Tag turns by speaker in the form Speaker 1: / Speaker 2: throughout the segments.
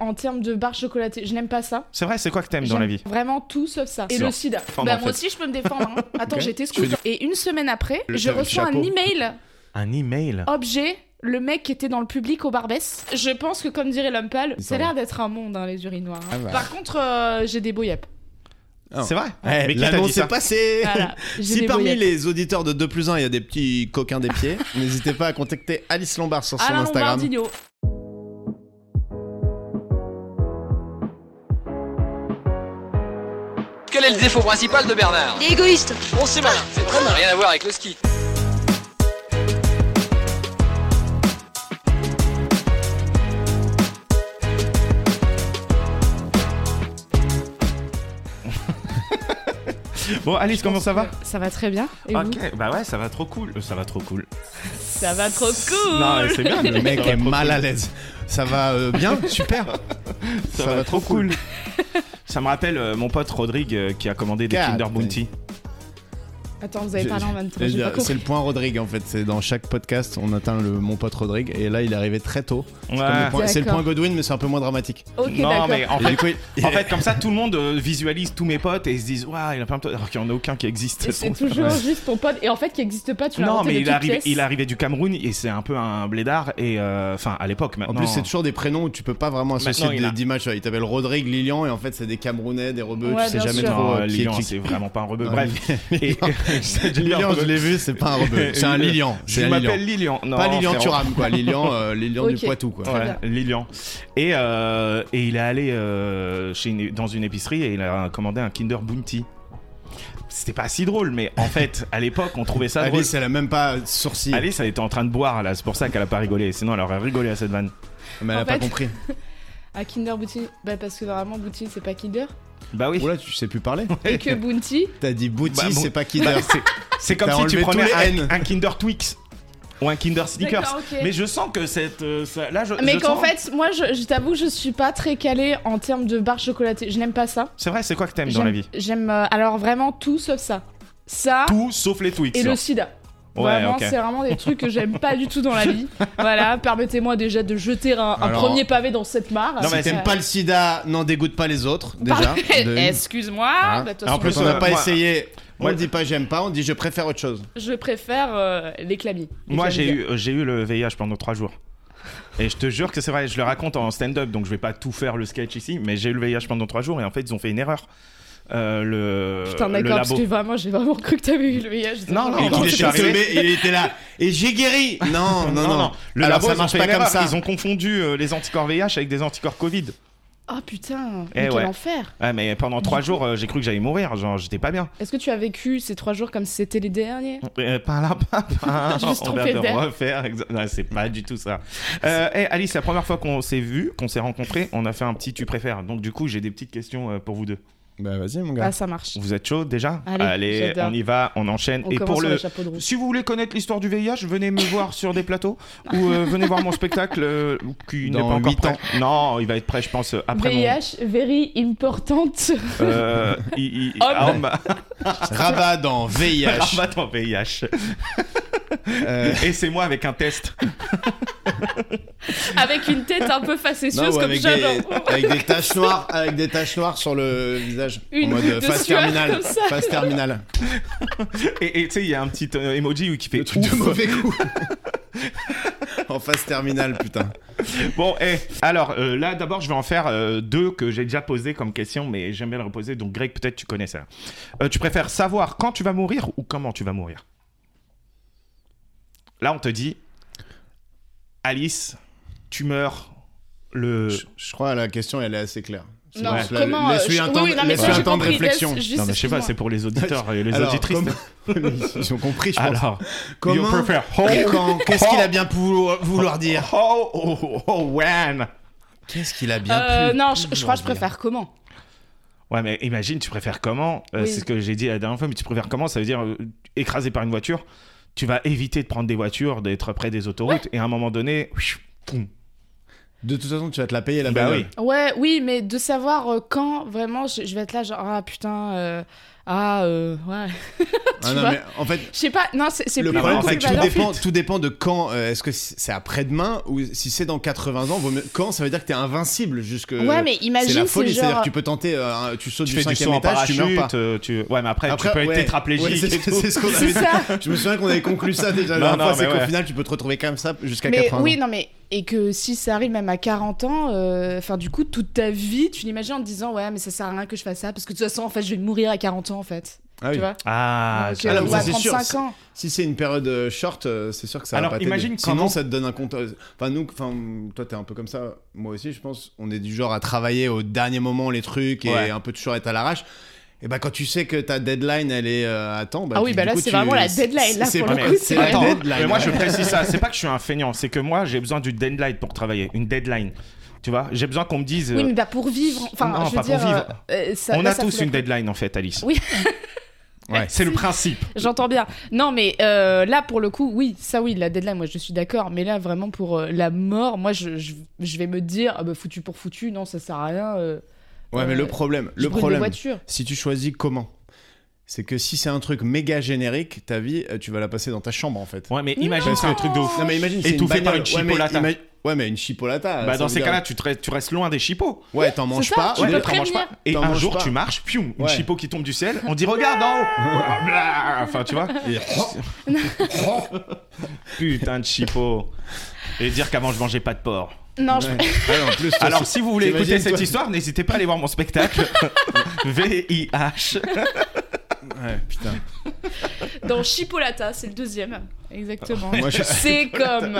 Speaker 1: en termes de barre chocolatée. Je n'aime pas ça.
Speaker 2: C'est vrai, c'est quoi que t'aimes dans la
Speaker 1: J'aime
Speaker 2: vie
Speaker 1: Vraiment tout sauf ça. Et
Speaker 2: Sûr.
Speaker 1: le sida.
Speaker 2: Fendre,
Speaker 1: bah,
Speaker 2: en fait.
Speaker 1: moi aussi, je peux me défendre. hein. Attends,
Speaker 2: Ok.
Speaker 1: j'étais
Speaker 3: Tu
Speaker 1: scout.
Speaker 3: fais
Speaker 1: Et une semaine après,
Speaker 3: Le-
Speaker 1: je
Speaker 3: le
Speaker 1: reçois un
Speaker 3: chapeau.
Speaker 1: email
Speaker 2: Un email.
Speaker 1: objet. Le mec qui était dans le public au Barbès. Je pense que, comme dirait l'homme pâle,
Speaker 3: Ils
Speaker 1: ça a
Speaker 3: sont-
Speaker 1: l'air d'être un monde, hein, les urinoirs. hein.
Speaker 3: Ah bah.
Speaker 1: Par contre, euh, j'ai des boyettes.
Speaker 3: Oh.
Speaker 2: C'est vrai
Speaker 3: Eh,
Speaker 2: Mais qui t'a dit
Speaker 3: L'annonce
Speaker 2: ça
Speaker 3: est passée
Speaker 1: Voilà, j'ai
Speaker 3: Si
Speaker 1: des
Speaker 3: parmi
Speaker 1: boyettes.
Speaker 3: les auditeurs de 2 plus 1, il y a des petits coquins des pieds, n'hésitez pas à contacter Alice Lombard sur son
Speaker 1: Alain
Speaker 3: Instagram.
Speaker 1: Lombardino.
Speaker 4: Quel est le défaut principal de Bernard
Speaker 5: Il est égoïste.
Speaker 4: On sait malin, c'est très malin. Rien à voir avec le ski.
Speaker 2: Bon, Alice, comment ça va
Speaker 1: Ça va très bien. Et vous
Speaker 2: Ok, bah ouais, ça va trop cool. Euh, Ça va trop cool.
Speaker 1: Ça va trop cool.
Speaker 2: Non, mais c'est bien,
Speaker 3: Le mec
Speaker 2: ça va
Speaker 3: est
Speaker 2: trop
Speaker 3: mal
Speaker 2: cool.
Speaker 3: à l'aise. Ça va euh, bien Super
Speaker 2: Ça, va, trop cool. ça me rappelle euh, mon pote Rodrigue euh, qui a commandé des
Speaker 3: Quatre,
Speaker 2: Kinder
Speaker 3: oui.
Speaker 2: Bounty.
Speaker 1: Attends, vous avez
Speaker 3: J'ai-
Speaker 1: parlé en même temps.
Speaker 3: j'ai-
Speaker 1: j'ai pas
Speaker 3: C'est
Speaker 1: compris.
Speaker 3: le point Rodrigue en fait. C'est dans chaque podcast, on atteint le mon pote Rodrigue. Et là, il est arrivé très tôt.
Speaker 2: Ouais.
Speaker 3: Comme le point- C'est le
Speaker 1: D'accord.
Speaker 3: point Godwin, mais c'est un peu moins dramatique.
Speaker 1: Ok,
Speaker 2: non,
Speaker 1: d'accord.
Speaker 2: mais en
Speaker 3: Et
Speaker 2: fait,
Speaker 3: du coup, il-
Speaker 2: en fait, comme ça, tout le monde euh, visualise tous mes potes et ils se disent Waouh, il a plein de potes. Alors qu'il n'y en a aucun qui existe.
Speaker 1: Et
Speaker 2: de
Speaker 1: C'est
Speaker 2: toute façon.
Speaker 1: toujours juste ton pote. Et en fait, qui n'existe pas, tu l'as
Speaker 2: Non,
Speaker 1: inventé de
Speaker 2: mais il
Speaker 1: toutes
Speaker 2: arrivait,
Speaker 1: pièces.
Speaker 2: il arrivait du Cameroun et c'est un peu un blédard. Et euh, enfin, à l'époque
Speaker 3: En
Speaker 2: maintenant. hein.
Speaker 3: plus, c'est toujours des prénoms où tu peux pas vraiment associer
Speaker 2: Maintenant, il
Speaker 3: des-
Speaker 2: a-
Speaker 3: d'images. Il t'appelle Rodrigue, Lilian, et en fait, c'est des Camerounais, des rebeux.
Speaker 1: Ouais,
Speaker 3: tu sais
Speaker 1: bien
Speaker 3: jamais
Speaker 1: sûr.
Speaker 3: trop
Speaker 2: Non,
Speaker 3: euh, qui est
Speaker 2: Lilian,
Speaker 3: qui.
Speaker 2: c'est vraiment pas un rebeu.
Speaker 3: Non,
Speaker 2: Bref. Et- c'est du
Speaker 3: Lilian, je
Speaker 2: rebeu.
Speaker 3: l'ai vu, c'est pas un rebeu. C'est un Lilian.
Speaker 2: Je
Speaker 3: C'est un Lilian.
Speaker 2: m'appelle Lilian. Non,
Speaker 3: Pas Lilian
Speaker 2: frérot.
Speaker 3: Thuram, quoi. Lilian, euh, Lilian
Speaker 1: Ok.
Speaker 3: du Poitou, quoi.
Speaker 1: Très
Speaker 2: Ouais, Lilian. Et, euh, et il est allé euh, chez une- dans une épicerie et il a commandé un Kinder Bounty. C'était pas si drôle, mais en fait, à l'époque, on trouvait ça drôle.
Speaker 3: Alice, elle a même pas sourcil.
Speaker 2: Alice, elle était en train de boire là, c'est pour ça qu'elle a pas rigolé. Sinon, elle aurait rigolé à cette vanne.
Speaker 3: Mais elle
Speaker 1: En
Speaker 3: a pas
Speaker 1: fait-
Speaker 3: compris.
Speaker 1: À Kinder Bounty. Bah, parce que normalement, Bounty, c'est pas Kinder.
Speaker 2: Bah oui.
Speaker 3: Oula, tu sais plus parler.
Speaker 1: Et que Bounty.
Speaker 3: T'as dit Bouti,
Speaker 2: Bah, bon.
Speaker 3: c'est pas Kinder.
Speaker 2: C'est- C'est comme
Speaker 3: T'as
Speaker 2: si tu
Speaker 3: enlevé
Speaker 2: prenais
Speaker 3: tous les
Speaker 2: un,
Speaker 3: N.
Speaker 2: un Kinder Twix ou un Kinder Snickers.
Speaker 1: D'accord, ok.
Speaker 2: Mais je sens que cette. euh, ça- là, je,
Speaker 1: Mais
Speaker 2: je
Speaker 1: qu'en
Speaker 2: sens-
Speaker 1: fait, moi, je, je t'avoue, je suis pas très calée en termes de barre chocolatée. Je n'aime pas ça.
Speaker 2: C'est vrai, c'est quoi que t'aimes dans la
Speaker 1: J'aime-
Speaker 2: vie
Speaker 1: J'aime euh, alors vraiment tout sauf ça. Ça
Speaker 2: Tout sauf les Twix.
Speaker 1: et le sida.
Speaker 2: Ouais,
Speaker 1: vraiment,
Speaker 2: ok.
Speaker 1: c'est vraiment des trucs que j'aime pas du tout dans la vie. Voilà, permettez-moi déjà de jeter un, un
Speaker 3: Alors-
Speaker 1: premier pavé dans cette mare. Euh,
Speaker 2: Non, mais Bah,
Speaker 3: Si t'aimes pas le sida, n'en dégoûte pas les autres, déjà. de une.
Speaker 1: Excuse-moi.
Speaker 3: Hein.
Speaker 1: bah, de toute
Speaker 2: En
Speaker 1: façon,
Speaker 2: plus,
Speaker 3: on n'a
Speaker 2: euh,
Speaker 3: pas
Speaker 2: moi-
Speaker 3: essayé.
Speaker 2: moi-
Speaker 3: on dit pas j'aime pas, on dit je préfère autre chose.
Speaker 1: je préfère euh, les clamies. Les
Speaker 2: Moi, j'ai
Speaker 1: clamies.
Speaker 2: eu, euh, j'ai eu le VIH pendant trois jours. Et je te jure que c'est vrai, je le raconte en stand-up, donc je vais pas tout faire le sketch ici, mais j'ai eu le VIH pendant trois jours et en fait, ils ont fait une erreur. Euh, le,
Speaker 1: Putain,
Speaker 2: le
Speaker 1: d'accord, parce
Speaker 2: labo.
Speaker 1: que vraiment, j'ai vraiment cru que t'avais eu le VIH.
Speaker 2: Non, non,
Speaker 1: Et
Speaker 2: non,
Speaker 1: quand
Speaker 2: je
Speaker 1: c'est
Speaker 2: suis
Speaker 1: passé-
Speaker 2: arrivé-
Speaker 3: tombé, il était là. Et j'ai guéri Non, non, non.
Speaker 2: Le
Speaker 3: Alors,
Speaker 2: labo,
Speaker 3: ça
Speaker 2: ils ont
Speaker 3: marche
Speaker 2: fait
Speaker 3: pas
Speaker 2: une
Speaker 3: comme
Speaker 2: erreur.
Speaker 3: ça.
Speaker 2: Ils ont confondu euh, les anticorps VIH avec des anticorps Covid.
Speaker 1: Ah putain,
Speaker 2: Eh
Speaker 1: mais quel
Speaker 2: ouais.
Speaker 1: enfer.
Speaker 2: Ouais, mais pendant trois jours, euh, j'ai cru que j'allais mourir, genre j'étais pas bien.
Speaker 1: Est-ce que tu as vécu ces trois jours comme si c'était les derniers
Speaker 2: Euh, par là, par là,
Speaker 1: Juste en
Speaker 2: on va
Speaker 1: fait
Speaker 2: te
Speaker 1: d'air.
Speaker 2: refaire. exa- Non, c'est pas du tout ça. Euh, hey, Alice, la première fois qu'on s'est vu, qu'on s'est rencontrés, on a fait un petit tu préfères. Donc du coup, j'ai des petites questions euh, pour vous deux.
Speaker 3: Bah vas-y, mon
Speaker 1: Ah, ça marche.
Speaker 2: Vous êtes chaud déjà
Speaker 1: Allez, j'adore.
Speaker 2: on y va, on enchaîne.
Speaker 1: On
Speaker 2: et
Speaker 1: commence
Speaker 2: pour
Speaker 1: sur le
Speaker 2: le.
Speaker 1: chapeau de roue.
Speaker 2: Si vous voulez connaître l'histoire du VIH, venez me voir sur des plateaux ou euh, venez voir mon spectacle euh, qui n'est pas
Speaker 3: Dans
Speaker 2: encore
Speaker 3: huit
Speaker 2: prêt.
Speaker 3: ans.
Speaker 2: Non, il va être prêt, je pense, euh, après mon.
Speaker 1: VIH, very importante.
Speaker 2: Euh, il- il-
Speaker 1: Homme.
Speaker 2: ah, on m'a-
Speaker 3: Rabat dans
Speaker 2: Ah,
Speaker 3: VIH.
Speaker 2: bah, attends, VIH.
Speaker 3: Euh,
Speaker 2: Et c'est moi avec un test.
Speaker 1: avec une tête un peu
Speaker 3: non,
Speaker 1: facétieuse
Speaker 3: ou
Speaker 1: comme
Speaker 3: avec, des,
Speaker 1: j'adore.
Speaker 3: avec des taches noires, avec des taches noires sur le visage.
Speaker 1: Une
Speaker 3: en mode
Speaker 1: goutte de
Speaker 3: phase
Speaker 1: sueur
Speaker 3: terminale.
Speaker 1: comme ça.
Speaker 3: Phase terminale.
Speaker 2: Et et tu sais, il y a un petit euh, emoji où qui fait
Speaker 3: Le truc de
Speaker 2: ouf.
Speaker 3: mauvais goût. en phase terminale, putain.
Speaker 2: Bon, eh, alors euh, là, d'abord, je vais en faire euh, deux que j'ai déjà posées comme question, mais j'aime bien le reposer. Donc, Greg, peut-être tu connais ça. Euh, tu préfères savoir quand tu vas mourir ou comment tu vas mourir Là, on te dit, Alice, tu meurs le.
Speaker 3: Je, je crois que la question, elle est assez claire. C'est
Speaker 1: Non,
Speaker 3: juste là,
Speaker 1: comment euh,
Speaker 3: Laisse-lui
Speaker 1: je-
Speaker 3: un
Speaker 1: oui,
Speaker 3: temps,
Speaker 1: oui, non, mais
Speaker 3: laisse-lui
Speaker 1: ça,
Speaker 3: un
Speaker 1: j'ai
Speaker 3: temps de
Speaker 1: compris,
Speaker 3: réflexion.
Speaker 1: laisse- juste,
Speaker 2: non, mais je sais pas,
Speaker 1: excuse-moi.
Speaker 2: c'est pour les auditeurs et les
Speaker 3: Alors,
Speaker 2: auditrices.
Speaker 3: comme- Ils ont compris, je pense.
Speaker 2: Alors, you
Speaker 3: Comment
Speaker 2: prefer how-
Speaker 3: Quand- Qu'est-ce qu'il a bien pu vouloir dire
Speaker 2: how or- or when
Speaker 3: Qu'est-ce qu'il a bien
Speaker 1: Euh,
Speaker 3: pu
Speaker 1: non, je, je crois que je
Speaker 3: vouloir dire
Speaker 1: préfère comment
Speaker 2: Ouais, mais imagine, tu préfères comment Euh,
Speaker 1: Oui.
Speaker 2: C'est ce que j'ai dit la dernière fois, mais tu préfères comment Ça veut dire euh, écrasé par une voiture.
Speaker 3: Ah
Speaker 2: Tu vas éviter de prendre des voitures, d'être près des autoroutes, et à un moment donné, whish, poum,
Speaker 3: De toute façon, tu vas te la payer la
Speaker 2: Bah
Speaker 3: bagnole. Ah,
Speaker 2: oui.
Speaker 1: Ouais, oui, mais de savoir euh, quand vraiment je, je vais être là, genre ah putain, euh, ah euh, ouais.
Speaker 3: Ah
Speaker 1: Tu
Speaker 3: non,
Speaker 1: vois
Speaker 3: mais en fait,
Speaker 1: Je sais pas, non, c'est c'est
Speaker 3: le
Speaker 1: plus
Speaker 3: problème,
Speaker 1: vraiment
Speaker 2: en
Speaker 3: c'est
Speaker 2: fait,
Speaker 1: que c'est
Speaker 3: que tout
Speaker 1: pas leur
Speaker 3: dépend,
Speaker 1: faute.
Speaker 3: tout dépend de quand. euh, Est-ce que c'est après-demain ou si c'est dans 80 ans vaut mieux- Quand ça veut dire que t'es invincible jusque.
Speaker 1: Ouais, mais
Speaker 3: euh, C'est la
Speaker 1: imagine,
Speaker 3: folie,
Speaker 1: c'est
Speaker 3: c'est-à-dire
Speaker 1: genre.
Speaker 3: que tu peux tenter, euh, tu sautes
Speaker 2: Tu
Speaker 3: du
Speaker 2: fais du
Speaker 3: cinquième
Speaker 2: saut en
Speaker 3: étage, tu
Speaker 2: parachute.
Speaker 3: meurs pas.
Speaker 2: euh, tu- Ouais, mais après, tu peux être
Speaker 3: ouais, ouais,
Speaker 2: tétraplégique.
Speaker 3: c'est
Speaker 2: et tout.
Speaker 3: c'est ce qu'on
Speaker 1: C'est
Speaker 3: avait
Speaker 1: ça.
Speaker 3: Je me souviens qu'on avait conclu ça déjà la
Speaker 2: Non,
Speaker 3: dernière fois,
Speaker 2: non,
Speaker 3: c'est
Speaker 2: mais
Speaker 3: qu'au
Speaker 2: ouais.
Speaker 3: final tu peux te retrouver comme ça jusqu'à
Speaker 1: Mais
Speaker 3: 80
Speaker 1: oui,
Speaker 3: ans.
Speaker 1: non, mais et que si ça arrive même à 40 ans, euh, enfin du coup toute ta vie, tu l'imagines en te disant ouais, mais ça sert à rien que je fasse ça parce que de toute façon en fait je vais mourir à 40 ans en fait,
Speaker 3: Ah
Speaker 1: tu
Speaker 3: oui.
Speaker 1: vois.
Speaker 2: Ah,
Speaker 1: Donc,
Speaker 2: j'avoue.
Speaker 1: euh,
Speaker 3: alors,
Speaker 1: ou
Speaker 3: ça,
Speaker 1: à
Speaker 3: c'est sûr,
Speaker 1: 35
Speaker 3: c'est-
Speaker 1: ans.
Speaker 3: Si c'est une période euh, short, euh, c'est sûr que ça
Speaker 2: Alors,
Speaker 3: va pas t'aider.
Speaker 2: imagine
Speaker 3: Sinon
Speaker 2: comment-
Speaker 3: ça te donne un compte. euh, Enfin nous, enfin toi t'es un peu comme ça. Moi aussi je pense. On est du genre à travailler au dernier moment les trucs et
Speaker 2: Ouais.
Speaker 3: un peu toujours être à l'arrache. Et bah quand tu sais que ta deadline elle est euh, à temps. Bah,
Speaker 1: Ah oui,
Speaker 3: tu-
Speaker 1: bah
Speaker 3: du
Speaker 1: là,
Speaker 3: coup,
Speaker 1: c'est
Speaker 3: tu-
Speaker 1: vraiment la
Speaker 3: c'est-
Speaker 1: deadline, là,
Speaker 3: c'est
Speaker 1: pour
Speaker 3: pas-
Speaker 1: le
Speaker 2: mais-
Speaker 1: coup, c'est
Speaker 3: la
Speaker 1: vraiment-
Speaker 3: deadline.
Speaker 2: Mais moi, je précise ça. C'est pas que je suis un feignant, c'est que moi, j'ai besoin d'une deadline pour travailler. Une deadline. Tu vois, j'ai besoin qu'on me dise.
Speaker 1: Oui,
Speaker 2: euh,
Speaker 1: mais bah pour vivre, enfin
Speaker 2: non,
Speaker 1: je veux
Speaker 2: pas pour
Speaker 1: dire,
Speaker 2: vivre.
Speaker 1: euh, euh, ça-
Speaker 2: on
Speaker 1: là,
Speaker 2: a
Speaker 1: ça
Speaker 2: tous
Speaker 1: fout la
Speaker 2: une deadline en fait, Alice.
Speaker 1: Oui.
Speaker 3: Ouais.
Speaker 2: C'est le principe.
Speaker 1: J'entends bien. Non, mais euh, là, pour le coup, oui, ça, oui, la deadline, moi, je suis d'accord. Mais là, vraiment, pour euh, la mort, moi, je, je, je vais me dire, ah bah, foutu pour foutu, non, ça sert à rien. euh,
Speaker 3: Ouais mais
Speaker 1: Euh,
Speaker 3: le problème,
Speaker 1: je
Speaker 3: le
Speaker 1: brûle
Speaker 3: problème.
Speaker 1: mes voitures.
Speaker 3: Si tu choisis comment. C'est que si c'est un truc méga générique, ta vie, euh, tu vas la passer dans ta chambre en fait.
Speaker 2: Ouais, mais
Speaker 1: Non.
Speaker 2: imagine, c'est un truc de ouf.
Speaker 3: Non mais imagine, c'est
Speaker 2: Étouffé
Speaker 3: une
Speaker 2: par
Speaker 3: bagnole.
Speaker 2: une
Speaker 3: Ouais, mais
Speaker 2: chipolata.
Speaker 3: imagine- Ouais, mais une chipolata.
Speaker 2: Bah,
Speaker 3: ça
Speaker 2: dans
Speaker 3: veut
Speaker 2: ces
Speaker 3: dire-
Speaker 2: cas-là, tu, te restes- tu restes loin des chipots.
Speaker 3: ouais, t'en manges
Speaker 1: ça,
Speaker 3: pas.
Speaker 1: tu
Speaker 3: mais-
Speaker 1: peux
Speaker 2: t'en manges
Speaker 1: prévenir.
Speaker 2: pas. Et
Speaker 3: T'en
Speaker 2: un
Speaker 3: manges
Speaker 2: jour,
Speaker 3: pas.
Speaker 2: tu marches, piou, une
Speaker 3: Ouais.
Speaker 2: chipot qui tombe du ciel. On dit, regarde en haut. Blah. Enfin, tu vois. Putain de chipot. Et dire qu'avant, je mangeais pas de porc.
Speaker 1: Non, je-
Speaker 3: Ouais. Ouais, en plus,
Speaker 2: Alors, si vous voulez écouter
Speaker 3: t'imagines,
Speaker 2: cette
Speaker 3: toi-
Speaker 2: histoire, n'hésitez pas à aller voir mon spectacle. VIH.
Speaker 3: Ouais, putain.
Speaker 1: dans Chipolata, c'est le deuxième. Exactement.
Speaker 3: Moi, je-
Speaker 1: C'est comme.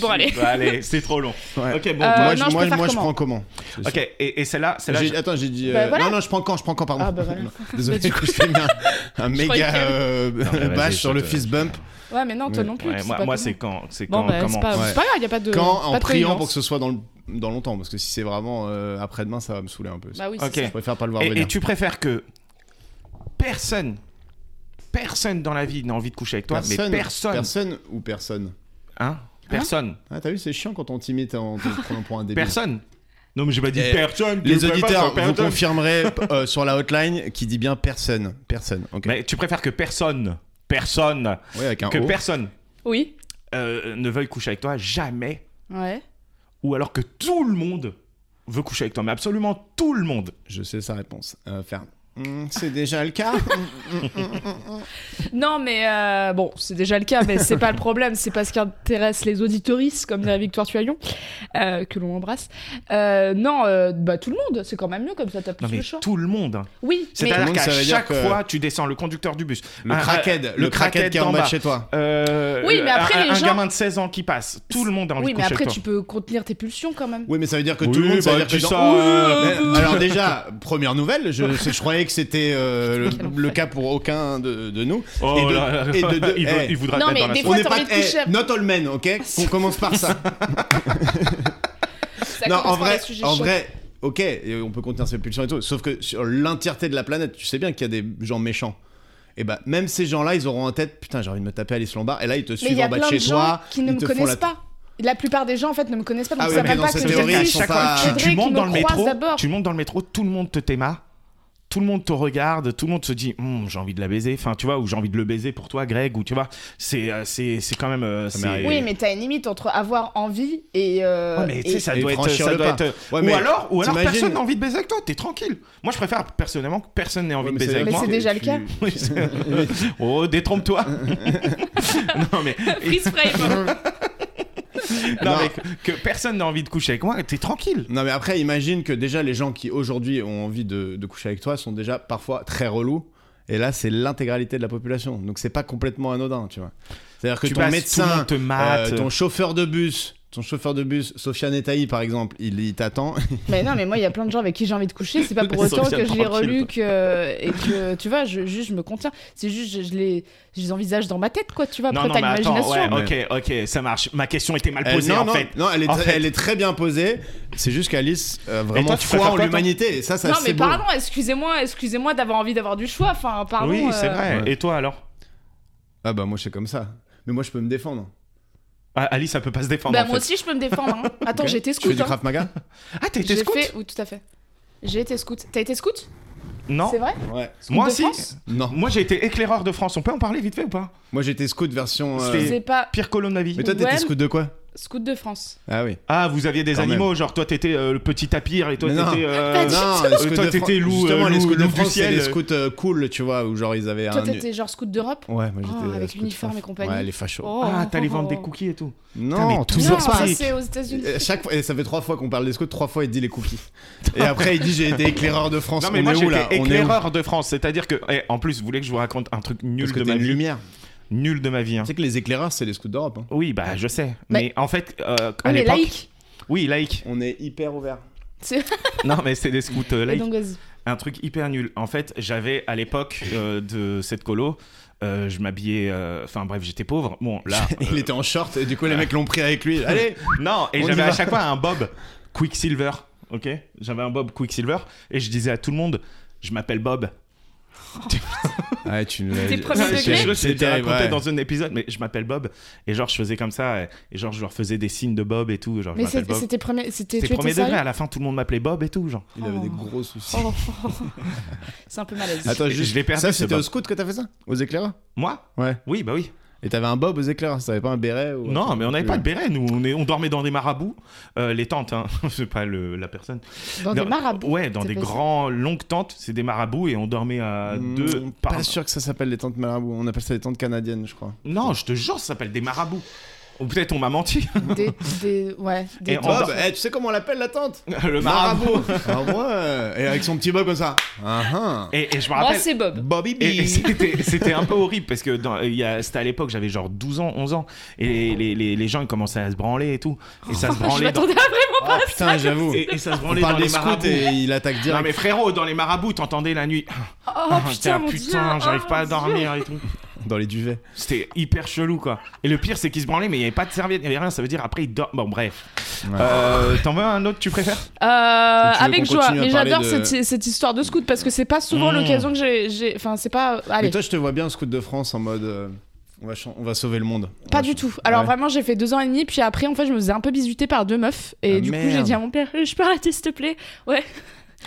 Speaker 1: Bon, allez.
Speaker 2: Bah, allez, c'est trop long.
Speaker 3: Ouais.
Speaker 2: Ok, bon.
Speaker 1: Euh,
Speaker 3: moi,
Speaker 1: non, je
Speaker 3: je, moi,
Speaker 1: préfère
Speaker 3: moi, je
Speaker 1: comment
Speaker 3: prends comment
Speaker 2: Ok, et, et celle-là, celle-là,
Speaker 3: J'ai- Attends, j'ai dit. euh,
Speaker 1: Bah, voilà.
Speaker 3: Non, non, je prends quand, je prends quand, pardon.
Speaker 1: Ah, bah, voilà.
Speaker 3: Non, Désolé, du coup, je t'ai mis un, un
Speaker 1: croyais
Speaker 3: méga
Speaker 1: qu'elle-
Speaker 3: euh,
Speaker 2: mais vas-y,
Speaker 3: bâche
Speaker 2: je
Speaker 3: sur le
Speaker 2: te-
Speaker 3: fist bump.
Speaker 1: Ouais, mais non, toi
Speaker 3: Ouais,
Speaker 1: non plus.
Speaker 2: Ouais,
Speaker 1: tu sais
Speaker 2: moi,
Speaker 1: pas
Speaker 2: moi,
Speaker 1: comment.
Speaker 2: c'est quand, c'est
Speaker 1: Bon,
Speaker 2: quand,
Speaker 1: bah,
Speaker 2: comment.
Speaker 1: c'est pas,
Speaker 3: Ouais.
Speaker 1: c'est pas grave, y a pas de.
Speaker 3: Quand
Speaker 1: pas
Speaker 3: En
Speaker 1: de
Speaker 3: priant
Speaker 1: prévenance.
Speaker 3: pour que ce soit dans, le- dans longtemps, parce que si c'est vraiment euh, après-demain, ça va me saouler un peu.
Speaker 1: Bah oui,
Speaker 2: Ok.
Speaker 1: c'est
Speaker 3: Je préfère pas le voir
Speaker 2: Et,
Speaker 3: venir.
Speaker 2: et tu préfères que personne, personne dans la vie n'ait envie de coucher avec toi,
Speaker 3: Personne,
Speaker 2: mais personne,
Speaker 3: personne ou personne
Speaker 2: hein, personne,
Speaker 3: Ah, t'as vu, c'est chiant quand on t'imite en te prenant pour un débile.
Speaker 2: personne. Non mais j'ai pas dit
Speaker 3: Eh,
Speaker 2: personne. tu
Speaker 3: Les
Speaker 2: peux pas
Speaker 3: auditeurs
Speaker 2: faire
Speaker 3: vous
Speaker 2: personne.
Speaker 3: confirmeraient euh, sur la hotline qui dit bien personne. Personne. Ok.
Speaker 2: Mais tu préfères que personne, personne,
Speaker 3: Ouais, avec un
Speaker 2: que
Speaker 3: O.
Speaker 2: personne
Speaker 1: Oui.
Speaker 2: euh, ne veuille coucher avec toi jamais,
Speaker 1: Ouais.
Speaker 2: ou alors que tout le monde veut coucher avec toi, mais absolument tout le monde.
Speaker 3: Je sais sa réponse. Euh, faire. Hmm, c'est déjà le cas.
Speaker 1: Non, mais euh, bon, c'est déjà le cas, mais c'est pas le problème, c'est pas ce qui intéresse les auditoristes, comme dirait Victoire Tuaillon, euh, que l'on embrasse. Euh, non, euh, bah tout le monde, c'est quand même mieux comme ça, t'as plus
Speaker 2: Non mais
Speaker 1: le choix.
Speaker 2: tout le monde. hein.
Speaker 1: Oui, mais
Speaker 2: C'est-à-dire
Speaker 3: monde, ça
Speaker 2: qu'à
Speaker 3: veut dire
Speaker 2: chaque
Speaker 3: que-
Speaker 2: fois, tu descends le conducteur du bus.
Speaker 3: le
Speaker 2: un-
Speaker 3: crackhead.
Speaker 2: un-
Speaker 3: le crackhead qui est
Speaker 2: d'en
Speaker 3: en bas
Speaker 2: bas.
Speaker 3: de chez toi.
Speaker 2: Euh,
Speaker 1: Oui, mais
Speaker 2: un-
Speaker 1: après,
Speaker 2: un,
Speaker 1: les
Speaker 2: un
Speaker 1: gens-
Speaker 2: gamin de 16 ans qui passe, tout le monde a envie
Speaker 1: oui,
Speaker 2: de
Speaker 1: mais
Speaker 2: coucher
Speaker 1: après
Speaker 2: avec
Speaker 1: tu peux contenir tes pulsions quand même.
Speaker 3: Oui, mais ça veut dire que
Speaker 2: toi.
Speaker 3: tout le monde. ça veut
Speaker 2: bah,
Speaker 3: dire que
Speaker 2: dis
Speaker 3: dans-
Speaker 2: ça, euh,
Speaker 3: Mais, alors déjà, première nouvelle, je, je croyais que c'était euh, le, le cas pour aucun de, de nous.
Speaker 2: oh
Speaker 3: et de,
Speaker 2: là là,
Speaker 3: et de- de-
Speaker 2: il, veut-
Speaker 3: eh,
Speaker 2: il voudra
Speaker 1: Non,
Speaker 2: te mettre
Speaker 1: mais des
Speaker 2: dans la sauce.
Speaker 1: fois,
Speaker 3: on n'est
Speaker 1: t'as
Speaker 3: pas
Speaker 1: envie de Ah, coucher
Speaker 3: eh, not all men, ok On commence par ça.
Speaker 1: Ça
Speaker 3: non,
Speaker 1: commence
Speaker 3: en
Speaker 1: par
Speaker 3: vrai,
Speaker 1: des sujets
Speaker 3: en
Speaker 1: chauds.
Speaker 3: vrai, ok, et on peut contenir ses pulsions et tout. Sauf que sur l'entièreté de la planète, tu sais bien qu'il y a des gens méchants. Et bah, même ces gens-là, ils auront en tête, putain, j'ai envie de me taper Alice Lombard. Et là, ils te
Speaker 1: mais il
Speaker 3: suivent
Speaker 1: y
Speaker 3: en
Speaker 1: a
Speaker 3: bas de
Speaker 1: plein de
Speaker 3: chez
Speaker 1: gens
Speaker 3: toi.
Speaker 1: qui ne
Speaker 3: ils
Speaker 1: me
Speaker 3: te font
Speaker 1: connaissent
Speaker 3: la-
Speaker 1: pas. La plupart des gens en fait ne me connaissent pas, donc
Speaker 3: Ah oui,
Speaker 1: ça
Speaker 3: mais
Speaker 1: va
Speaker 3: dans
Speaker 1: pas que
Speaker 3: cette
Speaker 1: je
Speaker 3: théorie,
Speaker 1: les
Speaker 3: ils
Speaker 1: fiche.
Speaker 3: sont pas-
Speaker 1: faudrait
Speaker 2: tu
Speaker 1: qu'ils
Speaker 2: montes
Speaker 1: me
Speaker 2: dans le
Speaker 1: croisent
Speaker 2: métro,
Speaker 1: d'abord.
Speaker 2: tu montes dans le métro, tout le monde te téma, tout le monde te regarde, tout le monde se dit Hum, j'ai envie de la baiser, enfin tu vois, ou j'ai envie de le baiser pour toi, Greg, ou tu vois, c'est euh, c'est c'est quand même euh,
Speaker 3: Ça m'est
Speaker 2: c'est-
Speaker 3: arrivé.
Speaker 1: Oui, mais t'as une limite entre avoir envie et. euh,
Speaker 2: Ouais, mais tu
Speaker 1: et-
Speaker 2: sais, ça
Speaker 3: et
Speaker 2: doit être.
Speaker 3: franchir
Speaker 2: Ça
Speaker 3: le
Speaker 2: doit
Speaker 3: pas.
Speaker 2: être-
Speaker 3: Ouais,
Speaker 2: ou
Speaker 3: mais
Speaker 2: alors, ou alors
Speaker 3: t'imagines-
Speaker 2: personne n'a envie de baiser avec toi, t'es tranquille. Moi, je préfère personnellement que personne n'ait envie
Speaker 3: Ouais,
Speaker 2: de
Speaker 3: mais
Speaker 2: baiser
Speaker 3: c'est-
Speaker 2: avec
Speaker 1: Mais
Speaker 2: moi.
Speaker 1: c'est déjà le cas.
Speaker 2: Oui, c'est- oh, détrompe-toi. non, mais,
Speaker 1: Freeze frame.
Speaker 2: non,
Speaker 3: Non.
Speaker 2: mais que, que personne n'a envie de coucher avec moi, t'es tranquille.
Speaker 3: Non mais après imagine que déjà les gens qui aujourd'hui ont envie de, de coucher avec toi sont déjà parfois très relous et là c'est l'intégralité de la population donc c'est pas complètement anodin tu vois c'est à dire que
Speaker 2: Tu
Speaker 3: ton
Speaker 2: passes, tout le
Speaker 3: médecin
Speaker 2: monde te mate.
Speaker 3: euh, ton chauffeur de bus ton chauffeur de bus Sofiane Etaï par exemple il, il t'attend
Speaker 1: Mais non, mais moi, il y a plein de gens avec qui j'ai envie de coucher. C'est pas pour
Speaker 2: Ils sont
Speaker 1: autant
Speaker 2: bien
Speaker 1: que je les
Speaker 2: tranquilles,
Speaker 1: relue que, et que, tu vois, je, juste, je me contiens. C'est juste, je, je les, je les envisage dans ma tête, quoi, tu vois.
Speaker 2: non,
Speaker 1: Après,
Speaker 2: non,
Speaker 1: t'as
Speaker 2: mais attends,
Speaker 1: l'imagination.
Speaker 2: ouais,
Speaker 3: mais-
Speaker 2: ok, ok, ça marche. Ma question était mal
Speaker 3: Euh,
Speaker 2: posée
Speaker 3: non,
Speaker 2: en
Speaker 3: non,
Speaker 2: fait.
Speaker 3: non, elle est,
Speaker 2: En
Speaker 3: très,
Speaker 2: fait.
Speaker 3: elle est très bien posée c'est juste qu'Alice euh, vraiment
Speaker 2: toi, tu préfères
Speaker 3: foi en
Speaker 2: quoi, toi
Speaker 3: l'humanité et ça ça
Speaker 1: non,
Speaker 3: c'est
Speaker 1: mais
Speaker 3: beau
Speaker 1: pardon, excusez-moi, excusez-moi d'avoir envie d'avoir du choix. Enfin, pardon.
Speaker 2: oui, c'est
Speaker 1: euh,
Speaker 2: vrai.
Speaker 3: Ouais.
Speaker 2: Et toi alors
Speaker 3: ah bah moi je suis comme ça mais moi je peux me défendre
Speaker 2: Ah, Alice, ça peut pas se défendre.
Speaker 1: Bah,
Speaker 2: en
Speaker 1: moi
Speaker 2: fait.
Speaker 1: aussi, je peux me défendre. hein. Attends,
Speaker 3: Ok.
Speaker 1: j'ai été
Speaker 3: Tu fais
Speaker 1: scout.
Speaker 3: du
Speaker 1: hein.
Speaker 3: Krav Maga
Speaker 2: Ah, t'as été
Speaker 1: J'ai
Speaker 2: scout
Speaker 1: fait... Oui, tout à fait. J'ai été scout. T'as été scout
Speaker 2: Non.
Speaker 1: C'est vrai
Speaker 3: Ouais.
Speaker 2: Moi
Speaker 1: de
Speaker 2: aussi.
Speaker 1: France
Speaker 3: Non.
Speaker 2: Moi, j'ai été éclaireur de France. On peut en parler vite fait ou pas
Speaker 3: Moi j'étais scout version. euh,
Speaker 2: C'était- Et-
Speaker 1: C'est pas
Speaker 2: Pierre colonne
Speaker 3: Mais toi t'étais
Speaker 1: Ouais.
Speaker 3: scout de quoi
Speaker 1: scout de France.
Speaker 3: Ah oui.
Speaker 2: Ah, vous aviez des
Speaker 3: Quand
Speaker 2: animaux, genre toi t'étais euh, le petit tapir et toi
Speaker 3: Mais non.
Speaker 1: Ah,
Speaker 2: t'étais. euh,
Speaker 1: Pas du
Speaker 3: non,
Speaker 2: tout.
Speaker 3: les scouts
Speaker 2: Toi,
Speaker 3: de Fran-
Speaker 2: t'étais loup,
Speaker 3: Justement,
Speaker 2: euh,
Speaker 3: les
Speaker 2: loup-
Speaker 3: scouts de
Speaker 2: loup du
Speaker 3: France, c'est
Speaker 2: ciel.
Speaker 3: les scouts euh, cool, tu vois, où genre ils avaient
Speaker 1: Toi,
Speaker 3: un.
Speaker 1: t'étais genre scout d'europe
Speaker 3: Ouais, moi j'étais.
Speaker 1: Oh,
Speaker 3: euh,
Speaker 1: avec
Speaker 3: scout
Speaker 1: l'uniforme
Speaker 3: France.
Speaker 1: et compagnie.
Speaker 3: Ouais, les fachos.
Speaker 1: Oh,
Speaker 2: Ah, t'allais
Speaker 1: oh,
Speaker 2: vendre
Speaker 1: oh.
Speaker 2: des cookies et tout. mais
Speaker 3: Non,
Speaker 2: tout
Speaker 1: Non,
Speaker 2: Toujours
Speaker 1: ça
Speaker 2: pas.
Speaker 1: c'est aux États-Unis.
Speaker 2: Euh,
Speaker 3: Et à chaque fois, et ça fait trois fois qu'on parle des scouts, trois fois il dit les cookies. et après il dit j'ai été éclaireur de France.
Speaker 2: Non, mais
Speaker 3: on
Speaker 2: moi
Speaker 3: est où là
Speaker 2: j'étais
Speaker 3: On est où
Speaker 2: éclaireur de France. C'est-à-dire que. eh, en plus, vous voulez que je vous raconte un truc nul
Speaker 3: Parce que
Speaker 2: de
Speaker 3: t'es
Speaker 2: ma
Speaker 3: une
Speaker 2: vie
Speaker 3: lumière.
Speaker 2: Nul de ma vie. hein.
Speaker 3: Tu sais que les éclaireurs, c'est les scouts d'Europe. hein.
Speaker 2: Oui, bah je sais.
Speaker 1: Mais-
Speaker 2: Mais en fait, euh, à
Speaker 1: On est
Speaker 2: l'époque.
Speaker 1: laïque.
Speaker 2: Oui, laïque.
Speaker 3: On est hyper ouvert.
Speaker 2: non, mais c'est des scouts euh,
Speaker 1: Et
Speaker 2: laïques.
Speaker 1: donc vas-y.
Speaker 2: Un truc hyper nul. En fait, j'avais à l'époque euh, de cette colo. euh, je m'habillais, euh, enfin bref, j'étais pauvre. Bon, là,
Speaker 3: Il
Speaker 2: euh,
Speaker 3: était en short et du coup les mecs l'ont pris avec lui. Allez
Speaker 2: Non, et
Speaker 3: On y
Speaker 2: j'avais
Speaker 3: va.
Speaker 2: à chaque fois un Bob Quicksilver. Ok J'avais un Bob Quicksilver et je disais à tout le monde je m'appelle Bob.
Speaker 3: Ouais, tu nous
Speaker 1: T'es premier
Speaker 2: Je-
Speaker 1: degré
Speaker 2: Ah, Je je l'ai déjà
Speaker 3: terrible,
Speaker 2: raconté
Speaker 3: ouais.
Speaker 2: dans un épisode, mais je m'appelle Bob. Et genre, je faisais comme ça, et, et genre, je leur faisais des signes de Bob et tout. Genre, je
Speaker 1: Mais
Speaker 2: m'appelle
Speaker 1: c'est-
Speaker 2: Bob.
Speaker 1: c'était premier, c'était
Speaker 2: C'était
Speaker 1: tu étais
Speaker 2: premier degré,
Speaker 1: sérieux
Speaker 2: à la fin, tout le monde m'appelait Bob et tout. Genre.
Speaker 3: Il avait des gros soucis.
Speaker 1: Oh, oh, oh. C'est un peu malaise.
Speaker 3: Attends,
Speaker 2: Je-
Speaker 3: juste,
Speaker 2: je l'ai perdu,
Speaker 3: ça
Speaker 2: ce
Speaker 3: c'était
Speaker 2: Bob.
Speaker 3: au scout que t'as fait ça Aux éclaireurs
Speaker 2: Moi
Speaker 3: Ouais.
Speaker 2: Oui, bah oui.
Speaker 3: Et t'avais un bob aux éclaireurs, t'avais pas un béret ou...
Speaker 2: Non, mais on n'avait
Speaker 3: tu
Speaker 2: pas
Speaker 3: veux.
Speaker 2: de béret, nous. On, est- on dormait dans des marabouts. Euh, les tentes, hein. c'est pas le- la personne.
Speaker 1: Dans des
Speaker 2: Non,
Speaker 1: marabouts.
Speaker 2: Ouais, dans
Speaker 1: c'est
Speaker 2: des
Speaker 1: pas ça.
Speaker 2: grands, longues tentes. C'est des marabouts et on dormait à
Speaker 3: Hmm,
Speaker 2: deux
Speaker 3: Pas
Speaker 2: par
Speaker 3: sûr que ça s'appelle les tentes marabouts, on appelle ça les tentes canadiennes, je crois.
Speaker 2: Non, je te jure, ça s'appelle des marabouts. Ou peut-être on m'a menti.
Speaker 1: Des, des, ouais, des
Speaker 2: Et
Speaker 1: trucs.
Speaker 2: on-
Speaker 3: Bob, eh, tu sais comment on l'appelle la tente
Speaker 2: Le
Speaker 3: Ah ouais Et avec son petit bob comme ça. Ah ah
Speaker 2: Et, et je me
Speaker 1: Moi,
Speaker 2: rappelle.
Speaker 1: c'est Bob.
Speaker 3: Bobby B.
Speaker 2: et- et c'était c'était un peu horrible parce que dans- il y a- c'était à l'époque, j'avais genre 12 ans, 11 ans, et les, les- les- les gens ils commençaient à se branler et tout. Et ça se
Speaker 1: Je
Speaker 2: branlait. dans-
Speaker 1: m'attendais à vraiment.
Speaker 3: Ah putain, j'avoue.
Speaker 2: Et, et ça se
Speaker 3: On
Speaker 2: branlait dans
Speaker 3: parle
Speaker 2: les
Speaker 3: des scouts
Speaker 2: marabouts.
Speaker 3: et il attaque
Speaker 2: Non
Speaker 3: direct.
Speaker 2: mais frérot, dans les marabouts, t'entendais la nuit.
Speaker 1: Oh putain,
Speaker 2: Ah,
Speaker 1: mon
Speaker 2: putain,
Speaker 1: Dieu,
Speaker 2: j'arrive
Speaker 1: oh,
Speaker 2: pas à
Speaker 1: mon Dieu.
Speaker 2: dormir et tout.
Speaker 3: Dans les duvets.
Speaker 2: C'était hyper chelou quoi. Et le pire, c'est qu'ils se branlaient, mais il y avait pas de serviette, il y avait rien. Ça veut dire après ils dorment. Bon bref.
Speaker 3: Ouais.
Speaker 2: Euh, T'en veux un autre tu préfères
Speaker 1: Euh,
Speaker 3: veux
Speaker 1: avec
Speaker 3: qu'on
Speaker 1: joie,
Speaker 3: continue à
Speaker 1: mais
Speaker 3: parler
Speaker 1: j'adore
Speaker 3: de-
Speaker 1: cette, cette histoire de scout parce que c'est pas souvent
Speaker 2: Mmh.
Speaker 1: l'occasion que j'ai- j'ai. Enfin, c'est pas. euh, Allez,
Speaker 3: Mais toi, je te vois bien scout de France en mode. euh, on, va chan- on va sauver le monde.
Speaker 1: pas
Speaker 3: On va
Speaker 1: du
Speaker 3: ch-
Speaker 1: tout. Alors
Speaker 3: Ouais.
Speaker 1: vraiment, j'ai fait deux ans et demi, puis après, en fait, je me faisais un peu bisuter par deux meufs, et
Speaker 3: Ah,
Speaker 1: du coup, j'ai
Speaker 3: merde.
Speaker 1: dit à mon père, je peux arrêter, s'il te plaît.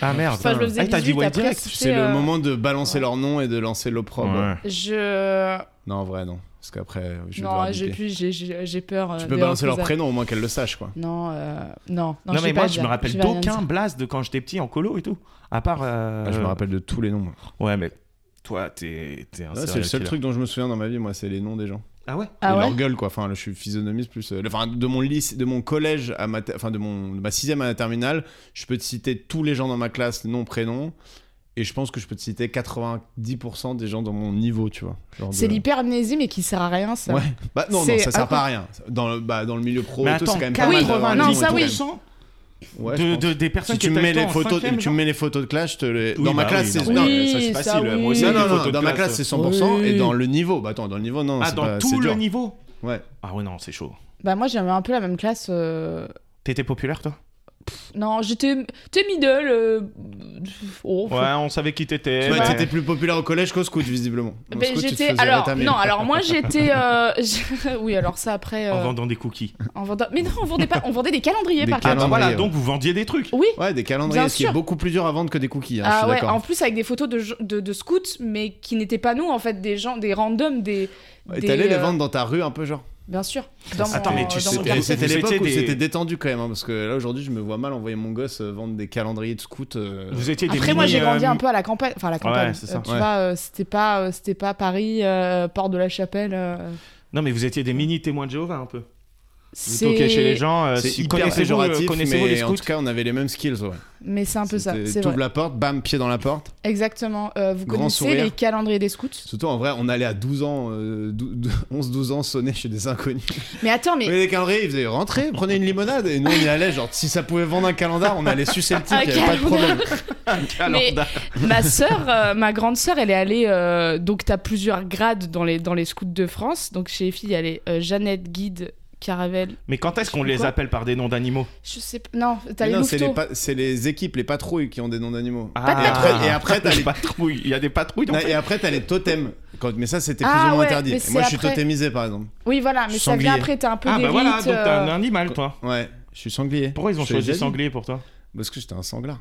Speaker 2: Ah merde.
Speaker 1: Enfin, je le faisais
Speaker 2: Ah, t'as dit
Speaker 1: 18
Speaker 2: ouais
Speaker 1: après,
Speaker 2: direct.
Speaker 1: c'était,
Speaker 3: C'est
Speaker 1: euh,
Speaker 3: le moment de balancer leur nom et de lancer l'opprobre.
Speaker 2: Ouais.
Speaker 1: Je.
Speaker 3: Non, en vrai, non. Parce qu'après, je vais
Speaker 1: Non,
Speaker 3: devoir
Speaker 1: j'ai
Speaker 3: biper.
Speaker 1: plus, j'ai- j'ai j'ai peur. euh,
Speaker 3: Tu peux
Speaker 1: de
Speaker 3: balancer leur
Speaker 1: représailles.
Speaker 3: prénom au moins qu'elles le sachent, quoi.
Speaker 1: Non, euh, non, non, je
Speaker 2: Non,
Speaker 1: vais
Speaker 2: mais
Speaker 1: pas
Speaker 2: moi,
Speaker 1: dire.
Speaker 2: je me rappelle
Speaker 1: vais rien
Speaker 2: d'aucun
Speaker 1: dire.
Speaker 2: blast de quand j'étais petit en colo et tout. À part. euh,
Speaker 3: Ah, je me rappelle de tous les noms. moi.
Speaker 2: Ouais, mais toi, t'es t'es un
Speaker 3: Ouais, c'est
Speaker 2: serial
Speaker 3: le seul
Speaker 2: killer.
Speaker 3: truc dont je me souviens dans ma vie, moi, c'est les noms des gens.
Speaker 2: Ah ouais
Speaker 1: Ah
Speaker 3: et
Speaker 1: ouais
Speaker 3: leur gueule, quoi. Enfin, je suis physionomiste plus. euh, Enfin, de mon lycée, de mon collège à ma, ter- enfin, de mon de ma sixième à la terminale, je peux te citer tous les gens dans ma classe, nom, prénom. Et je pense que je peux te citer 90% des gens dans mon niveau, tu vois. Genre de-
Speaker 1: C'est l'hypermnésie, mais qui sert à rien, ça.
Speaker 3: Ouais. Bah non, non,
Speaker 1: C'est-
Speaker 3: ça sert pas à rien. Dans le, bah, dans le milieu pro,
Speaker 2: Mais
Speaker 3: et tout,
Speaker 2: attends,
Speaker 3: c'est quand même pas mal.
Speaker 2: 90%
Speaker 3: d'avoir
Speaker 1: non,
Speaker 3: des
Speaker 1: ça
Speaker 3: gens
Speaker 1: oui.
Speaker 3: autour. Ouais, je
Speaker 2: de,
Speaker 3: pense.
Speaker 2: de- des personnes
Speaker 3: Si tu
Speaker 2: qui
Speaker 3: me mets
Speaker 2: t'achetaient
Speaker 3: les
Speaker 2: en
Speaker 3: photos,
Speaker 2: cinquième,
Speaker 3: tu me mets les photos de clash, je te les-
Speaker 2: Oui,
Speaker 3: dans ma
Speaker 2: bah
Speaker 3: classe,
Speaker 2: oui,
Speaker 3: c'est
Speaker 2: non,
Speaker 3: non,
Speaker 2: mais
Speaker 1: Oui,
Speaker 2: ça, c'est
Speaker 1: ça,
Speaker 2: facile. Moi aussi,
Speaker 1: oui.
Speaker 2: les
Speaker 3: non, non,
Speaker 2: photos
Speaker 3: non,
Speaker 2: de
Speaker 3: dans ma classe c'est 100% et dans le niveau. Bah attends, dans le niveau non.
Speaker 2: Ah,
Speaker 3: c'est
Speaker 2: dans
Speaker 3: pas- c'est
Speaker 2: tout le
Speaker 3: dur.
Speaker 2: niveau
Speaker 3: Ouais.
Speaker 2: Ah ouais, non, c'est chaud.
Speaker 1: Bah moi j'avais un peu la même classe. euh,
Speaker 2: T'étais populaire, toi
Speaker 1: Non, j'étais t'es middle. euh, oh,
Speaker 2: Ouais, on savait qui t'étais.
Speaker 3: Bah,
Speaker 2: mais-
Speaker 3: t'étais plus populaire au collège qu'au scout visiblement. Au
Speaker 1: Mais
Speaker 3: scout, tu te
Speaker 1: Ben, j'étais
Speaker 3: faisais
Speaker 1: alors
Speaker 3: rétamer.
Speaker 1: non alors moi j'étais euh, je- oui alors ça après euh,
Speaker 2: En vendant des cookies.
Speaker 1: en vendant- mais non on vendait pas on vendait des calendriers
Speaker 3: Des
Speaker 1: par contre
Speaker 2: Ah bah
Speaker 3: Calendrier,
Speaker 2: voilà,
Speaker 3: ouais.
Speaker 2: donc vous vendiez des trucs.
Speaker 1: oui
Speaker 3: Ouais, des calendriers,
Speaker 1: Bien
Speaker 3: ce qui est
Speaker 1: sûr.
Speaker 3: beaucoup plus dur à vendre que des cookies. hein, je
Speaker 1: ah
Speaker 3: suis
Speaker 1: ouais
Speaker 3: d'accord.
Speaker 1: en plus avec des photos de, de, de scouts mais qui n'étaient pas nous en fait des gens des randoms des,
Speaker 3: Et
Speaker 1: des,
Speaker 3: t'allais les
Speaker 1: euh,
Speaker 3: vendre dans ta rue un peu genre.
Speaker 1: bien sûr dans mon-
Speaker 2: Attends, mais tu
Speaker 1: dans
Speaker 2: sais-
Speaker 1: mon
Speaker 2: Et
Speaker 3: Et
Speaker 1: quartier.
Speaker 3: C'était
Speaker 2: vous
Speaker 3: l'époque
Speaker 2: étiez
Speaker 3: où
Speaker 2: des-
Speaker 3: c'était détendu quand même, hein, parce que là aujourd'hui je me vois mal envoyer mon gosse euh, vendre des calendriers de scout. euh,
Speaker 2: Vous étiez des
Speaker 1: Après, moi,
Speaker 2: mini,
Speaker 1: j'ai grandi
Speaker 2: euh,
Speaker 1: un peu à la campagne. Enfin, à la campagne.
Speaker 2: Ouais, c'est ça.
Speaker 1: Euh, tu
Speaker 3: Ouais.
Speaker 1: vois, euh, c'était pas, euh, c'était pas Paris, euh, Port de la Chapelle. euh,
Speaker 2: Non, mais vous étiez des mini témoins de Jéhovah un peu. Vous
Speaker 1: c'est
Speaker 2: toquiez chez les gens. euh,
Speaker 3: C'est
Speaker 2: si-
Speaker 3: hyper
Speaker 2: connaissez-vous, euh,
Speaker 3: péjoratif,
Speaker 2: Connaissez-vous les
Speaker 3: mais en
Speaker 2: scouts
Speaker 3: tout cas on avait les mêmes skills. Ouais.
Speaker 1: Mais c'est un peu ça.
Speaker 3: C'était-
Speaker 1: C'est vrai.
Speaker 3: T'ouvres la porte, bam, pied dans la porte.
Speaker 1: Exactement. Euh, vous
Speaker 3: Grand
Speaker 1: connaissez
Speaker 3: sourire.
Speaker 1: les calendriers des scouts
Speaker 3: Surtout en vrai, on allait à 12 ans, euh, dou- dou- 11-12 ans sonner chez des inconnus.
Speaker 1: Mais attends, mais.
Speaker 3: Mais les calendriers, ils faisaient rentrer, prenez une limonade. Et nous on y allait, genre si ça pouvait vendre un calendar, on allait sucer le type,
Speaker 1: Un
Speaker 3: il avait pas de
Speaker 1: calendar.
Speaker 3: problème.
Speaker 1: mais ma sœur, euh, ma grande sœur, elle est allée. euh, donc, t'as plusieurs grades dans les, dans les scouts de France. Donc, chez les filles, elle est euh, Jeannette Guide, Caravelle.
Speaker 2: Mais quand est-ce qu'on
Speaker 1: Quoi
Speaker 2: les appelle par des noms d'animaux
Speaker 1: Je sais pas. Non, t'as
Speaker 3: Mais
Speaker 1: les
Speaker 3: non, c'est les,
Speaker 1: louveteaux.
Speaker 3: pa- c'est les équipes, les patrouilles qui ont des noms d'animaux.
Speaker 2: Ah.
Speaker 1: de
Speaker 3: et après, et après, t'as
Speaker 2: Les
Speaker 3: les
Speaker 2: patrouilles. Il y a des patrouilles dans
Speaker 3: Non, et après, t'as les totems. Quand- Mais ça, c'était plus
Speaker 1: Ah
Speaker 3: ou moins
Speaker 1: ouais,
Speaker 3: interdit.
Speaker 1: mais
Speaker 3: Et
Speaker 1: c'est
Speaker 3: Moi, je suis
Speaker 1: après.
Speaker 3: totémisé, par exemple.
Speaker 1: Oui, voilà, mais ça
Speaker 3: Sanglier.
Speaker 1: vient après, t'as un peu
Speaker 2: Ah
Speaker 1: des
Speaker 2: bah voilà,
Speaker 1: rites,
Speaker 2: donc t'as
Speaker 1: euh,
Speaker 2: un animal toi.
Speaker 3: Ouais, je suis sanglier.
Speaker 2: Pourquoi ils ont
Speaker 3: Je te l'ai
Speaker 2: choisi
Speaker 3: déjà dit.
Speaker 2: sanglier pour toi
Speaker 3: Parce que j'étais un sanglard.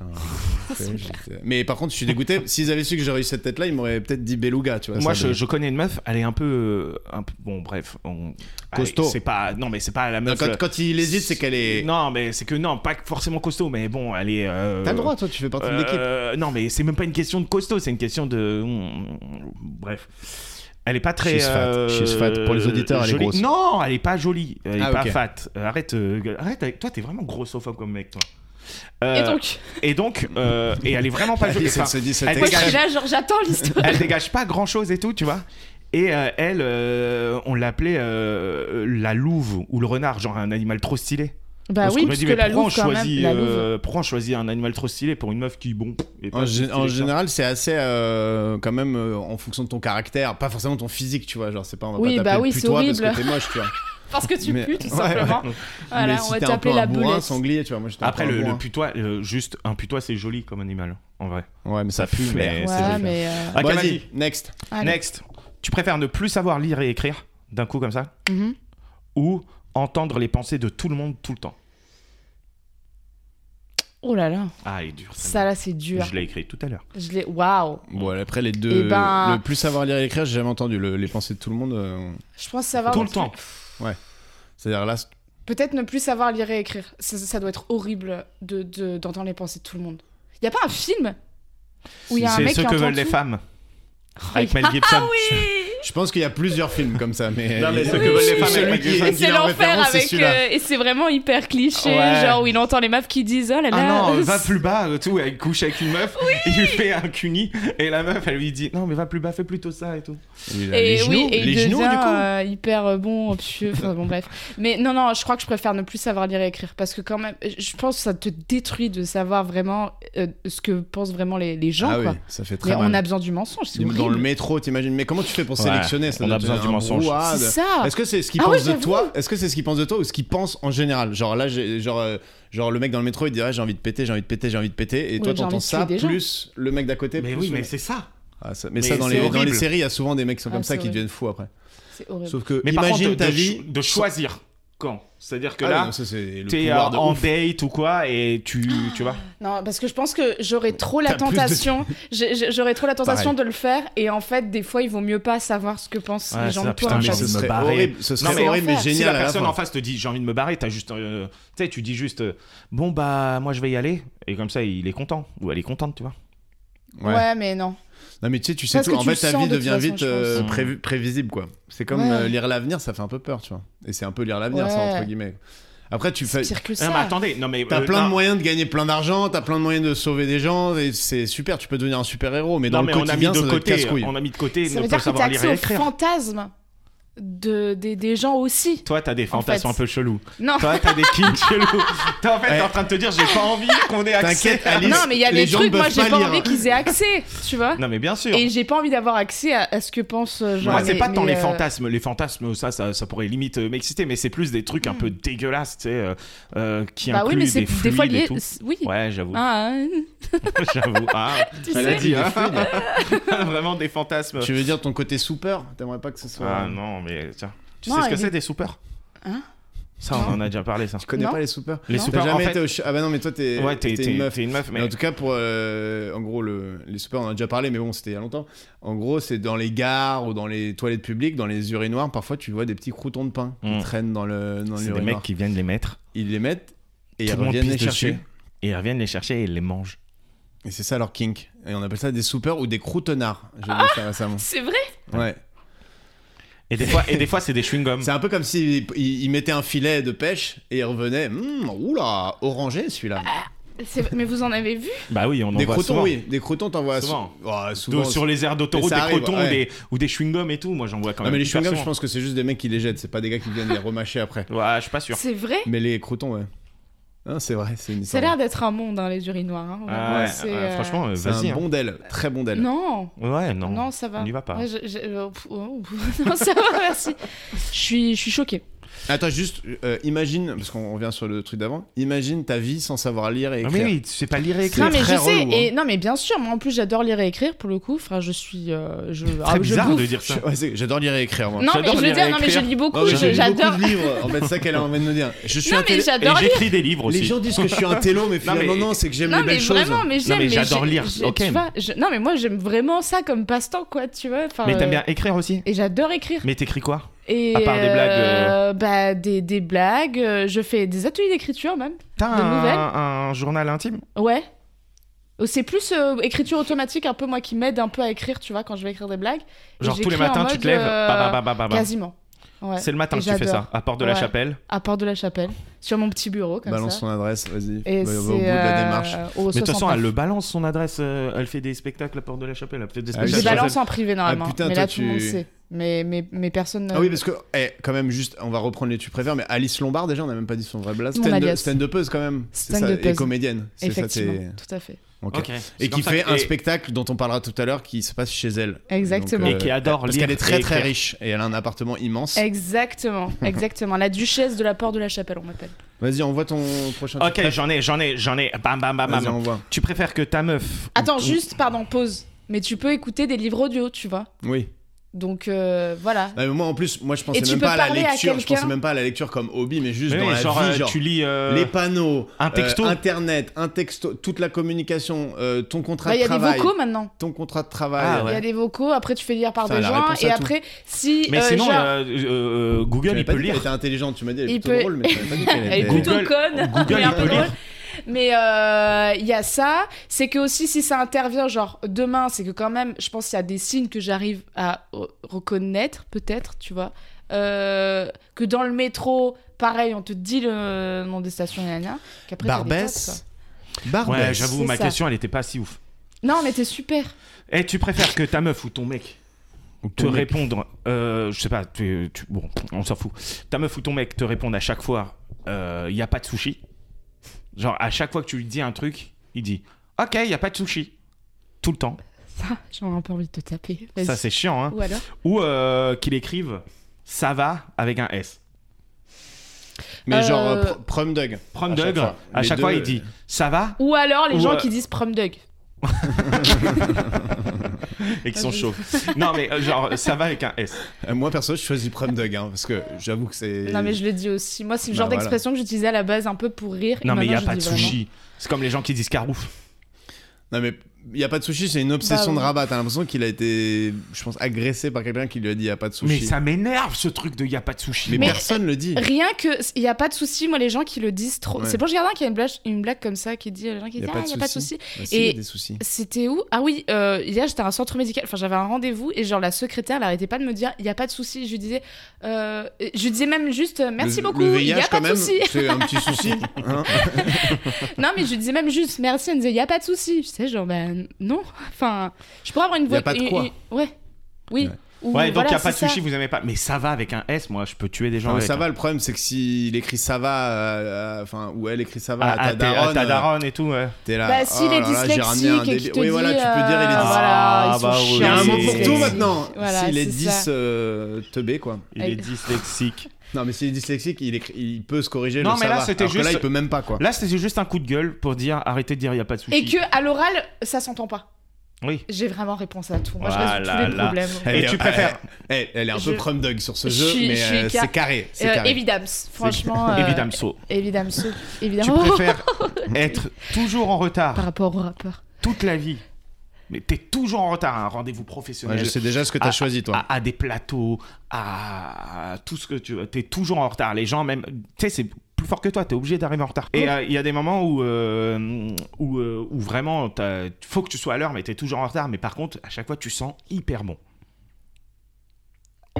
Speaker 3: J'étais un- j'étais- Mais par contre, je suis dégoûté. S'ils avaient su que j'aurais eu cette tête-là, ils m'auraient peut-être dit beluga, tu vois.
Speaker 2: Moi
Speaker 3: ça,
Speaker 2: je,
Speaker 3: mais-
Speaker 2: je connais une meuf, elle est un peu, euh, un peu- bon bref, on... Allez,
Speaker 3: Costaud.
Speaker 2: C'est pas, non mais c'est pas la
Speaker 3: Non,
Speaker 2: meuf.
Speaker 3: Quand,
Speaker 2: euh,
Speaker 3: quand il hésite, c'est qu'elle est.
Speaker 2: Non mais c'est que non, pas forcément costaud, mais bon, elle est. euh,
Speaker 3: T'as le droit, toi, tu fais partie de l'équipe.
Speaker 2: euh, non mais c'est même pas une question de costaud, c'est une question de, hmm, bref. Elle est pas très.
Speaker 3: She's fat.
Speaker 2: euh,
Speaker 3: She's fat. Pour les auditeurs, elle est
Speaker 2: jolie.
Speaker 3: grosse.
Speaker 2: Non, elle est pas jolie. Elle est
Speaker 3: Ah,
Speaker 2: pas
Speaker 3: ok.
Speaker 2: fat. Euh, Arrête, euh, arrête avec toi. T'es vraiment grossophobe comme mec, toi.
Speaker 1: Et
Speaker 2: Euh,
Speaker 1: donc,
Speaker 2: et donc, euh, et elle est vraiment pas jolie.
Speaker 3: Elle
Speaker 2: Enfin,
Speaker 3: se dit,
Speaker 2: elle
Speaker 3: cette
Speaker 1: moi
Speaker 2: dégage.
Speaker 1: je suis là, genre j'attends l'histoire.
Speaker 2: elle dégage pas grand chose et tout, tu vois. Et euh, elle, euh, on l'appelait euh, la louve ou le renard, genre un animal trop stylé.
Speaker 1: Bah
Speaker 2: Parce
Speaker 1: oui,
Speaker 2: qu'on a
Speaker 1: parce
Speaker 2: dit,
Speaker 1: que
Speaker 2: mais
Speaker 1: la
Speaker 2: pourquoi
Speaker 1: louve,
Speaker 2: on
Speaker 1: quand même,
Speaker 2: choisit,
Speaker 1: la louve.
Speaker 2: euh, pourquoi on choisit un animal trop stylé pour une meuf qui, bon. est pas
Speaker 3: En,
Speaker 2: si
Speaker 3: gé-
Speaker 2: stylée
Speaker 3: en
Speaker 2: que ça.
Speaker 3: général, c'est assez euh, quand même euh, en fonction de ton caractère, pas forcément de ton physique, tu vois. Genre, c'est pas on va
Speaker 1: Oui,
Speaker 3: pas
Speaker 1: bah
Speaker 3: t'appeler
Speaker 1: oui,
Speaker 3: plus
Speaker 1: c'est
Speaker 3: toi parce
Speaker 1: horrible.
Speaker 3: que t'es moche, tu vois.
Speaker 1: Parce que tu
Speaker 3: Mais-
Speaker 1: pues, tout
Speaker 3: Ouais,
Speaker 1: simplement.
Speaker 2: ouais.
Speaker 1: Voilà,
Speaker 3: Mais si
Speaker 1: on va
Speaker 3: t'es un peu
Speaker 1: t'appeler
Speaker 3: un
Speaker 1: la
Speaker 3: bourrin,
Speaker 1: boulette.
Speaker 3: sanglier, tu vois. Moi, j'étais un
Speaker 2: Après,
Speaker 3: peu un
Speaker 2: le, le
Speaker 3: bourrin.
Speaker 2: putois, euh, juste un putois, c'est joli comme animal, en vrai.
Speaker 3: Ouais, mais ça pue, mais.
Speaker 2: mais- Eh, c'est
Speaker 1: Ouais,
Speaker 2: joli.
Speaker 1: mais. euh,
Speaker 2: Ah,
Speaker 3: Bon,
Speaker 2: Kamani.
Speaker 3: Bah, Vas-y, next.
Speaker 1: allez.
Speaker 2: Next, tu préfères ne plus savoir lire et écrire d'un coup comme ça
Speaker 1: Mhm.
Speaker 2: ou entendre les pensées de tout le monde tout le temps
Speaker 1: Oh là là,
Speaker 2: Ah, elle est dure.
Speaker 1: ça
Speaker 2: celle-là.
Speaker 1: là c'est dur.
Speaker 2: Je l'ai écrit tout à l'heure.
Speaker 1: Je l'ai. Waouh.
Speaker 3: Bon, alors après les deux.
Speaker 1: Eh ben-
Speaker 3: Le plus savoir lire et écrire, j'ai jamais entendu. Le- les pensées de tout le monde. euh,
Speaker 1: Je pense savoir.
Speaker 2: Tout le temps.
Speaker 3: C'est-à-dire là, c'est-
Speaker 1: Peut-être ne plus savoir lire et écrire. Ça, ça doit être horrible de- de- d'entendre les pensées de tout le monde. Y a pas un film où il y a un
Speaker 2: C'est
Speaker 1: mec
Speaker 2: ce
Speaker 1: qui
Speaker 2: que
Speaker 1: entend
Speaker 2: veulent les
Speaker 1: tout
Speaker 2: femmes
Speaker 1: Oh,
Speaker 2: avec
Speaker 1: y a-
Speaker 2: Mel Gibson.
Speaker 3: je pense qu'il y a plusieurs films comme ça, mais.
Speaker 2: Non, mais
Speaker 3: il-
Speaker 2: ce que veulent les femmes,
Speaker 3: celui
Speaker 2: avec
Speaker 3: qui-
Speaker 2: les femmes
Speaker 1: Et
Speaker 3: qui
Speaker 1: c'est
Speaker 3: l'a en
Speaker 1: l'enfer
Speaker 3: référence, c'est
Speaker 1: avec.
Speaker 3: celui-là.
Speaker 1: euh, et c'est vraiment hyper cliché,
Speaker 2: Ouais.
Speaker 1: genre où il entend les meufs qui disent Oh là
Speaker 2: Ah
Speaker 1: là.
Speaker 2: non, euh, va plus bas, euh, tout, elle couche avec une meuf, il lui fait un cuni, et la meuf, elle lui dit, non mais va plus bas, fais plutôt ça et tout.
Speaker 3: Il a
Speaker 1: Et
Speaker 3: Euh, les
Speaker 1: oui,
Speaker 3: genoux,
Speaker 1: et il
Speaker 3: les
Speaker 1: devient
Speaker 3: genoux, du coup.
Speaker 1: euh, hyper euh, bon, obscur. Enfin bon, bref. Mais non, non, je crois que je préfère ne plus savoir lire et écrire parce que quand même, euh, je pense que ça te détruit de savoir vraiment euh, ce que pensent vraiment les, les gens.
Speaker 3: ah
Speaker 1: quoi.
Speaker 3: oui, ça fait très
Speaker 1: Mais on
Speaker 3: mal.
Speaker 1: a besoin du mensonge, c'est
Speaker 3: Dans le
Speaker 1: horrible.
Speaker 3: métro, t'imagines. Mais comment tu fais pour
Speaker 2: Ouais,
Speaker 3: sélectionner ça
Speaker 2: on
Speaker 3: doit
Speaker 2: a
Speaker 3: être
Speaker 2: besoin du
Speaker 3: un
Speaker 2: mensonge.
Speaker 3: brouhaha de-
Speaker 1: C'est ça.
Speaker 3: Est-ce que c'est ce qu'ils
Speaker 1: Ah
Speaker 3: pensent
Speaker 1: ouais,
Speaker 3: de
Speaker 1: j'avoue.
Speaker 3: toi Est-ce que c'est ce qu'ils pensent de toi ou ce qu'ils pensent en général Genre là, j'ai- genre, euh, genre le mec dans le métro, il dirait j'ai envie de péter, j'ai envie de péter, j'ai envie de péter. Et
Speaker 1: Ouais,
Speaker 3: toi,
Speaker 1: j'ai envie
Speaker 3: t'entends
Speaker 1: de
Speaker 3: ça
Speaker 1: tuer des gens.
Speaker 3: plus le mec d'à côté.
Speaker 2: Mais
Speaker 3: plus
Speaker 2: oui,
Speaker 3: le
Speaker 2: mais
Speaker 3: mec-
Speaker 2: c'est ça.
Speaker 3: Ah, ça- mais
Speaker 2: mais
Speaker 3: ça, dans
Speaker 2: c'est
Speaker 3: les, dans
Speaker 2: horrible.
Speaker 3: les séries, il y a souvent des mecs qui sont
Speaker 1: Ah,
Speaker 3: comme ça
Speaker 1: c'est
Speaker 3: qui
Speaker 1: horrible.
Speaker 3: deviennent fous après.
Speaker 1: C'est horrible.
Speaker 3: Sauf que
Speaker 2: Mais par
Speaker 3: imagine
Speaker 2: contre, de,
Speaker 3: ta
Speaker 2: de
Speaker 3: vie
Speaker 2: cho- de choisir quand. C'est-à-dire que
Speaker 3: Ah oui,
Speaker 2: là,
Speaker 3: non, ça, c'est le
Speaker 2: t'es
Speaker 3: pouvoir
Speaker 2: euh,
Speaker 3: de
Speaker 2: en
Speaker 3: ouf.
Speaker 2: date ou quoi, et tu, tu vois.
Speaker 1: Non, parce que je pense que j'aurais trop la
Speaker 3: T'as plus de-
Speaker 1: tentation, j'ai- j'ai- j'aurais trop la tentation de le faire, et en fait, des fois, il vaut mieux pas savoir ce que pensent
Speaker 2: Ouais,
Speaker 1: les gens
Speaker 2: c'est
Speaker 1: de toi.
Speaker 2: ça, putain,
Speaker 1: en
Speaker 2: mais
Speaker 1: fait.
Speaker 2: c'est
Speaker 3: ce
Speaker 2: de me
Speaker 3: serait
Speaker 2: barrer.
Speaker 3: horrible, ce serait
Speaker 2: mais
Speaker 3: horrible, mais
Speaker 1: l'enfer.
Speaker 3: génial
Speaker 2: si
Speaker 3: à
Speaker 2: la
Speaker 3: la
Speaker 2: personne
Speaker 3: fin.
Speaker 2: en face te dit j'ai envie de me barrer, t'as juste, euh, tu sais, tu dis juste euh, bon bah moi je vais y aller et comme ça il est content ou elle est contente, tu vois.
Speaker 1: Ouais.
Speaker 3: Ouais.
Speaker 1: mais non.
Speaker 3: Non mais tu sais, tu sais
Speaker 1: Parce
Speaker 3: tout.
Speaker 1: que
Speaker 3: En
Speaker 1: tu
Speaker 3: fait,
Speaker 1: le
Speaker 3: ta
Speaker 1: sens
Speaker 3: vie
Speaker 1: de
Speaker 3: devient
Speaker 1: toute façon,
Speaker 3: vite
Speaker 1: je
Speaker 3: euh,
Speaker 2: pense.
Speaker 3: prévu- prévisible quoi. C'est comme
Speaker 1: Ouais.
Speaker 3: euh, lire l'avenir, ça fait un peu peur, tu vois. Et c'est un peu lire l'avenir, ça
Speaker 1: Ouais.
Speaker 3: entre guillemets. Après, tu
Speaker 1: C'est
Speaker 3: fais. Ah,
Speaker 1: pire que
Speaker 2: Non
Speaker 1: ça.
Speaker 2: mais attendez, non mais
Speaker 3: T'as
Speaker 2: euh,
Speaker 3: plein
Speaker 2: non,
Speaker 3: de moyens de gagner plein d'argent, t'as plein de moyens de sauver des gens, et c'est super, tu peux devenir un super héros, mais dans
Speaker 2: non, mais
Speaker 3: le
Speaker 2: on a mis
Speaker 3: quotidien, ça
Speaker 2: de
Speaker 3: doit être
Speaker 2: côté,
Speaker 3: casse-couille.
Speaker 2: on a mis de côté
Speaker 1: Ça
Speaker 2: ne
Speaker 1: veut
Speaker 2: pas
Speaker 1: dire que t'as
Speaker 2: savoir lire
Speaker 1: accès
Speaker 2: et
Speaker 1: aux
Speaker 2: écrire.
Speaker 1: fantasmes de, des, des gens aussi.
Speaker 2: Toi, t'as des fantasmes
Speaker 1: fait.
Speaker 2: un peu chelous.
Speaker 1: Non,
Speaker 2: Toi, t'as des kings chelous. Toi, en fait,
Speaker 3: Ouais.
Speaker 2: t'es en train de te dire, j'ai pas envie qu'on ait accès.
Speaker 3: T'inquiète, Alice.
Speaker 1: non mais il y a
Speaker 3: les
Speaker 1: des
Speaker 3: gens
Speaker 1: trucs, moi,
Speaker 3: peuvent
Speaker 1: j'ai
Speaker 3: pas
Speaker 1: pas,
Speaker 3: lire.
Speaker 1: envie qu'ils aient accès, tu vois.
Speaker 2: Non, mais bien sûr.
Speaker 1: Et j'ai pas envie d'avoir accès à, à ce que pensent euh, genre.
Speaker 2: Moi, c'est
Speaker 1: mes-
Speaker 2: pas tant
Speaker 1: mes,
Speaker 2: les
Speaker 1: euh,
Speaker 2: fantasmes. Les fantasmes, ça, ça, ça pourrait limite euh, m'exciter, mais c'est plus des trucs un peu dégueulasses, tu sais, euh, euh, qui
Speaker 1: Mm. Bah oui,
Speaker 2: incluent
Speaker 1: mais c'est
Speaker 2: des
Speaker 1: des
Speaker 2: fluides
Speaker 1: fois
Speaker 2: et
Speaker 1: lié.
Speaker 2: tout.
Speaker 1: c'est- Oui.
Speaker 2: Ouais, j'avoue.
Speaker 1: Ah, hein.
Speaker 2: j'avoue. Ah,
Speaker 1: Tu
Speaker 2: elle
Speaker 1: sais.
Speaker 2: a dit, hein. Vraiment des fantasmes.
Speaker 3: Tu veux dire ton côté soupeur T'aimerais pas que ce soit.
Speaker 2: Ah non, mais tiens. Tu
Speaker 1: Non,
Speaker 2: sais ce que
Speaker 1: elle
Speaker 2: c'est
Speaker 1: dit-
Speaker 2: des soupeurs
Speaker 1: Hein
Speaker 2: Ça, on
Speaker 1: Non.
Speaker 2: en a déjà parlé, ça.
Speaker 3: Tu connais
Speaker 1: Non.
Speaker 3: pas les soupeurs
Speaker 2: Les
Speaker 1: Non.
Speaker 3: T'as
Speaker 2: soupeurs, en
Speaker 3: jamais
Speaker 2: fait.
Speaker 3: été au ch- Ah bah non, mais toi, t'es
Speaker 2: Ouais,
Speaker 3: t'es
Speaker 2: t'es
Speaker 3: une meuf.
Speaker 2: t'es une meuf,
Speaker 3: Mais
Speaker 2: mais.
Speaker 3: en tout cas, pour euh, en gros, le, les soupers, on en a déjà parlé, mais bon, c'était il y a longtemps. En gros, c'est dans les gares ou dans les toilettes publiques, dans les urinoirs, parfois tu vois des petits croutons de pain
Speaker 2: Mm.
Speaker 3: qui traînent dans le dans
Speaker 2: C'est des mecs
Speaker 3: l'urinoir.
Speaker 2: qui viennent les mettre.
Speaker 3: Ils les mettent et
Speaker 2: Tout
Speaker 3: ils
Speaker 2: le monde
Speaker 3: reviennent les
Speaker 2: pisse
Speaker 3: chercher.
Speaker 2: dessus. Et ils reviennent les chercher et ils les mangent.
Speaker 3: Et c'est ça leur kink. Et on appelle ça des soupeurs ou des croutonnards. J'ai vu ça récemment.
Speaker 1: Ah C'est vrai.
Speaker 3: Ouais.
Speaker 2: Et des fois, et des fois c'est des chewing-gums.
Speaker 3: C'est un peu comme s'ils ils- ils mettaient un filet de pêche et ils revenaient. Hum, oula, orangé celui-là.
Speaker 1: Ah. C'est- Mais vous en avez vu
Speaker 2: Bah oui, on en
Speaker 3: des
Speaker 2: voit
Speaker 3: croutons,
Speaker 2: souvent.
Speaker 3: oui. Des croutons, t'en vois
Speaker 2: Souvent.
Speaker 3: sou- Ouais,
Speaker 2: De-
Speaker 3: souvent.
Speaker 2: sur les aires d'autoroute,
Speaker 3: Mais
Speaker 2: des
Speaker 3: ça arrive,
Speaker 2: crotons
Speaker 3: ouais.
Speaker 2: ou, des, ou des chewing-gums et tout. Moi, j'en vois quand
Speaker 3: Non,
Speaker 2: même.
Speaker 3: mais les
Speaker 2: hyper
Speaker 3: chewing-gums, je
Speaker 2: souvent.
Speaker 3: pense que c'est juste des mecs qui les jettent. C'est pas des gars qui viennent les remâcher après.
Speaker 2: Ouais, je suis pas sûr.
Speaker 1: C'est vrai.
Speaker 3: Mais les croutons, ouais. Hein, c'est vrai, c'est une
Speaker 1: Ça a
Speaker 3: histoire.
Speaker 1: l'air d'être un monde, hein, les urinoirs. hein.
Speaker 2: Ah
Speaker 1: Vraiment,
Speaker 2: ouais,
Speaker 1: c'est,
Speaker 2: ouais,
Speaker 1: euh,
Speaker 2: Franchement, euh,
Speaker 3: C'est
Speaker 2: vas-y.
Speaker 3: un
Speaker 2: hein.
Speaker 3: bon d'elle, très bon d'elle.
Speaker 1: Non.
Speaker 2: Ouais, non.
Speaker 1: non, ça va.
Speaker 2: On y va pas.
Speaker 1: Ouais, je- je- euh, pff, oh, pff, non, ça va, merci. Je suis, je suis choquée.
Speaker 3: Attends, juste, euh, imagine, parce qu'on revient sur le truc d'avant, imagine ta vie sans savoir lire et
Speaker 2: Non,
Speaker 3: écrire.
Speaker 2: Ah, mais oui, tu sais pas lire et écrire.
Speaker 1: Non mais je
Speaker 3: très
Speaker 1: sais
Speaker 3: relou, hein.
Speaker 1: et non mais bien sûr moi en plus j'adore lire et écrire pour le coup enfin je suis euh, je ah,
Speaker 2: Très
Speaker 1: je
Speaker 2: bizarre
Speaker 1: bouffe.
Speaker 2: de dire ça.
Speaker 3: Ouais, c'est- J'adore lire et écrire, moi.
Speaker 1: Non mais
Speaker 2: J'adore
Speaker 1: je veux
Speaker 2: lire
Speaker 1: dire
Speaker 2: et
Speaker 1: non mais je
Speaker 2: écrire.
Speaker 1: lis beaucoup
Speaker 3: Non, mais
Speaker 1: je-
Speaker 3: j'ai lu
Speaker 1: j'adore
Speaker 3: beaucoup de livres. En fait, c'est ça qu'elle a envie de nous dire. Je suis
Speaker 1: Non
Speaker 3: un
Speaker 1: mais
Speaker 3: télo-
Speaker 2: Et
Speaker 1: j'adore lire
Speaker 2: j'écris des livres
Speaker 3: Les
Speaker 2: aussi.
Speaker 3: gens disent que je suis un télo, mais finalement,
Speaker 2: mais-
Speaker 3: non, c'est que j'aime
Speaker 1: non
Speaker 3: les
Speaker 1: mais
Speaker 3: belles choses.
Speaker 1: vraiment mais j'aime
Speaker 2: mais
Speaker 1: mais
Speaker 2: j'adore
Speaker 1: j'ai-
Speaker 2: lire,
Speaker 1: j'ai-
Speaker 2: ok.
Speaker 1: tu vois, je- non mais moi j'aime vraiment ça comme passe-temps quoi tu vois enfin
Speaker 2: Mais
Speaker 1: euh,
Speaker 2: t'aimes bien écrire aussi
Speaker 1: et j'adore écrire
Speaker 2: Mais t'écris quoi
Speaker 1: et
Speaker 2: à part des blagues, euh,
Speaker 1: euh, bah des, des blagues euh, je fais des ateliers d'écriture même
Speaker 2: T'as
Speaker 1: Des nouvelles
Speaker 2: un, un journal intime
Speaker 1: Ouais. C'est plus euh, écriture automatique, un peu moi qui m'aide un peu à écrire, tu vois, quand je vais écrire des blagues. Et
Speaker 2: Genre tous les
Speaker 1: j'écris en
Speaker 2: matins, tu
Speaker 1: mode,
Speaker 2: te lèves,
Speaker 1: euh,
Speaker 2: bah, bah, bah, bah, bah.
Speaker 1: Quasiment. Ouais.
Speaker 2: C'est le matin
Speaker 1: Et
Speaker 2: que tu fais
Speaker 1: j'adore.
Speaker 2: ça, à Porte de la
Speaker 1: Ouais.
Speaker 2: Chapelle.
Speaker 1: À Porte de la Chapelle, sur mon petit bureau, comme
Speaker 3: Balance
Speaker 1: ça.
Speaker 3: son adresse, vas-y.
Speaker 1: Et
Speaker 3: Bah,
Speaker 1: c'est
Speaker 3: on va au bout de la démarche.
Speaker 1: euh, au
Speaker 2: Mais de toute façon,
Speaker 1: 69.
Speaker 2: elle le balance son adresse. euh, elle fait des spectacles à Porte de la Chapelle. Elle fait des
Speaker 3: Ah oui,
Speaker 1: Je
Speaker 2: spectacles.
Speaker 1: les
Speaker 2: à la
Speaker 1: balance
Speaker 2: Chapelle.
Speaker 1: en privé normalement.
Speaker 3: putain,
Speaker 1: mais
Speaker 3: toi,
Speaker 1: là, tout le monde
Speaker 3: tu-
Speaker 1: sait. Mais, mais, mais personne.
Speaker 3: Ah oui, parce que, eh, quand même, juste, on va reprendre les tu préfères, mais Alice Lombard, déjà, on n'a même pas dit son vrai blaze.
Speaker 1: Mon
Speaker 3: Stand-up-
Speaker 1: alias.
Speaker 3: Stand-upeuse, quand même. C'est ça,
Speaker 1: Stand-upeuse.
Speaker 3: Et comédienne. C'est ça,
Speaker 1: Effectivement,
Speaker 3: t'es.
Speaker 1: tout à fait.
Speaker 3: Ok.
Speaker 2: Ok.
Speaker 3: Et
Speaker 2: C'est
Speaker 3: qui
Speaker 2: comme ça
Speaker 3: fait
Speaker 2: que-
Speaker 3: un
Speaker 2: et-
Speaker 3: spectacle dont on parlera tout à l'heure qui se passe chez elle.
Speaker 1: Exactement.
Speaker 3: Donc, euh,
Speaker 2: Et qui adore
Speaker 3: Parce
Speaker 2: lire
Speaker 3: qu'elle est très
Speaker 2: et
Speaker 3: très
Speaker 2: écrire.
Speaker 3: riche et elle a un appartement immense.
Speaker 1: Exactement, exactement. La duchesse de la Porte de la Chapelle, on m'appelle.
Speaker 3: Vas-y, envoie ton prochain.
Speaker 2: Ok,
Speaker 3: titre.
Speaker 2: j'en ai, j'en ai, j'en ai. Bam, bam, bam,
Speaker 3: Vas-y,
Speaker 2: bam.
Speaker 3: envoie.
Speaker 2: Tu préfères que ta meuf.
Speaker 1: Attends, juste, pardon, pause. Mais tu peux écouter des livres audio, tu vois.
Speaker 3: Oui.
Speaker 1: Donc euh, voilà.
Speaker 3: Ah, mais moi en plus, moi je pensais
Speaker 1: Et tu
Speaker 3: même
Speaker 1: peux
Speaker 3: pas à la
Speaker 1: parler à
Speaker 3: lecture. je pensais
Speaker 1: quelqu'un
Speaker 3: même pas à la lecture comme hobby, mais juste
Speaker 2: Mais
Speaker 3: dans
Speaker 2: oui,
Speaker 3: la
Speaker 2: genre,
Speaker 3: vie,
Speaker 2: euh,
Speaker 3: genre
Speaker 2: tu lis. euh,
Speaker 3: les panneaux,
Speaker 2: un texto.
Speaker 3: euh, internet, un texto, toute la communication, euh, ton contrat
Speaker 1: Bah, Il
Speaker 3: de
Speaker 1: y a des
Speaker 3: travail,
Speaker 1: vocaux maintenant.
Speaker 3: ton contrat de travail. euh,
Speaker 2: Ah,
Speaker 1: Il y a
Speaker 2: ouais.
Speaker 1: des vocaux, après tu fais lire par
Speaker 3: Putain,
Speaker 1: des
Speaker 3: la
Speaker 1: gens,
Speaker 3: réponse à
Speaker 1: et
Speaker 3: tout.
Speaker 1: après, si.
Speaker 2: Mais
Speaker 1: euh,
Speaker 2: sinon,
Speaker 1: genre-
Speaker 2: euh, euh, euh,
Speaker 3: Tu
Speaker 2: Google,
Speaker 3: m'avais
Speaker 2: il
Speaker 3: pas
Speaker 2: peut
Speaker 3: dit qu'elle
Speaker 2: lire.
Speaker 3: était intelligente, tu m'as dit elle est
Speaker 1: Il
Speaker 3: plutôt
Speaker 1: peut-
Speaker 3: drôle, mais tu m'avais pas dit qu'elle
Speaker 1: Elle est
Speaker 3: était-
Speaker 1: plutôt
Speaker 2: Google-
Speaker 1: conne,
Speaker 2: Google,
Speaker 1: mais un
Speaker 2: il
Speaker 1: peu
Speaker 2: peut lire.
Speaker 1: drôle. Mais euh, il y a ça, c'est que aussi si ça intervient, genre demain, c'est que quand même, je pense qu'il y a des signes que j'arrive à euh, reconnaître, peut-être, tu vois. Euh, que dans le métro, pareil, on te dit le nom des stations, gna, gna, qu'après, t'as des
Speaker 3: Barbès.
Speaker 1: dates,
Speaker 3: Barbès.
Speaker 2: Ouais, j'avoue,
Speaker 1: C'est
Speaker 2: ma
Speaker 1: ça.
Speaker 2: question, elle était pas si ouf.
Speaker 1: quoi. Non, mais t'es super.
Speaker 2: Eh, tu préfères que ta meuf ou ton mec te
Speaker 3: Ton mec.
Speaker 2: répondre, euh, je sais pas, tu, tu- bon, on s'en fout. Ta meuf ou ton mec te répondent à chaque fois, il n'y a pas de sushi. Genre, à chaque fois que tu lui dis un truc, il dit, ok, il n'y a pas de sushi. Tout le temps.
Speaker 1: Ça, j'aurais un peu envie de te taper. Vas-y.
Speaker 2: Ça, c'est chiant, hein.
Speaker 1: Ou alors
Speaker 2: Ou euh, qu'il écrive, ça va avec un S.
Speaker 3: Mais genre
Speaker 1: Euh,
Speaker 3: euh, pr- prom dog.
Speaker 2: Prom
Speaker 3: À chaque
Speaker 2: Dog,
Speaker 3: fois.
Speaker 2: à
Speaker 3: Les
Speaker 2: chaque
Speaker 3: deux,
Speaker 2: fois,
Speaker 3: euh,
Speaker 2: il dit, ça va
Speaker 1: Ou alors les
Speaker 2: Ou,
Speaker 1: gens
Speaker 2: euh,
Speaker 1: qui disent prom dog.
Speaker 2: et qui sont chauds. non, mais euh, genre, ça va avec un S.
Speaker 3: Euh, Moi perso, je choisis prom dog hein, parce que j'avoue que c'est
Speaker 1: Non mais je le dis aussi. Moi c'est le
Speaker 3: Bah,
Speaker 1: genre
Speaker 3: voilà.
Speaker 1: d'expression que j'utilisais à la base un peu pour rire. et
Speaker 2: Non, mais il n'y a
Speaker 1: maintenant,
Speaker 2: pas de
Speaker 1: je dis vraiment.
Speaker 2: sushi. C'est comme les gens qui disent carouf.
Speaker 3: Non mais il y a pas de sushi, c'est une obsession
Speaker 1: Bah,
Speaker 3: de rabat. T'as l'impression qu'il a été, je pense, agressé par quelqu'un qui lui a dit y a pas de sushi.
Speaker 2: Mais ça m'énerve ce truc de il n'y a pas de sushi.
Speaker 3: Mais
Speaker 1: Mais-
Speaker 3: personne le dit.
Speaker 1: Rien que, il n'y a pas de souci, moi, les gens qui le disent trop.
Speaker 3: Ouais.
Speaker 1: C'est Blanche Gardin qui a une blague, une blague comme ça qui dit, les gens qui
Speaker 3: Y a
Speaker 1: disent,
Speaker 3: pas
Speaker 1: ah,
Speaker 3: de
Speaker 1: il n'y a pas de
Speaker 3: souci.
Speaker 1: souci.
Speaker 3: Bah, si, il y a
Speaker 1: Et-
Speaker 3: des soucis.
Speaker 1: C'était où Ah oui, euh, hier j'étais à un centre médical, enfin j'avais un rendez-vous et genre la secrétaire, elle arrêtait pas de me dire, il n'y a pas de souci. Je lui disais, euh, je lui disais même juste, euh, merci
Speaker 3: Le-
Speaker 1: beaucoup,
Speaker 3: Le
Speaker 1: il n'y
Speaker 3: VIH,
Speaker 1: a pas
Speaker 3: quand
Speaker 1: de
Speaker 3: même,
Speaker 1: souci.
Speaker 3: c'est un petit souci. hein.
Speaker 1: non, mais je lui disais même juste, merci, elle me disait, il n'y a pas de souci. Je sais, genre, ben non, enfin, je pourrais avoir une
Speaker 3: Y a
Speaker 1: voix.
Speaker 3: pas de
Speaker 1: une-
Speaker 3: quoi.
Speaker 1: une- Ouais, oui.
Speaker 3: Ouais.
Speaker 1: Ou
Speaker 2: Ouais, donc il
Speaker 1: voilà,
Speaker 2: n'y a pas de
Speaker 1: c'est ça.
Speaker 2: sushi, vous aimez pas. Mais ça va avec un S, moi, je peux tuer des gens.
Speaker 3: Non, mais
Speaker 2: avec
Speaker 3: ça
Speaker 2: un-
Speaker 3: va, le problème, c'est que s'il écrit ça va, euh, euh, enfin, ou elle écrit ça va
Speaker 2: Ah,
Speaker 3: à ta
Speaker 2: ah, t'es- ah,
Speaker 3: daronne,
Speaker 2: ta
Speaker 3: euh,
Speaker 2: daronne et tout, ouais.
Speaker 3: t'es là.
Speaker 1: Bah, s'il
Speaker 3: oh
Speaker 1: est
Speaker 3: là là, j'ai ramené un
Speaker 1: dyslexique et qu'il
Speaker 3: délire.
Speaker 1: te
Speaker 3: Oui,
Speaker 1: dit,
Speaker 3: voilà, tu peux dire, il est
Speaker 1: euh,
Speaker 3: dys.
Speaker 1: Voilà,
Speaker 2: Ah,
Speaker 1: ils
Speaker 2: bah
Speaker 1: sont
Speaker 2: oui.
Speaker 3: Il y a un
Speaker 1: chiants,
Speaker 3: mot
Speaker 1: les
Speaker 3: pour tout
Speaker 1: dyslexiques.
Speaker 3: maintenant.
Speaker 1: Voilà,
Speaker 3: s'il est
Speaker 1: c'est
Speaker 3: 10
Speaker 1: ça.
Speaker 3: euh, teubé, quoi.
Speaker 2: Il
Speaker 1: Elle-
Speaker 2: est dyslexique.
Speaker 3: Non, mais s'il est dyslexique, il, écrit- il peut se corriger.
Speaker 2: Non,
Speaker 3: le
Speaker 2: mais
Speaker 3: ça
Speaker 2: là,
Speaker 3: va.
Speaker 2: c'était
Speaker 3: Alors que Là,
Speaker 2: juste-
Speaker 3: il peut même pas, quoi.
Speaker 2: Là, c'était juste un coup de gueule pour dire arrêtez de dire il n'y a pas de sushi.
Speaker 1: Et que à l'oral, ça s'entend pas.
Speaker 2: Oui.
Speaker 1: J'ai vraiment réponse à tout. Moi, je
Speaker 2: Voilà,
Speaker 1: résous tous les
Speaker 2: là.
Speaker 1: problèmes.
Speaker 3: Elle
Speaker 2: Et
Speaker 3: est-
Speaker 2: tu préfères-
Speaker 3: Elle, elle- Eh, elle est un peu
Speaker 1: Je-
Speaker 3: prom dog sur ce
Speaker 1: Je
Speaker 3: jeu,
Speaker 1: suis-
Speaker 3: mais
Speaker 1: je suis
Speaker 3: euh,
Speaker 1: car-
Speaker 3: c'est carré. C'est
Speaker 1: Euh,
Speaker 3: carré.
Speaker 1: évidemment, franchement. euh,
Speaker 2: Évidemment, so.
Speaker 1: évidemment, so.
Speaker 2: Tu
Speaker 1: Évidemment.
Speaker 2: préfères être toujours
Speaker 1: Par
Speaker 2: en retard
Speaker 1: rapport au rappeur.
Speaker 2: toute la vie. Mais t'es toujours en retard à un rendez-vous
Speaker 3: Ouais,
Speaker 2: professionnel.
Speaker 3: je sais déjà ce que t'as
Speaker 2: Ah,
Speaker 3: choisi, toi.
Speaker 2: à, à des plateaux, à, à tout ce que tu veux. T'es toujours en retard. Les gens, même. Tu sais, c'est plus fort que toi, t'es obligé d'arriver en retard. Et euh, il y a des moments où, euh, où, euh, où vraiment, t'as- faut que tu sois à l'heure, mais t'es toujours en retard. Mais par contre, à chaque fois, tu sens hyper bon.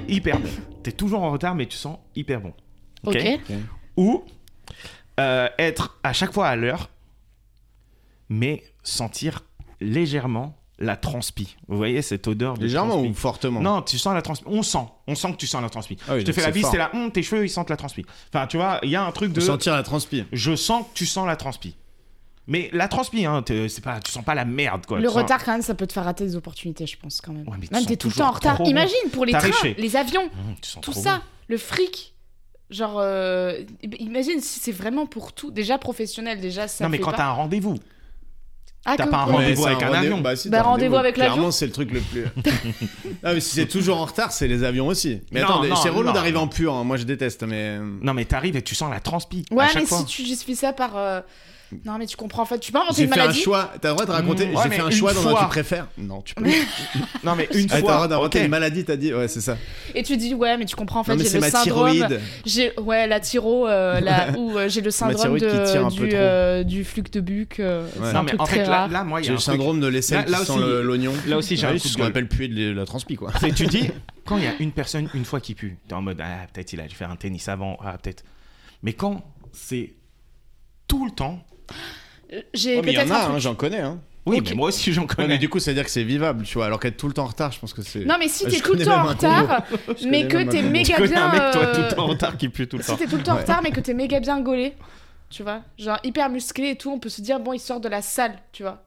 Speaker 2: Hyper bon. T'es toujours en retard, mais tu sens hyper bon.
Speaker 1: Ok.
Speaker 2: Ou euh, être à chaque fois à l'heure, mais sentir légèrement la transpi. Vous voyez cette odeur de
Speaker 3: Légèrement
Speaker 2: transpi
Speaker 3: ou fortement
Speaker 2: ah. non, tu sens la transpi. On sent. On sent que tu sens la transpi.
Speaker 3: Ah
Speaker 2: je
Speaker 3: oui,
Speaker 2: te
Speaker 3: donc
Speaker 2: fais la
Speaker 3: c'est
Speaker 2: bise,
Speaker 3: fort.
Speaker 2: t'es là, Hum, tes cheveux, ils sentent la transpi. Enfin, tu vois, il y a un truc de.
Speaker 3: Sentir la transpire.
Speaker 2: Je sens que tu sens la transpi. Mais la transpi, hein, t'es- c'est pas, tu sens pas la merde, quoi.
Speaker 1: Le
Speaker 2: Tu sens-
Speaker 1: retard, quand même, ça peut te faire rater des opportunités, je pense, quand même.
Speaker 2: Ouais, mais tu
Speaker 1: même,
Speaker 2: sens
Speaker 1: t'es tout le
Speaker 2: toujours
Speaker 1: temps en retard.
Speaker 2: trop bon.
Speaker 1: Imagine pour les
Speaker 2: T'as
Speaker 1: trains,
Speaker 2: riché.
Speaker 1: les avions,
Speaker 2: Hum, tu Mmh, sens
Speaker 1: tout
Speaker 2: trop
Speaker 1: ça.
Speaker 2: bon.
Speaker 1: Le fric. Genre, euh, imagine si c'est vraiment pour tout. Déjà professionnel, déjà ça.
Speaker 2: non, mais
Speaker 1: fait
Speaker 2: quand
Speaker 1: pas-
Speaker 2: t'as un rendez-vous,
Speaker 1: Ah,
Speaker 2: t'as
Speaker 1: que-
Speaker 2: pas un
Speaker 1: ouais.
Speaker 2: rendez-vous
Speaker 3: c'est
Speaker 2: avec un
Speaker 3: rendez-
Speaker 2: avion.
Speaker 3: Bah, si,
Speaker 1: Bah,
Speaker 3: t'as un
Speaker 1: rendez-vous avec l'avion.
Speaker 3: Clairement, c'est le truc le plus. ah, mais si c'est toujours en retard, c'est les avions aussi. Mais
Speaker 2: Non,
Speaker 3: attendez,
Speaker 2: non,
Speaker 3: c'est relou
Speaker 2: non.
Speaker 3: d'arriver en pur. hein. Moi, je déteste, mais.
Speaker 2: non, mais t'arrives et tu sens la transpi
Speaker 1: Ouais,
Speaker 2: à chaque
Speaker 1: mais
Speaker 2: fois.
Speaker 1: si tu justifies ça par. euh, Non, mais tu comprends en fait. Tu peux inventer
Speaker 3: J'ai
Speaker 1: une
Speaker 3: fait un
Speaker 1: maladie.
Speaker 3: choix. T'as le droit de raconter.
Speaker 2: Mmh, ouais,
Speaker 3: J'ai
Speaker 2: mais
Speaker 3: fait un
Speaker 2: une
Speaker 3: choix dans un
Speaker 2: fois.
Speaker 3: tu préfères. Non, tu peux.
Speaker 2: Non, mais une
Speaker 3: Ah, t'as le droit
Speaker 2: fois.
Speaker 3: d'inventer
Speaker 2: ok.
Speaker 3: une maladie, t'as dit. Ouais, c'est ça.
Speaker 1: Et tu dis, ouais, mais tu comprends en fait,
Speaker 3: non, mais
Speaker 1: j'ai
Speaker 3: c'est
Speaker 1: le
Speaker 3: ma
Speaker 1: syndrome.
Speaker 3: thyroïde.
Speaker 1: J'ai ouais la thyro euh, la- ou euh, j'ai le syndrome
Speaker 3: thyroïde qui tire un
Speaker 1: de,
Speaker 3: peu
Speaker 1: du
Speaker 3: trop.
Speaker 1: euh, du flux de buc. euh, c'est
Speaker 3: Ouais.
Speaker 1: un
Speaker 2: Non, mais
Speaker 1: truc
Speaker 2: en
Speaker 1: très
Speaker 2: fait, là,
Speaker 1: rare.
Speaker 2: là, moi, il y
Speaker 3: J'ai
Speaker 2: a
Speaker 3: le
Speaker 2: un truc.
Speaker 3: syndrome de l'aisselle
Speaker 2: Là-
Speaker 3: qui
Speaker 2: là
Speaker 3: sent
Speaker 2: aussi-
Speaker 3: le- l'oignon.
Speaker 2: Là aussi, j'ai
Speaker 3: Ah
Speaker 2: un
Speaker 3: oui,
Speaker 2: coup
Speaker 3: c'est
Speaker 2: de
Speaker 3: ce qu'on
Speaker 2: gueule.
Speaker 3: appelle puer de la transpi, quoi.
Speaker 2: Et tu dis, quand il y a une personne, une fois qui pue, t'es en mode, ah, peut-être il a dû faire un tennis avant, ah, peut-être. Mais quand c'est tout le temps.
Speaker 1: Euh, J'ai
Speaker 3: Ouais, mais il y en
Speaker 1: peut-être un
Speaker 3: a,
Speaker 1: truc-
Speaker 3: hein, j'en connais. hein.
Speaker 2: Oui,
Speaker 1: Ok.
Speaker 2: mais moi aussi, j'en
Speaker 3: Ouais,
Speaker 2: connais.
Speaker 3: mais du coup, ça veut dire que c'est vivable, tu vois. Alors qu'être tout le temps en retard, je pense que c'est.
Speaker 1: Non mais si
Speaker 3: Ah, Je
Speaker 1: t'es tout le
Speaker 3: connais
Speaker 1: temps en
Speaker 3: même un
Speaker 1: retard,
Speaker 3: Je
Speaker 1: mais
Speaker 3: connais
Speaker 1: que
Speaker 3: même
Speaker 1: t'es
Speaker 3: un
Speaker 2: Tu
Speaker 1: méga
Speaker 2: connais
Speaker 1: bien.
Speaker 2: un mec, toi,
Speaker 1: euh,
Speaker 2: tout le temps en retard qui pue tout le
Speaker 1: Si
Speaker 2: temps.
Speaker 1: t'es tout le temps en retard, mais que t'es méga bien gaulé, tu vois, genre hyper musclé et tout, on peut se dire bon, il sort de la salle, tu vois.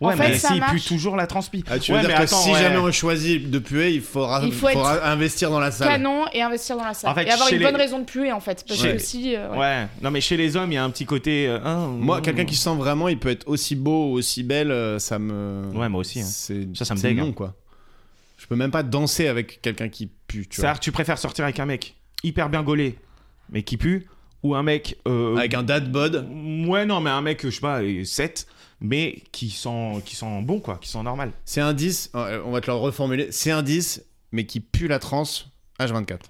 Speaker 2: Ouais,
Speaker 1: en fait,
Speaker 2: mais
Speaker 1: ça
Speaker 2: s'il pue
Speaker 1: marche.
Speaker 2: toujours la transpi.
Speaker 3: Ah, tu veux
Speaker 2: Ouais,
Speaker 3: dire
Speaker 2: mais
Speaker 3: que
Speaker 2: attends,
Speaker 3: si
Speaker 2: ouais.
Speaker 3: jamais on choisit de puer, il faudra,
Speaker 1: Il faut être
Speaker 3: faudra investir dans la salle.
Speaker 1: Canon et investir dans la salle
Speaker 2: En fait,
Speaker 1: et avoir
Speaker 2: chez
Speaker 1: une bonne
Speaker 2: les-
Speaker 1: raison de puer en fait, parce
Speaker 2: Chez-
Speaker 1: que si. euh, ouais.
Speaker 2: Ouais, non, mais chez les hommes, il y a un petit côté. euh, hein,
Speaker 3: Moi,
Speaker 2: mm.
Speaker 3: quelqu'un qui se sent vraiment, il peut être aussi beau ou aussi belle, euh, ça me.
Speaker 2: Ouais, moi aussi. hein.
Speaker 3: C'est...
Speaker 2: Ça, ça me
Speaker 3: c'est
Speaker 2: dégue,
Speaker 3: non,
Speaker 2: hein.
Speaker 3: quoi. Je peux même pas danser avec quelqu'un qui pue, tu vois.
Speaker 2: C'est-à-dire, tu préfères sortir avec un mec hyper bien gaulé, mais qui pue, ou un mec. euh,
Speaker 3: Avec un dad bod.
Speaker 2: Ouais, non, mais un mec, je sais pas, 7, mais qui sent, qui sent bon, quoi, qui sent normal.
Speaker 3: C'est un 10, euh, on va te le reformuler. C'est un 10, mais qui pue la transe H24.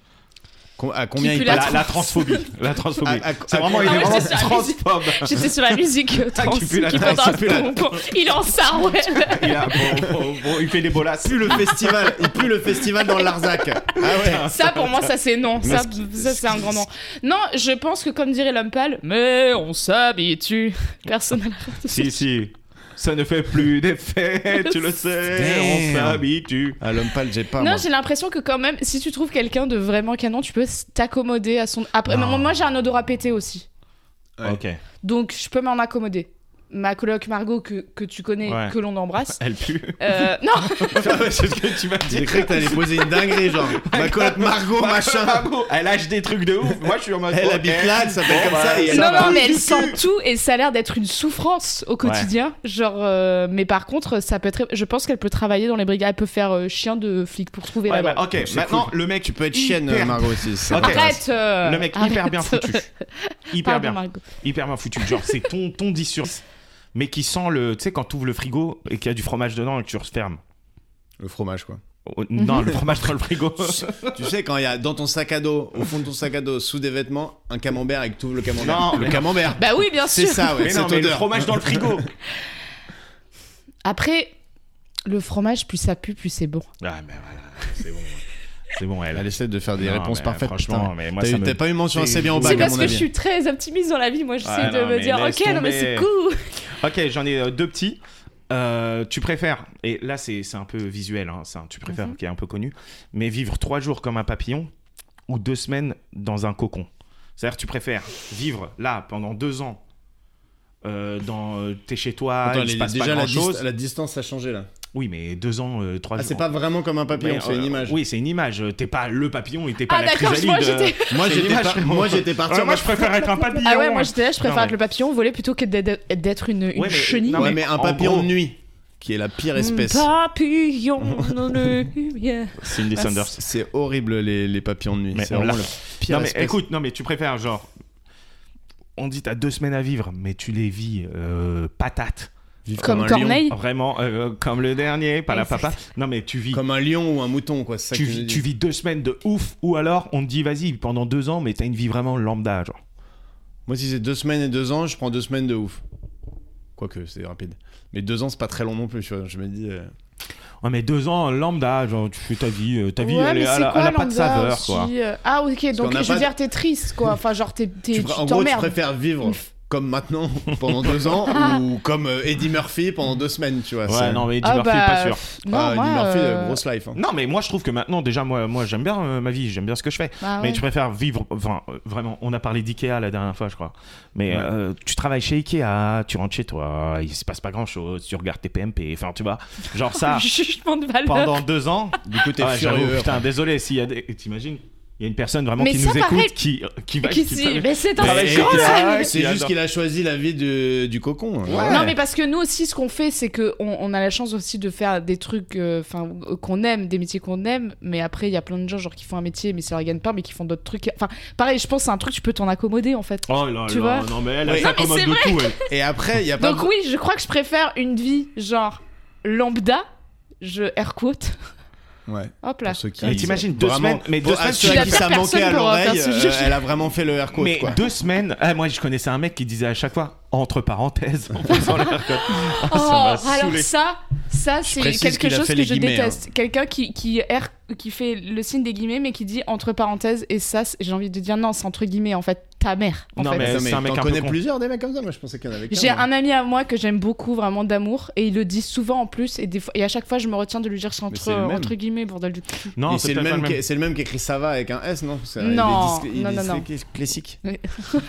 Speaker 3: Com- à combien
Speaker 1: Qui
Speaker 3: il
Speaker 1: pue
Speaker 2: La,
Speaker 1: La
Speaker 2: la,
Speaker 1: trans-
Speaker 2: transphobie. la transphobie.
Speaker 3: À- à-
Speaker 2: c'est
Speaker 3: à-
Speaker 2: vraiment, il
Speaker 1: Ah
Speaker 2: est
Speaker 1: ouais,
Speaker 2: vraiment
Speaker 1: c'est ça,
Speaker 2: transphobe.
Speaker 1: J'étais sur la musique euh,
Speaker 2: Ah,
Speaker 1: trans
Speaker 2: qui pue la
Speaker 1: qui
Speaker 2: trans,
Speaker 1: pendant
Speaker 3: qui pue la
Speaker 1: un bon- Il est en Sarwell.
Speaker 2: il, a- bon, bon, bon, il fait des bolasses.
Speaker 3: pue le festival. Il pue le festival dans l'Arzac. Ah ouais.
Speaker 1: Ça, pour moi, ça, c'est non. Ça,
Speaker 3: ce qui-
Speaker 1: ça,
Speaker 3: ce
Speaker 1: c'est un
Speaker 3: qui-
Speaker 1: grand non. Non, je pense que, comme dirait l'homme pâle, mais on s'habitue. Personne à l'arrêt.
Speaker 2: Si, si. Ça ne fait plus d'effet, tu le sais, on
Speaker 3: Damn.
Speaker 2: s'habitue.
Speaker 3: Ah, l'homme pâle, j'ai pas.
Speaker 1: Non,
Speaker 3: moi.
Speaker 1: j'ai l'impression que, quand même, si tu trouves quelqu'un de vraiment canon, tu peux s- t'accommoder à son. Après,
Speaker 2: Non.
Speaker 1: moi, moi, j'ai un odorat pété aussi.
Speaker 3: Ouais.
Speaker 2: Ok,
Speaker 1: Donc, je peux m'en accommoder. Ma coloc Margot, que, que tu connais,
Speaker 2: Ouais.
Speaker 1: que l'on embrasse.
Speaker 2: elle pue.
Speaker 1: euh, non,
Speaker 2: C'est ce que tu m'as
Speaker 3: J'ai
Speaker 2: dit.
Speaker 3: cru que t'allais poser une dinguerie, genre. Ma coloc Margot, machin.
Speaker 2: Elle lâche des trucs de ouf. Moi, je suis en mode.
Speaker 3: Elle
Speaker 2: ok.
Speaker 3: habite là, elle s'appelle
Speaker 2: Bon,
Speaker 3: comme
Speaker 2: bah,
Speaker 3: ça. Et elle
Speaker 1: non,
Speaker 3: va.
Speaker 1: non, mais elle sent tout et ça a l'air d'être une souffrance au quotidien. Genre, euh, mais par contre, ça peut être. Je pense qu'elle peut travailler dans les brigades. Elle peut faire euh, chien de flic pour trouver
Speaker 2: Ouais,
Speaker 1: la
Speaker 2: bah,
Speaker 1: drogue.
Speaker 2: ok,
Speaker 3: C'est
Speaker 2: maintenant,
Speaker 3: cool.
Speaker 2: le mec.
Speaker 3: Tu peux être chienne,
Speaker 2: hyper-
Speaker 3: Margot aussi. ça
Speaker 2: Ok.
Speaker 3: m'intéresse.
Speaker 1: Arrête euh,
Speaker 2: Le mec hyper
Speaker 1: arrête.
Speaker 2: bien foutu. Hyper
Speaker 1: Pardon,
Speaker 2: bien.
Speaker 1: Margot.
Speaker 2: hyper bien foutu. Genre, c'est ton, ton 10 sur 10, mais qui sent le. Tu sais, quand tu ouvres le frigo et qu'il y a du fromage dedans et que tu refermes.
Speaker 3: Le fromage, quoi.
Speaker 2: Oh, non, le fromage dans le frigo.
Speaker 3: tu sais, quand il y a dans ton sac à dos, au fond de ton sac à dos, sous des vêtements, un camembert et que tu ouvres le camembert.
Speaker 2: Non,
Speaker 3: le
Speaker 2: mais-
Speaker 3: camembert.
Speaker 1: Bah oui, bien
Speaker 3: C'est
Speaker 1: sûr.
Speaker 3: ça, ouais,
Speaker 2: mais non,
Speaker 3: cette
Speaker 2: mais le
Speaker 3: odeur.
Speaker 2: fromage dans le frigo.
Speaker 1: Après, le fromage, plus ça pue, plus c'est bon.
Speaker 2: Ah, mais voilà, c'est bon. C'est bon, elle.
Speaker 3: Elle essaie de faire des
Speaker 2: Non,
Speaker 3: réponses
Speaker 2: mais
Speaker 3: parfaites.
Speaker 2: franchement,
Speaker 3: putain.
Speaker 2: mais moi,
Speaker 3: T'as
Speaker 2: ça
Speaker 3: eu-
Speaker 2: me-
Speaker 3: t'as pas eu mention assez
Speaker 2: Oh,
Speaker 3: bien au
Speaker 2: bah,
Speaker 1: c'est
Speaker 3: bac, à
Speaker 1: parce
Speaker 3: mon
Speaker 1: que je
Speaker 3: avis.
Speaker 1: suis très optimiste dans la vie. Moi, j'essaie
Speaker 2: Ah,
Speaker 1: de
Speaker 2: non,
Speaker 1: me
Speaker 2: mais
Speaker 1: dire, ok,
Speaker 2: laisse
Speaker 1: non, mais c'est
Speaker 2: tomber.
Speaker 1: cool.
Speaker 2: Ok, j'en ai euh, deux petits. Euh, tu préfères, et là c'est c'est un peu visuel, hein, c'est un tu préfères
Speaker 1: Mhm.
Speaker 2: qui est un peu connu, mais vivre trois jours comme un papillon ou deux semaines dans un cocon. C'est-à-dire tu préfères vivre là pendant deux ans, euh, dans euh, t'es chez toi,
Speaker 3: Attends,
Speaker 2: il se
Speaker 3: les-
Speaker 2: passe
Speaker 3: déjà
Speaker 2: pas
Speaker 3: la, dis-
Speaker 2: grand-chose. Ah,
Speaker 3: la distance a changé là.
Speaker 2: Oui, mais deux ans, euh, trois
Speaker 3: Ah,
Speaker 2: jours.
Speaker 3: c'est pas vraiment comme un papillon,
Speaker 2: Mais,
Speaker 3: c'est
Speaker 2: euh,
Speaker 3: une image.
Speaker 2: Oui, c'est une image. T'es pas le papillon et t'es pas
Speaker 1: Ah,
Speaker 2: la
Speaker 1: d'accord,
Speaker 2: chrysalide.
Speaker 1: moi, j'étais.
Speaker 3: Moi
Speaker 2: C'est
Speaker 3: j'étais
Speaker 2: l'image,
Speaker 3: par-
Speaker 2: moi.
Speaker 3: moi, j'étais
Speaker 2: Ouais,
Speaker 3: parti. en
Speaker 2: moi,
Speaker 3: mode-
Speaker 2: je préfère être un papillon.
Speaker 1: Ah ouais, moi, j'étais là, je préfère
Speaker 2: Non,
Speaker 1: être le papillon volé plutôt que d'être d'être une, une
Speaker 2: Ouais, mais-
Speaker 1: chenille.
Speaker 2: non,
Speaker 3: Ouais,
Speaker 2: mais
Speaker 3: mais un
Speaker 2: en
Speaker 3: papillon
Speaker 2: gros- Mm,
Speaker 3: de nuit, qui est la pire espèce.
Speaker 1: Papillon dans le lumière.
Speaker 2: C'est une
Speaker 1: Ah,
Speaker 2: Sanders.
Speaker 3: C'est horrible les, les papillons de nuit.
Speaker 2: Mais
Speaker 3: C'est
Speaker 2: on
Speaker 3: vraiment
Speaker 2: l'a-
Speaker 3: le pire.
Speaker 2: Non mais
Speaker 3: espèce.
Speaker 2: écoute, non mais tu préfères genre on dit t'as deux semaines à vivre, mais tu les vis euh, patate.
Speaker 3: Vivre
Speaker 1: Comme
Speaker 3: un
Speaker 1: Corneille.
Speaker 2: Vraiment, euh, comme le dernier, pas la papa. Non mais tu vis,
Speaker 3: lion. Comme un lion ou un mouton, quoi. c'est ça
Speaker 2: tu,
Speaker 3: que je
Speaker 2: vis
Speaker 3: dis.
Speaker 2: tu vis deux semaines de ouf, ou alors on te dit vas-y pendant deux ans, mais t'as une vie vraiment lambda, genre.
Speaker 3: Moi, si c'est deux semaines et deux ans, je prends deux semaines de ouf. Quoique, c'est rapide. Mais deux ans, c'est pas très long non plus. tu vois. Je me dis. euh,
Speaker 2: Ouais mais deux ans lambda, genre tu fais ta vie, euh, ta vie
Speaker 1: ouais,
Speaker 2: elle, est-
Speaker 1: mais
Speaker 2: elle,
Speaker 1: c'est
Speaker 2: a-
Speaker 1: quoi
Speaker 2: elle a pas de
Speaker 1: l'angoisse
Speaker 2: saveur quoi.
Speaker 1: si, euh, Ah ok, donc
Speaker 3: qu'on a
Speaker 1: je veux
Speaker 3: pas
Speaker 1: dire t'es triste quoi. Enfin genre t'es t'es-
Speaker 3: tu
Speaker 1: tu
Speaker 3: pr- en gros, tu
Speaker 1: t'emmerdes.
Speaker 3: préfères vivre comme maintenant pendant deux ans ou comme euh, Eddie Murphy pendant deux semaines, tu vois.
Speaker 2: Ouais
Speaker 3: c'est-
Speaker 2: non mais Eddie
Speaker 1: Ah,
Speaker 2: Murphy,
Speaker 1: bah,
Speaker 2: pas sûr.
Speaker 1: pff,
Speaker 3: Ah,
Speaker 1: Non, moi,
Speaker 3: Eddie Murphy,
Speaker 1: euh,
Speaker 3: euh, grosse life. hein.
Speaker 2: Non mais moi je trouve que maintenant déjà moi moi j'aime bien euh, ma vie, j'aime bien ce que je fais.
Speaker 1: bah
Speaker 2: Mais
Speaker 1: ouais.
Speaker 2: tu préfères vivre, enfin euh, vraiment, on a parlé d'Ikea la dernière fois, je crois. Mais
Speaker 3: Ouais.
Speaker 2: euh, tu travailles chez Ikea, tu rentres chez toi, il se passe pas grand chose, tu regardes tes PMP, enfin tu vois, genre ça
Speaker 1: Le jugement de valeur.
Speaker 2: pendant deux ans.
Speaker 3: Du coup, t'es
Speaker 2: Ah, j'avoue,
Speaker 3: furieux.
Speaker 2: putain, désolé s'il y a des. T'imagines il y a une personne vraiment
Speaker 1: Mais
Speaker 2: qui
Speaker 1: ça,
Speaker 2: nous
Speaker 1: pareil.
Speaker 2: écoute, qui, euh, qui va.
Speaker 1: Qui
Speaker 2: qui-
Speaker 1: dit, mais c'est un
Speaker 3: Bah, Mais-
Speaker 2: Pareil,
Speaker 1: scandale.
Speaker 2: pareil.
Speaker 3: C'est
Speaker 2: J'adore.
Speaker 3: juste qu'il a choisi la vie de- du cocon. hein.
Speaker 2: Ouais.
Speaker 1: Non mais parce que nous aussi ce qu'on fait c'est que on, on a la chance aussi de faire des trucs euh, enfin euh, qu'on aime des métiers qu'on aime mais après il y a plein de gens genre qui font un métier mais ça leur gagne pas mais qui font d'autres trucs enfin pareil je pense que c'est un truc tu peux t'en accommoder en fait
Speaker 2: Oh là
Speaker 1: Tu
Speaker 2: là,
Speaker 1: vois
Speaker 2: non mais elle,
Speaker 3: Oui.
Speaker 1: mais
Speaker 2: elle
Speaker 3: Non,
Speaker 2: s'accommode
Speaker 1: c'est
Speaker 2: de tout. elle.
Speaker 3: Et après, il y a pas.
Speaker 1: donc oui je crois que je préfère une vie genre lambda je air quote
Speaker 3: Ouais.
Speaker 1: hop là
Speaker 3: Pour ceux qui.
Speaker 2: Mais t'imagines deux
Speaker 3: Vraiment,
Speaker 2: semaines- mais deux
Speaker 3: pour-
Speaker 2: semaines,
Speaker 3: à
Speaker 2: tu
Speaker 3: ceux
Speaker 1: vas
Speaker 3: à qui
Speaker 1: faire
Speaker 3: ça
Speaker 1: personne
Speaker 3: manquait à
Speaker 1: pour faire
Speaker 3: l'oreille,
Speaker 1: ce
Speaker 3: euh,
Speaker 1: jeu.
Speaker 3: elle a vraiment fait le air code
Speaker 2: Mais
Speaker 3: quoi.
Speaker 2: deux semaines. Ah, moi, je connaissais un mec qui disait à chaque fois entre parenthèses en faisant l'air comme- Ah,
Speaker 1: Oh,
Speaker 2: ça m'a
Speaker 1: alors
Speaker 2: saoulé.
Speaker 1: ça, ça
Speaker 3: Je
Speaker 1: c'est
Speaker 3: précise
Speaker 1: quelque
Speaker 3: qu'il a
Speaker 1: chose
Speaker 3: fait
Speaker 1: que
Speaker 3: les
Speaker 1: je
Speaker 3: guillemets, hein.
Speaker 1: déteste. Quelqu'un qui qui erre- qui fait le signe des guillemets mais qui dit entre parenthèses et ça c'est- j'ai envie de dire non c'est entre guillemets en fait ta mère en
Speaker 2: Non,
Speaker 1: fait.
Speaker 2: mais
Speaker 3: Attends,
Speaker 2: c'est un mec
Speaker 3: t'en
Speaker 2: un peu
Speaker 3: connais
Speaker 2: con.
Speaker 3: plusieurs des mecs comme ça, moi je pensais qu'il y en avait
Speaker 1: J'ai
Speaker 3: qu'un, moi.
Speaker 1: un ami à moi que j'aime beaucoup, vraiment d'amour, et il le dit souvent en plus, et, des fois, et à chaque fois je me retiens de lui dire c'est entre,
Speaker 3: c'est le même.
Speaker 1: entre guillemets, bordel du cul.
Speaker 2: Non,
Speaker 3: Et c'est le
Speaker 2: peut-être
Speaker 3: même,
Speaker 2: pas
Speaker 3: qui- c'est le même qui écrit ça va avec un S, non Parce que, euh, il est
Speaker 1: Non,
Speaker 3: dis- il
Speaker 1: non,
Speaker 3: est
Speaker 1: non, non.
Speaker 3: dyslexique- Classique.
Speaker 1: Oui.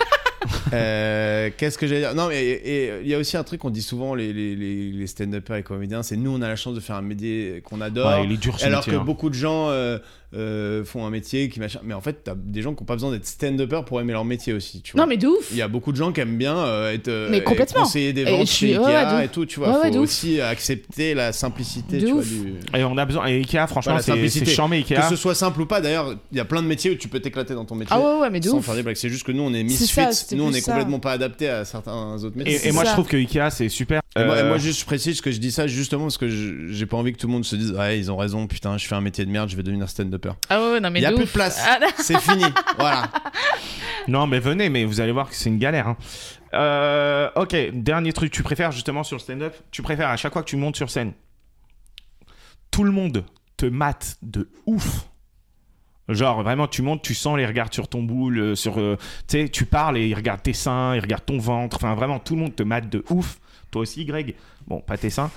Speaker 3: Euh, Qu'est-ce que j'allais dire Non, mais et- et il y a aussi un truc qu'on dit souvent les, les, les, les stand-uppers et les comédiens, c'est nous on a la chance de faire un métier qu'on adore.
Speaker 2: Ouais, il est dur ce
Speaker 3: alors
Speaker 2: métier,
Speaker 3: que
Speaker 2: hein.
Speaker 3: beaucoup de gens euh, euh, font un métier qui machin. Mais en fait, t'as des gens qui n'ont pas besoin d'être stand-upper pour aimer leur métier aussi, tu vois.
Speaker 1: Non mais de ouf
Speaker 3: Il y a beaucoup de gens qui aiment bien euh, être, euh,
Speaker 1: Mais
Speaker 3: être
Speaker 1: complètement.
Speaker 3: conseiller des
Speaker 1: Et
Speaker 3: ventes
Speaker 1: je suis-
Speaker 3: chez
Speaker 1: ouais,
Speaker 3: Ikea
Speaker 1: ouais, de
Speaker 3: et
Speaker 1: ouf.
Speaker 3: tout, tu vois.
Speaker 1: Ouais, ouais,
Speaker 3: faut
Speaker 1: de ouf.
Speaker 3: aussi accepter la simplicité,
Speaker 1: De
Speaker 3: tu vois,
Speaker 1: ouf.
Speaker 3: du-
Speaker 2: Et on a besoin. Et Ikea, franchement,
Speaker 3: Voilà,
Speaker 2: c'est c'est
Speaker 3: Bah, simplicité.
Speaker 2: charmé Ikea.
Speaker 3: Que ce soit simple ou pas, d'ailleurs, il y a plein de métiers où tu peux t'éclater dans ton métier.
Speaker 1: Ah ouais ouais mais de
Speaker 3: sans
Speaker 1: ouf
Speaker 3: faire des blagues. C'est juste que nous, on est
Speaker 1: C'est ça,
Speaker 3: misfits.
Speaker 1: c'était
Speaker 3: Nous, on
Speaker 1: plus
Speaker 3: est
Speaker 1: ça.
Speaker 3: complètement pas adapté à certains autres métiers.
Speaker 2: Et, et
Speaker 1: C'est
Speaker 2: moi, je
Speaker 1: ça.
Speaker 2: trouve que Ikea, c'est super.
Speaker 3: Et moi, et
Speaker 2: Euh,
Speaker 3: moi, juste, je précise que je dis ça justement parce que je- j'ai pas envie que tout le monde se dise Ouais, ils ont raison, putain, je fais un métier de merde, je vais devenir stand-upper.
Speaker 1: Ah ouais ouais, non mais
Speaker 3: Il y a
Speaker 1: de
Speaker 3: plus de
Speaker 1: ouf.
Speaker 3: place.
Speaker 1: Ah, non.
Speaker 3: C'est fini. voilà.
Speaker 2: Non, mais venez, mais vous allez voir que c'est une galère. hein. Euh, ok, dernier truc, tu préfères justement sur le stand-up, tu préfères à chaque fois que tu montes sur scène, tout le monde te mate de ouf. Genre vraiment, tu montes, tu sens les regards sur ton boule, euh, sur, euh, tu sais, tu parles et ils regardent tes seins, ils regardent ton ventre. Enfin vraiment, tout le monde te mate de ouf. Toi aussi, Greg. Bon, pas tes seins,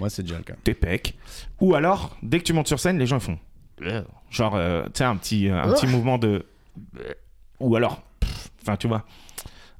Speaker 3: Moi, c'est hein. déjà le cas.
Speaker 2: tes pecs. E Ou alors, dès que tu montes sur scène, les gens ils font. Genre, euh, tu sais, un petit, un
Speaker 1: Oh.
Speaker 2: petit mouvement de. euh, Ou alors, pff, enfin, tu vois,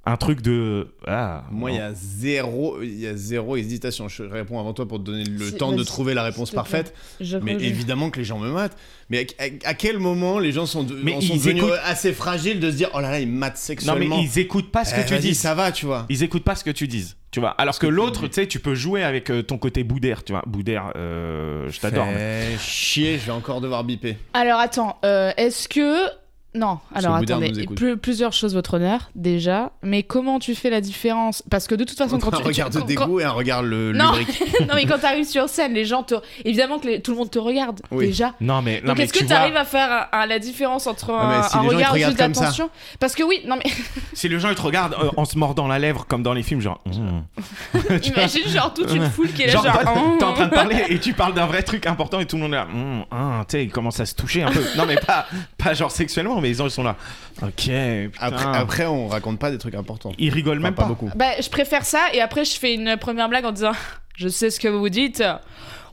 Speaker 2: un truc de. Ah,
Speaker 3: Moi, il y
Speaker 2: non.
Speaker 3: a zéro, il y a zéro hésitation. Je réponds avant toi pour te donner le
Speaker 1: Si,
Speaker 3: temps de
Speaker 1: vas-y,
Speaker 3: trouver la
Speaker 1: s'il
Speaker 3: réponse
Speaker 1: te plaît.
Speaker 3: parfaite.
Speaker 1: Je
Speaker 3: Mais
Speaker 1: rejoins.
Speaker 3: évidemment que les gens me matent. Mais à, à- à quel moment les gens sont, de-
Speaker 2: Mais
Speaker 3: en sont
Speaker 2: ils
Speaker 3: devenus
Speaker 2: écoutent-
Speaker 3: assez fragiles de se dire oh là là, ils matent
Speaker 2: Non,
Speaker 3: sexuellement
Speaker 2: mais ils écoutent pas ce que
Speaker 3: Eh,
Speaker 2: tu
Speaker 3: vas-y,
Speaker 2: dis.
Speaker 3: ça va, tu vois.
Speaker 2: Ils écoutent pas ce que tu dises, tu vois. Alors que
Speaker 3: que tu
Speaker 2: l'autre,
Speaker 3: dis.
Speaker 2: tu sais, tu peux jouer avec euh, ton côté boudère, tu vois. Boudère, euh, je t'adore. mais-
Speaker 3: Fais chier, je vais encore devoir biper.
Speaker 1: Alors attends, euh, est-ce que... Non,
Speaker 3: Parce
Speaker 1: alors
Speaker 3: que Boudin nous
Speaker 1: attendez,
Speaker 3: écoute.
Speaker 1: plus- plusieurs choses, votre honneur, déjà. Mais comment tu fais la différence Parce que de toute façon, quand
Speaker 3: un
Speaker 1: tu...
Speaker 3: regard
Speaker 1: tu-
Speaker 3: de
Speaker 1: quand-
Speaker 3: dégoût et un regard le
Speaker 1: Non.
Speaker 3: lubrique.
Speaker 1: quand- non, mais quand t'arrives sur scène, les gens te... Évidemment que les- tout le monde te regarde,
Speaker 3: Oui.
Speaker 1: déjà.
Speaker 2: Non, mais. non,
Speaker 1: Donc
Speaker 2: mais
Speaker 1: est-ce que
Speaker 2: tu
Speaker 1: tu arrives à faire un- un- la différence entre
Speaker 3: Ah,
Speaker 1: un,
Speaker 3: mais si
Speaker 1: un
Speaker 3: les gens, ils te
Speaker 1: regard
Speaker 3: regardent
Speaker 1: juste
Speaker 3: comme ça.
Speaker 1: d'attention Parce que oui, non mais
Speaker 2: Si les gens ils te regardent euh, en se mordant la lèvre comme dans les films, genre. Mmh.
Speaker 1: imagine genre toute une foule qui est là
Speaker 2: Genre,
Speaker 1: genre...
Speaker 2: toi, t'es en train
Speaker 1: Hum.
Speaker 2: de parler et tu parles d'un vrai truc important et tout le monde est là. Hum, hum, tu sais, ils commencent à se toucher un peu. Non, mais pas, pas genre sexuellement, mais ils en- ils sont là. Ok, putain.
Speaker 3: Après, après, on raconte pas des trucs importants.
Speaker 2: Ah. ils rigolent
Speaker 3: Enfin,
Speaker 2: même pas.
Speaker 3: beaucoup.
Speaker 1: Bah je préfère ça et après je fais une première blague en disant je sais ce que vous dites.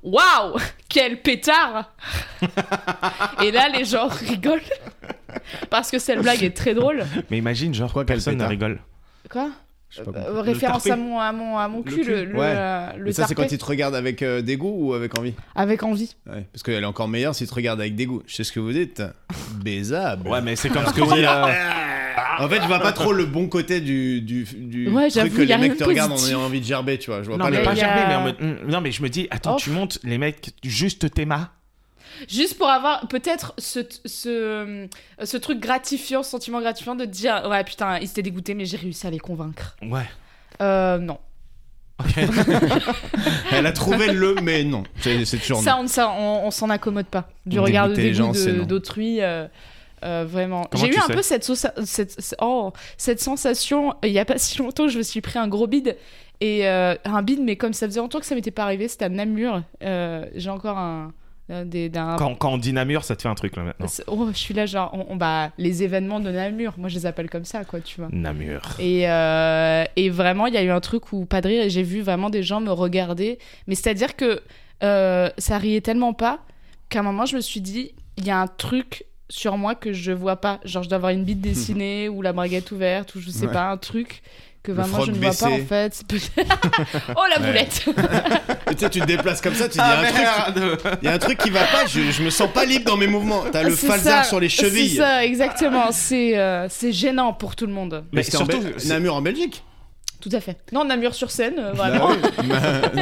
Speaker 1: Waouh Quel pétard Et là les gens rigolent parce que cette blague est très drôle.
Speaker 2: Mais imagine, genre,
Speaker 3: Pourquoi
Speaker 2: personne ne
Speaker 3: qu'elle
Speaker 2: rigole.
Speaker 1: Quoi
Speaker 3: Je sais pas
Speaker 1: Euh,
Speaker 3: pourquoi.
Speaker 1: Référence
Speaker 2: tarpé.
Speaker 1: à mon, à, mon, à mon
Speaker 2: Le
Speaker 1: cul,
Speaker 2: cul.
Speaker 1: le, le,
Speaker 3: Ouais.
Speaker 1: euh, le
Speaker 3: Mais ça, c'est quand
Speaker 1: tarpé.
Speaker 3: ils te regardent avec euh, dégoût ou avec envie
Speaker 1: Avec envie.
Speaker 3: Ouais, Parce qu'elle est encore meilleure s'ils te regardent avec dégoût. Je sais ce que vous dites. Baisable.
Speaker 2: Ouais, mais c'est comme ce que dit. euh,
Speaker 3: En fait, je vois pas trop le bon côté du, du, du
Speaker 1: Ouais,
Speaker 3: truc
Speaker 1: j'avoue,
Speaker 3: que
Speaker 1: y
Speaker 3: les
Speaker 1: a
Speaker 3: mecs
Speaker 1: rien
Speaker 3: te
Speaker 1: de
Speaker 3: regardent en
Speaker 1: positif.
Speaker 3: ayant envie de gerber, tu vois. Je vois
Speaker 2: Non,
Speaker 3: pas
Speaker 2: mais
Speaker 3: le
Speaker 2: pas
Speaker 1: il y a-
Speaker 2: gerber, mais en mode, hum, Non, mais je me dis, attends,
Speaker 1: Oh.
Speaker 2: tu montes, les mecs, juste théma.
Speaker 1: Juste pour avoir peut-être ce, ce, ce truc gratifiant, ce sentiment gratifiant de dire Ouais, putain, ils étaient dégoûtés, mais j'ai réussi à les convaincre.
Speaker 2: Ouais.
Speaker 1: Euh, non.
Speaker 2: Ok.
Speaker 3: Elle a trouvé le mais non. C'est c'est toujours
Speaker 1: Ça, on, ça, on, on s'en accommode pas. Du
Speaker 3: Dégoûter
Speaker 1: regard de
Speaker 3: les gens,
Speaker 1: dégoût
Speaker 3: c'est
Speaker 1: de-
Speaker 3: non.
Speaker 1: d'autrui. euh, euh, vraiment.
Speaker 2: Comment
Speaker 1: J'ai
Speaker 2: tu
Speaker 1: eu un
Speaker 2: sais
Speaker 1: peu cette, sosa- cette, ce- oh, cette sensation, euh, il y a pas si longtemps, je me suis pris un gros bide. Et euh, un bide, mais comme ça faisait longtemps que ça m'était pas arrivé, c'était à Namur. Euh, J'ai encore un. un des, d'un-
Speaker 2: Quand, quand on dit Namur, ça te fait un truc là maintenant.
Speaker 1: C'est- Oh, je suis là, genre, on, on- bah, les événements de Namur, moi je les appelle comme ça, quoi, tu vois.
Speaker 2: Namur.
Speaker 1: Et, euh, et vraiment, il y a eu un truc où, pas de rire, et j'ai vu vraiment des gens me regarder. Mais c'est-à-dire que euh, ça riait tellement pas qu'à un moment, je me suis dit, il y a un truc sur moi que je vois pas. Genre, je dois avoir une bite dessinée ou la braguette ouverte ou je sais
Speaker 3: Ouais.
Speaker 1: pas, un truc que
Speaker 3: Le
Speaker 1: vraiment
Speaker 3: frog
Speaker 1: je ne vois pas en
Speaker 3: baissé.
Speaker 1: fait. C'est peut- oh la
Speaker 3: Ouais.
Speaker 1: boulette
Speaker 3: Tu sais, tu te déplaces comme ça, tu dis,
Speaker 2: Ah
Speaker 3: il y, a un truc-
Speaker 2: merde
Speaker 3: il y a un truc qui va pas, je, je me sens pas libre dans mes mouvements. T'as Ah, le
Speaker 1: C'est
Speaker 3: falzar
Speaker 1: ça,
Speaker 3: sur les
Speaker 1: C'est
Speaker 3: chevilles.
Speaker 1: ça, exactement. C'est euh, c'est gênant pour tout le monde.
Speaker 2: Mais
Speaker 3: c'était
Speaker 2: surtout,
Speaker 3: en Bel-
Speaker 2: c'est-
Speaker 3: Namur en Belgique.
Speaker 1: Tout à fait. Non, Namur sur scène, euh,
Speaker 3: Bah
Speaker 1: vraiment.
Speaker 3: oui,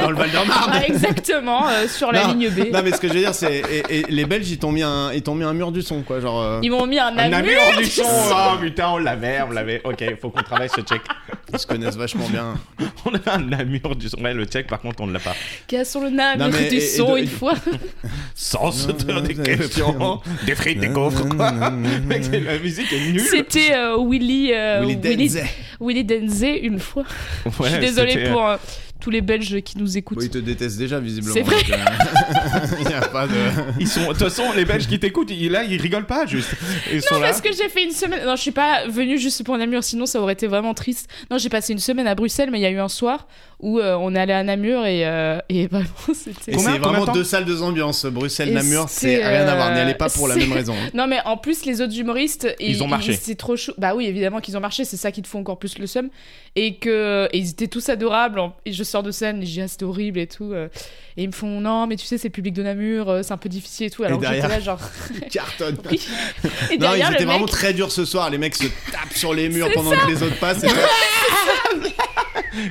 Speaker 3: dans le Val d'Or.
Speaker 1: Ah, exactement, euh, sur la
Speaker 3: Non, bah
Speaker 1: ligne B.
Speaker 3: Non, mais ce que je veux dire, c'est et- et les Belges, ils t'ont mis un, ils t'ont mis un mur du son, quoi, genre. euh,
Speaker 1: Ils m'ont mis un
Speaker 2: On a
Speaker 1: Namur,
Speaker 2: mis hors du son
Speaker 1: sang.
Speaker 2: Oh putain, on l'avait, on l'avait. Ok, faut qu'on travaille ce check.
Speaker 3: Ils se connaissent vachement bien.
Speaker 2: On avait un Namur du son. Ouais, le check, par contre, on ne l'a pas.
Speaker 1: Cassons le Namur
Speaker 3: Non, mais
Speaker 1: du
Speaker 3: et- et
Speaker 1: son
Speaker 3: de-
Speaker 1: une fois.
Speaker 2: Sans se
Speaker 3: non,
Speaker 2: des
Speaker 3: vous avez
Speaker 2: questions, des frites, des gaufres, quoi. Mec, la musique est nulle.
Speaker 1: C'était euh, Willy, euh,
Speaker 3: Willy
Speaker 1: Willy,
Speaker 3: Denze.
Speaker 1: Willy Denze une fois.
Speaker 2: Ouais,
Speaker 1: Je suis désolée
Speaker 2: c'était-
Speaker 1: pour euh, tous les Belges qui nous écoutent.
Speaker 3: Bon, ils te détestent déjà visiblement.
Speaker 1: C'est vrai.
Speaker 3: donc, euh, Il n'y a pas de.
Speaker 2: euh, Ils sont. De toute façon, les Belges qui t'écoutent, ils- là, ils rigolent pas, juste. Ils sont
Speaker 1: Non,
Speaker 2: là.
Speaker 1: parce que j'ai fait une semaine. Non, je suis pas venue juste pour Namur, sinon ça aurait été vraiment triste. Non, j'ai passé une semaine à Bruxelles, mais il y a eu un soir où euh, on est allé à Namur et, euh, et vraiment c'était.
Speaker 2: Combien-
Speaker 3: Et c'est
Speaker 2: combien de
Speaker 3: vraiment
Speaker 2: temps
Speaker 3: deux salles, deux ambiances. Bruxelles,
Speaker 1: Et
Speaker 3: Namur, c'est
Speaker 1: c'est,
Speaker 3: rien à voir. N'y
Speaker 1: euh,
Speaker 3: allez pas pour la
Speaker 1: c'est-
Speaker 3: même raison. hein.
Speaker 1: Non, mais en plus, les autres humoristes. et-
Speaker 2: Ils ont marché.
Speaker 1: C'est trop chaud. Bah oui, évidemment qu'ils ont marché, c'est ça qui te fait encore plus le seum. Et que et ils étaient tous adorables. en- Et je sors de scène, et je dis, ah, c'était horrible et tout. euh. Et ils me font, non, mais tu sais, c'est le public de Namur, euh, c'est un peu difficile et tout. Alors que j'étais
Speaker 3: derrière-
Speaker 1: là, genre.
Speaker 3: Carton.
Speaker 1: Oui. Et
Speaker 3: Non, ils
Speaker 1: derrière,
Speaker 3: étaient
Speaker 1: le
Speaker 3: vraiment
Speaker 1: mec.
Speaker 3: très durs ce soir. Les mecs se tapent sur les murs pendant que les autres passent. et toi,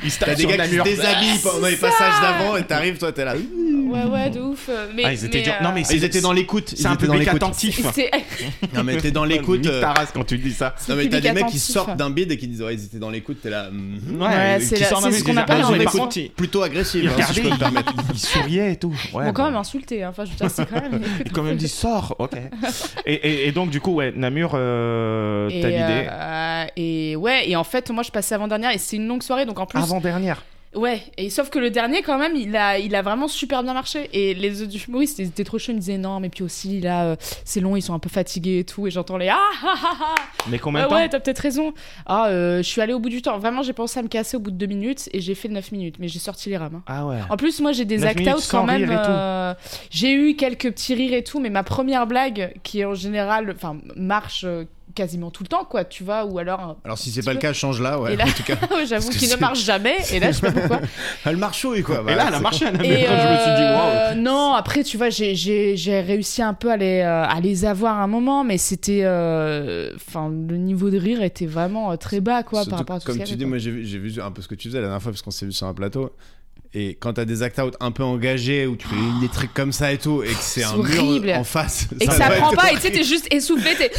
Speaker 2: Ils se
Speaker 3: T'as
Speaker 2: tapent
Speaker 3: des
Speaker 2: sur
Speaker 3: gars qui se
Speaker 2: Namur.
Speaker 3: déshabillent pendant les passages d'avant et t'arrives, toi,
Speaker 1: Ah
Speaker 3: t'es là.
Speaker 1: Ouais, ouais, de ouf. euh, Mais,
Speaker 2: Ah, ils étaient
Speaker 1: mais,
Speaker 2: durs.
Speaker 1: euh,
Speaker 2: Non, mais
Speaker 3: Ils étaient dans l'écoute.
Speaker 2: C'est un
Speaker 3: peu dans
Speaker 2: public
Speaker 3: l'écoute.
Speaker 2: attentif.
Speaker 1: c'est- eh,
Speaker 3: Non, mais t'es dans l'écoute.
Speaker 2: Nique
Speaker 3: euh,
Speaker 2: ta race quand tu dis ça.
Speaker 3: Non, mais t'as des
Speaker 1: public
Speaker 3: mecs qui
Speaker 1: attentif.
Speaker 3: sortent d'un bide et qui disent, ouais, ils étaient dans l'écoute. T'es là. mhm.
Speaker 2: euh,
Speaker 1: Ouais, c'est la- c'est ce qu'on appelle
Speaker 2: Ah,
Speaker 3: un
Speaker 2: Par
Speaker 3: réflexe.
Speaker 2: contre, ils
Speaker 3: Plutôt agressif,
Speaker 2: ils
Speaker 3: hein, si
Speaker 2: regardaient,
Speaker 3: je peux me permettre.
Speaker 2: ils- ils souriaient et tout. Ouais,
Speaker 1: Ils m'ont quand
Speaker 2: bah,
Speaker 1: même insulté. hein. Enfin, je veux dire, c'est quand même.
Speaker 2: Ils quand même dit sors, ok. et, et- et donc du coup, ouais, Namur, euh,
Speaker 1: Et,
Speaker 2: t'as l'idée.
Speaker 1: euh, et ouais, et en fait, moi, je passais avant-dernière et c'est une longue soirée, donc en plus.
Speaker 2: Avant dernière.
Speaker 1: Ouais, et sauf que le dernier, quand même, il a, il a vraiment super bien marché. Et les autres humoristes, ils étaient trop chauds, ils me disaient non, mais puis aussi, là, euh, c'est long, ils sont un peu fatigués et tout. Et j'entends les ah ah ah ah
Speaker 2: Mais combien
Speaker 1: Ouais,
Speaker 2: de temps
Speaker 1: ouais, t'as peut-être raison. Ah, euh, je suis allée au bout du temps. Vraiment, j'ai pensé à me casser au bout de deux minutes et j'ai fait 9 minutes, mais j'ai sorti les rames. hein.
Speaker 2: Ah ouais.
Speaker 1: En plus, moi, j'ai des
Speaker 2: Neuf minutes
Speaker 1: act-out
Speaker 2: sans
Speaker 1: quand même.
Speaker 2: rire et tout.
Speaker 1: euh, j'ai eu quelques petits rires et tout, mais ma première blague, qui en général, enfin, marche euh, quasiment tout le temps, quoi, tu vois, ou alors,
Speaker 3: Alors, si c'est pas le cas, change là, ouais.
Speaker 1: Et là-
Speaker 3: En tout cas,
Speaker 1: euh, j'avoue
Speaker 3: que
Speaker 1: qu'il ne
Speaker 3: c'est-
Speaker 1: marche jamais, et là, je sais pas pourquoi.
Speaker 3: elle marche et quoi.
Speaker 2: et
Speaker 3: bah,
Speaker 2: là, elle a
Speaker 3: c'est-
Speaker 2: marché à Namur.
Speaker 1: Et
Speaker 2: je me suis dit waouh.
Speaker 1: euh, non, après, tu vois, j'ai- j'ai j'ai réussi un peu à les, euh, à les avoir à un moment, mais c'était. euh, Enfin, le niveau de rire était vraiment euh, très bas, quoi,
Speaker 3: Surtout
Speaker 1: par rapport à
Speaker 3: que,
Speaker 1: ce
Speaker 3: Comme
Speaker 1: qu'il y
Speaker 3: tu
Speaker 1: avait,
Speaker 3: dis,
Speaker 1: quoi.
Speaker 3: moi j'ai vu, j'ai vu un peu ce que tu faisais la dernière fois parce qu'on s'est vu sur un plateau. Et quand t'as des act-out un peu engagés où tu fais des trucs comme ça et tout, et que c'est un
Speaker 1: horrible.
Speaker 3: mur en face.
Speaker 1: Et que ça
Speaker 3: doit
Speaker 1: prend
Speaker 3: être
Speaker 1: pas, et tu sais,
Speaker 3: horrible.
Speaker 1: t'es juste essoufflé, t'es.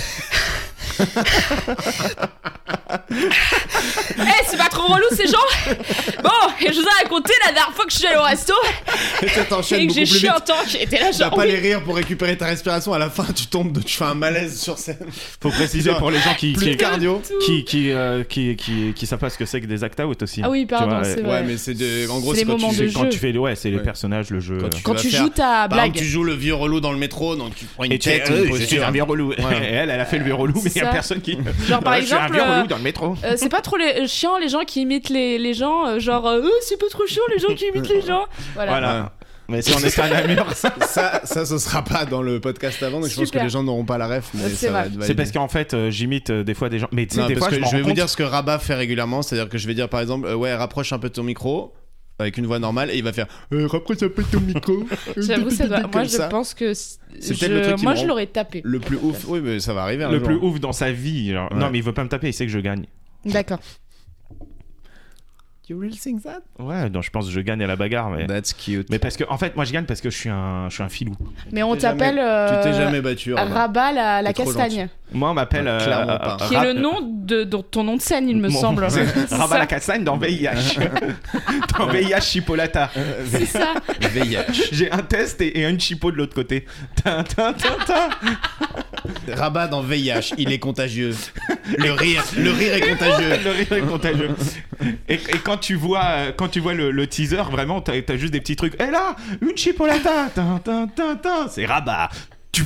Speaker 1: Eh, c'est pas trop relou ces gens Bon, et je vous ai raconté la dernière fois que je suis allée au resto
Speaker 3: Et
Speaker 1: et
Speaker 3: t'enchaînes
Speaker 1: que
Speaker 3: beaucoup
Speaker 1: j'ai
Speaker 3: plus
Speaker 1: chié en
Speaker 3: vite.
Speaker 1: tant que j'étais là
Speaker 3: T'as
Speaker 1: genre.
Speaker 3: pas
Speaker 1: oui.
Speaker 3: les rires pour récupérer ta respiration. À la fin, tu tombes, de- tu fais un malaise sur scène.
Speaker 2: Faut préciser
Speaker 3: Putain,
Speaker 2: pour les gens qui
Speaker 3: Plus de
Speaker 2: qui
Speaker 3: cardio.
Speaker 2: qui qui, euh, qui, qui- qui savent pas ce que c'est que des act-out aussi.
Speaker 1: Ah oui,
Speaker 2: Tu
Speaker 1: pardon,
Speaker 2: vois,
Speaker 1: c'est
Speaker 2: et-
Speaker 1: vrai.
Speaker 3: Ouais, mais c'est de- en gros
Speaker 1: C'est
Speaker 3: c'est
Speaker 1: les
Speaker 3: quand tu
Speaker 1: moments
Speaker 3: fais-
Speaker 1: de
Speaker 2: Quand
Speaker 1: jeu.
Speaker 2: tu fais, ouais, c'est les
Speaker 3: Ouais.
Speaker 2: personnages, le jeu.
Speaker 3: Quand tu-
Speaker 1: Quand
Speaker 3: vas
Speaker 1: tu
Speaker 3: faire-
Speaker 1: joues ta
Speaker 3: Par exemple,
Speaker 1: blague.
Speaker 3: tu joues le vieux relou dans le métro, donc tu prends une
Speaker 2: Et tu es,
Speaker 3: tête, une
Speaker 2: euh, je suis
Speaker 3: posture.
Speaker 2: un vieux relou.
Speaker 3: Ouais.
Speaker 2: Et elle, elle a fait le vieux relou, mais
Speaker 1: C'est
Speaker 2: il y a
Speaker 1: ça.
Speaker 2: personne qui.
Speaker 1: Genre par
Speaker 2: Ouais, je suis un
Speaker 1: exemple.
Speaker 2: vieux
Speaker 1: euh,
Speaker 2: relou dans le métro.
Speaker 1: euh, c'est pas trop les, euh, chiant les gens qui imitent les, les gens, euh, genre euh, Oh, c'est pas trop chiant les gens qui imitent les gens. Voilà.
Speaker 3: Ouais.
Speaker 2: Voilà. Mais si on était à Namur,
Speaker 3: Ça, ça, ce sera pas dans le podcast avant, donc je pense que
Speaker 1: Super.
Speaker 3: les gens n'auront pas la ref. mais
Speaker 1: C'est
Speaker 3: ça va
Speaker 1: vrai.
Speaker 3: être validé.
Speaker 2: c'est parce qu'en fait, euh, j'imite euh, des fois des gens. Mais tu sais,
Speaker 3: Non,
Speaker 2: des
Speaker 3: parce
Speaker 2: fois, je
Speaker 3: que
Speaker 2: m'en
Speaker 3: je, vais
Speaker 2: rends
Speaker 3: vous
Speaker 2: compte.
Speaker 3: dire ce que Rabat fait régulièrement, c'est-à-dire que je vais dire par exemple, euh, ouais, rapproche un peu ton micro avec une voix normale et il va faire, euh, rapproche un peu ton micro.
Speaker 1: J'avoue, ça doit- Moi,
Speaker 3: Comme
Speaker 1: je
Speaker 3: ça.
Speaker 1: pense que. c-
Speaker 3: C'est
Speaker 1: je-
Speaker 3: peut-être le truc qui
Speaker 1: Moi,
Speaker 3: me
Speaker 1: je
Speaker 3: rend-
Speaker 1: l'aurais tapé.
Speaker 3: Le plus ouf, oui, mais ça va arriver. un
Speaker 2: le
Speaker 3: jour.
Speaker 2: plus ouf dans sa vie. genre,
Speaker 3: Ouais.
Speaker 2: Non, mais il veut pas me taper, il sait que je gagne.
Speaker 1: D'accord.
Speaker 3: You really think that?
Speaker 2: Ouais, non, je pense que je gagne à la bagarre, mais.
Speaker 3: That's cute.
Speaker 2: Mais parce que, en fait, moi je gagne parce que je suis un, je suis un filou.
Speaker 1: Mais on
Speaker 3: t'es jamais-
Speaker 1: t'appelle.
Speaker 3: tu t'es
Speaker 1: euh,
Speaker 3: jamais battu. Rabat.
Speaker 1: Rabat la, la
Speaker 3: T'es trop
Speaker 1: castagne.
Speaker 2: Moi on m'appelle. euh,
Speaker 3: Ouais, clairement pas.
Speaker 1: Qui est
Speaker 2: Rab-
Speaker 1: le nom de, de ton nom de scène, il me
Speaker 2: Mon-
Speaker 1: semble.
Speaker 2: c'est
Speaker 1: C'est
Speaker 2: Rabat la
Speaker 1: ça.
Speaker 2: Castagne dans VIH. dans VIH Chipolata.
Speaker 1: C'est ça.
Speaker 3: VIH.
Speaker 2: J'ai un test et, et une chipo de l'autre côté. Tin, tin, tin, tin.
Speaker 3: Rabat dans VIH, il est contagieux. Le rire, le rire est contagieux.
Speaker 2: le rire est contagieux. Et, et quand tu vois, euh, quand tu vois le, le teaser, vraiment, t'as as juste des petits trucs. Et là, une chipolata. Tin, tin, tin, tin. C'est Rabat. Tu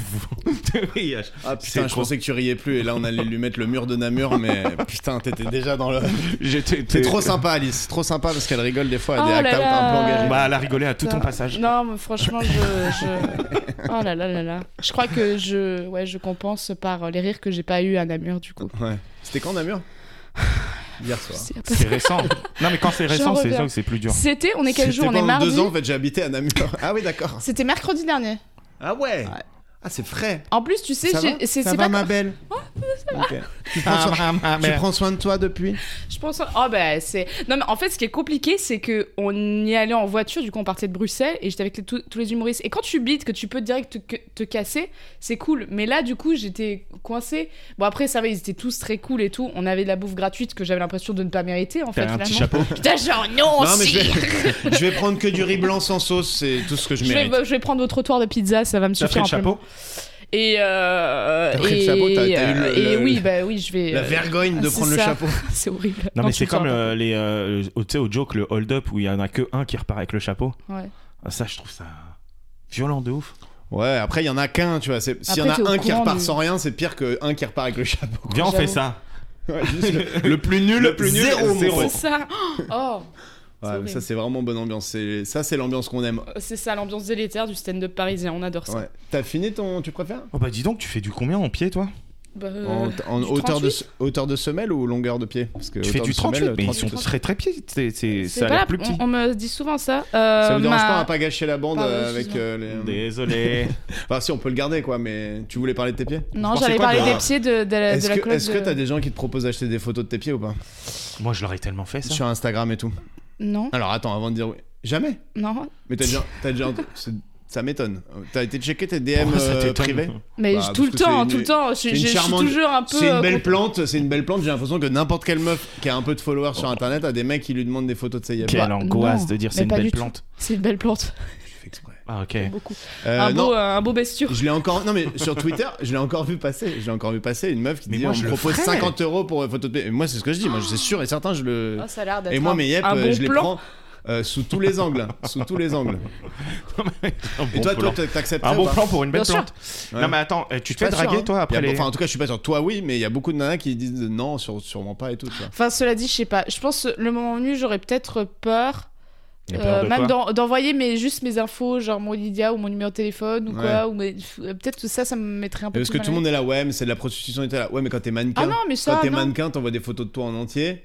Speaker 2: de VIH.
Speaker 3: Ah
Speaker 2: C'est
Speaker 3: putain, je
Speaker 2: trop-
Speaker 3: pensais que tu riais plus et là on allait lui mettre le mur de Namur, mais putain, t'étais déjà dans le.
Speaker 2: J'étais
Speaker 3: C'est trop sympa, Alice. Trop sympa parce qu'elle rigole des fois à des
Speaker 1: Oh là
Speaker 3: act-out un peu
Speaker 1: là.
Speaker 3: engagés.
Speaker 2: Bah, elle a rigolé à tout ton
Speaker 1: Putain.
Speaker 2: passage.
Speaker 1: Non, mais franchement, je, je- Oh là là là là. Je crois que je, ouais, je compense par euh, les rires que j'ai pas eu à Namur, du coup.
Speaker 3: Ouais. C'était quand Namur hier soir.
Speaker 1: C'est-
Speaker 2: C'est récent. non, mais quand c'est récent, c'est
Speaker 1: reviens.
Speaker 2: sûr que c'est plus dur.
Speaker 1: C'était, on est quel jour On
Speaker 3: C'était
Speaker 1: est
Speaker 3: pendant
Speaker 1: mardi.
Speaker 3: deux ans, en fait, j'ai habité à Namur. Ah oui, d'accord.
Speaker 1: C'était mercredi dernier.
Speaker 3: Ah ouais. Ah, c'est frais.
Speaker 1: En plus, tu sais,
Speaker 3: Ça
Speaker 1: j'ai-
Speaker 3: va
Speaker 1: c'est
Speaker 3: Ça
Speaker 1: c'est pas.
Speaker 3: va,
Speaker 1: Hein
Speaker 3: ma belle Ah, Ok. Tu prends soin- Tu prends soin de toi depuis
Speaker 1: Je pense. Oh bah c'est. Non mais en fait, ce qui est compliqué, c'est que on y allait en voiture. Du coup, on partait de Bruxelles et j'étais avec les- tous- tous les humoristes. Et quand tu bites, que tu peux direct te, que- te casser, c'est cool. Mais là, du coup, j'étais coincée. Bon après, ça va, ils étaient tous très cool et tout. On avait de la bouffe gratuite que j'avais l'impression de ne pas mériter en fait.
Speaker 2: T'as un petit
Speaker 1: finalement.
Speaker 2: chapeau.
Speaker 1: Putain, genre non,
Speaker 3: Non, mais
Speaker 1: Oh, si.
Speaker 3: je vais... je vais prendre que du riz blanc sans sauce, c'est tout ce que je
Speaker 1: Je vais,
Speaker 3: mérite.
Speaker 1: je vais prendre votre trottoir de pizza, ça va me
Speaker 2: T'as pris
Speaker 1: suffire un
Speaker 2: le
Speaker 1: peu.
Speaker 2: chapeau
Speaker 1: Et euh,
Speaker 3: T'as pris le
Speaker 1: et-
Speaker 3: chapeau, t'as- t'as eu le-
Speaker 1: euh, et
Speaker 3: le-
Speaker 1: oui,
Speaker 3: le-
Speaker 1: bah oui, je vais.
Speaker 3: La
Speaker 1: euh,
Speaker 3: vergogne de
Speaker 1: c'est
Speaker 3: prendre le
Speaker 1: ça.
Speaker 3: chapeau.
Speaker 1: C'est horrible. Quand
Speaker 2: Non, mais
Speaker 1: tu
Speaker 2: c'est
Speaker 1: le sors,
Speaker 2: comme euh, les. euh, au- tu sais, au joke, le hold-up où il y en a que un qui repart avec le chapeau.
Speaker 1: Ouais.
Speaker 2: Ah, Ça, je trouve ça violent de ouf.
Speaker 3: Ouais, après, il y en a qu'un, tu vois. c'est- S'il y en
Speaker 1: Après, t'es
Speaker 3: a
Speaker 1: au
Speaker 3: un qui
Speaker 1: courant
Speaker 3: repart
Speaker 1: du-
Speaker 3: sans rien, c'est pire qu'un qui repart avec le chapeau.
Speaker 2: Viens, on fait
Speaker 1: J'avoue.
Speaker 2: ça.
Speaker 3: Ouais, juste le... le plus nul,
Speaker 2: Le plus nul,
Speaker 3: zéro, mon
Speaker 2: zéro.
Speaker 3: pote.
Speaker 1: C'est ça. Oh. C'est
Speaker 3: Ouais, mais ça
Speaker 1: horrible.
Speaker 3: c'est vraiment bonne ambiance. C'est- Ça c'est l'ambiance qu'on aime.
Speaker 1: C'est ça l'ambiance délétère du stand-up parisien, on adore ça.
Speaker 3: Ouais. T'as fini ton, tu préfères
Speaker 2: Oh, bah dis donc, tu fais du combien en pied, toi
Speaker 1: Bah, euh,
Speaker 3: En, en
Speaker 1: du
Speaker 3: hauteur de
Speaker 1: 38?
Speaker 3: hauteur de semelle ou longueur de pied Parce que
Speaker 2: Tu fais
Speaker 3: hauteur
Speaker 2: du
Speaker 3: de semelle,
Speaker 2: 38, mais ils
Speaker 3: 38,
Speaker 2: sont très très pieds. C'est- c'est-
Speaker 1: c'est
Speaker 2: Ça a l'air
Speaker 1: valable,
Speaker 2: plus petit.
Speaker 1: On, on me dit souvent ça. Euh,
Speaker 3: Ça vous dérange
Speaker 1: ma-
Speaker 3: pas à pas gâcher la bande
Speaker 1: Pardon,
Speaker 3: euh, avec euh, les.
Speaker 2: Désolé.
Speaker 3: Enfin si on peut le garder quoi, mais tu voulais parler de tes pieds
Speaker 1: Non,
Speaker 2: Vous pensez
Speaker 1: j'allais
Speaker 2: quoi
Speaker 1: parler
Speaker 2: de-
Speaker 1: des pieds de, de la, de
Speaker 3: Est-ce
Speaker 1: la
Speaker 3: que
Speaker 1: coloc
Speaker 3: est-ce que
Speaker 1: de-
Speaker 3: t'as des gens qui te proposent d'acheter des photos de tes pieds ou pas
Speaker 2: Moi, je l'aurais tellement fait, ça.
Speaker 3: Sur Instagram et tout.
Speaker 1: Non,
Speaker 3: Alors attends, avant de dire oui, jamais.
Speaker 1: non.
Speaker 3: Mais t'as déjà, t'as déjà, c'est- ça m'étonne. T'as été checker tes DM
Speaker 2: Pourquoi ça
Speaker 3: euh,
Speaker 2: t'étonne
Speaker 3: privés
Speaker 1: Mais
Speaker 3: Bah,
Speaker 1: je-
Speaker 3: parce
Speaker 1: tout le
Speaker 3: que c'est
Speaker 1: temps, hein,
Speaker 3: une-
Speaker 1: tout le temps. Je,
Speaker 3: c'est une
Speaker 1: je- je suis
Speaker 3: charmante-
Speaker 1: toujours un peu.
Speaker 3: C'est une
Speaker 1: euh,
Speaker 3: belle
Speaker 1: contre-
Speaker 3: plante, c'est une belle plante. J'ai l'impression que n'importe quelle meuf qui a un peu de followers
Speaker 2: Oh.
Speaker 3: sur internet a des mecs qui lui demandent des photos de ses yeux.
Speaker 2: Quelle
Speaker 1: Bah,
Speaker 2: angoisse
Speaker 1: non,
Speaker 2: de dire
Speaker 1: mais
Speaker 2: c'est une
Speaker 1: pas
Speaker 2: belle
Speaker 1: du tout.
Speaker 2: plante.
Speaker 1: C'est une belle plante.
Speaker 2: Ah, ok.
Speaker 1: Beaucoup.
Speaker 3: Euh,
Speaker 1: un,
Speaker 3: non,
Speaker 1: beau, un beau bestiaire.
Speaker 3: je l'ai encore. Non mais sur Twitter, je l'ai encore vu passer. Je l'ai encore vu passer une meuf qui
Speaker 2: Mais
Speaker 3: dit
Speaker 2: moi,
Speaker 3: on
Speaker 2: je
Speaker 3: me
Speaker 2: le
Speaker 3: propose
Speaker 2: ferais.
Speaker 3: 50 euros pour une photo de. Et moi c'est ce que je dis. Moi c'est sûr et certain je le.
Speaker 1: Oh, ça a l'air d'être
Speaker 3: et moi
Speaker 1: un-
Speaker 3: mes yep,
Speaker 1: un
Speaker 3: euh,
Speaker 1: bon
Speaker 3: je les
Speaker 1: plan.
Speaker 3: prends. euh, sous tous les angles, hein. sous tous les angles.
Speaker 2: Un
Speaker 3: Et
Speaker 2: bon
Speaker 3: toi, toi,
Speaker 2: plan.
Speaker 3: t'a- t'accepterais
Speaker 2: Un
Speaker 3: ou
Speaker 2: bon
Speaker 3: pas
Speaker 2: plan pour une belle
Speaker 1: Bien sûr.
Speaker 2: plante.
Speaker 3: Ouais.
Speaker 2: Non, mais attends, euh, tu te fais
Speaker 3: Je suis pas sûr,
Speaker 2: draguer,
Speaker 3: hein.
Speaker 2: toi,
Speaker 3: Y
Speaker 2: après
Speaker 3: a-
Speaker 2: les.
Speaker 3: Enfin, en tout cas, je suis pas sûr. Toi, oui, mais il y a beaucoup de nanas qui disent euh, non, sûre- sûrement pas et tout. tu vois.
Speaker 1: Enfin, cela dit, je sais pas. Je pense euh, le moment venu, j'aurais peut-être peur.
Speaker 2: T'as
Speaker 1: euh,
Speaker 2: peur de
Speaker 1: même
Speaker 2: quoi
Speaker 1: d'en- d'envoyer mes, juste mes infos, genre mon Lydia ou mon numéro de téléphone ou
Speaker 3: Ouais.
Speaker 1: quoi. Ou mes- pff, euh, Peut-être que ça, ça me mettrait un peu
Speaker 3: Parce que
Speaker 1: plus mal à
Speaker 3: tout le monde est là, ouais, mais c'est de la prostitution et t'es là. Ouais, mais quand t'es mannequin.
Speaker 1: l'aise. Ah non, mais
Speaker 3: Quand
Speaker 1: ça.
Speaker 3: t'es
Speaker 1: non.
Speaker 3: mannequin, t'envoies des photos de toi en entier,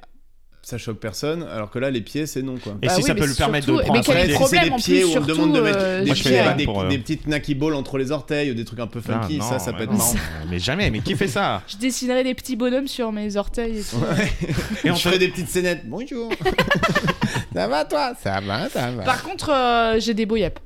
Speaker 3: ça choque personne, alors que là, les pieds, c'est non, quoi.
Speaker 2: Et
Speaker 1: Bah
Speaker 2: si
Speaker 1: oui,
Speaker 2: ça
Speaker 1: mais
Speaker 2: peut lui
Speaker 1: surtout-
Speaker 2: permettre de
Speaker 1: mais
Speaker 2: prendre
Speaker 1: quel
Speaker 2: un
Speaker 1: est le
Speaker 3: Après,
Speaker 2: pied-
Speaker 3: si
Speaker 1: problème,
Speaker 3: c'est des
Speaker 1: en
Speaker 3: pieds
Speaker 1: plus,
Speaker 3: où on te
Speaker 1: surtout,
Speaker 3: demande de mettre
Speaker 1: euh,
Speaker 3: des,
Speaker 1: Moi,
Speaker 2: je fais des
Speaker 3: pieds avec
Speaker 2: vannes
Speaker 3: des,
Speaker 2: pour, euh,
Speaker 3: des petites knacky balls entre les orteils ou des trucs un peu
Speaker 2: Ah,
Speaker 3: funky,
Speaker 2: non,
Speaker 3: ça, ça
Speaker 2: mais
Speaker 3: peut être
Speaker 2: non.
Speaker 3: marrant.
Speaker 2: Mais jamais, mais qui fait ça
Speaker 1: Je dessinerai des petits bonhommes sur mes orteils. et tout.
Speaker 2: Et
Speaker 3: Et
Speaker 2: on
Speaker 3: on
Speaker 2: te-
Speaker 3: ferait des petites scénettes. Bonjour. ça va, toi Ça va, ça va.
Speaker 1: Par contre, euh, j'ai des beaux yep.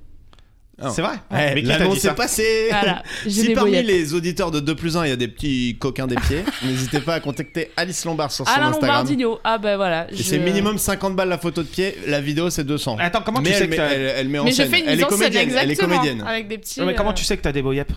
Speaker 3: Non.
Speaker 2: C'est vrai
Speaker 3: Eh,
Speaker 2: Mais qui t'a dit
Speaker 3: L'annonce
Speaker 2: ça
Speaker 3: est passée.
Speaker 1: Voilà, j'ai
Speaker 3: Si
Speaker 1: des beaux
Speaker 3: parmi
Speaker 1: yep.
Speaker 3: les auditeurs de 2 plus 1, il y a des petits coquins des pieds, n'hésitez pas à contacter Alice Lombard sur son
Speaker 1: Alain
Speaker 3: Instagram.
Speaker 1: Lombardino. Ah bah voilà.
Speaker 3: Et
Speaker 1: je-
Speaker 3: c'est minimum 50 balles la photo de pied, la vidéo c'est 200.
Speaker 2: Attends, comment Ah,
Speaker 3: mais
Speaker 2: tu
Speaker 3: elle,
Speaker 2: sais
Speaker 3: met,
Speaker 2: que t'as-
Speaker 3: elle, elle met en
Speaker 1: Mais je
Speaker 3: scène.
Speaker 1: fais une
Speaker 3: elle
Speaker 1: mise
Speaker 3: est
Speaker 1: en scène,
Speaker 3: comédienne. Elle est
Speaker 1: exactement,
Speaker 3: comédienne.
Speaker 1: Avec des petits.
Speaker 2: Non, mais comment
Speaker 1: euh,
Speaker 2: tu sais que t'as des beaux yep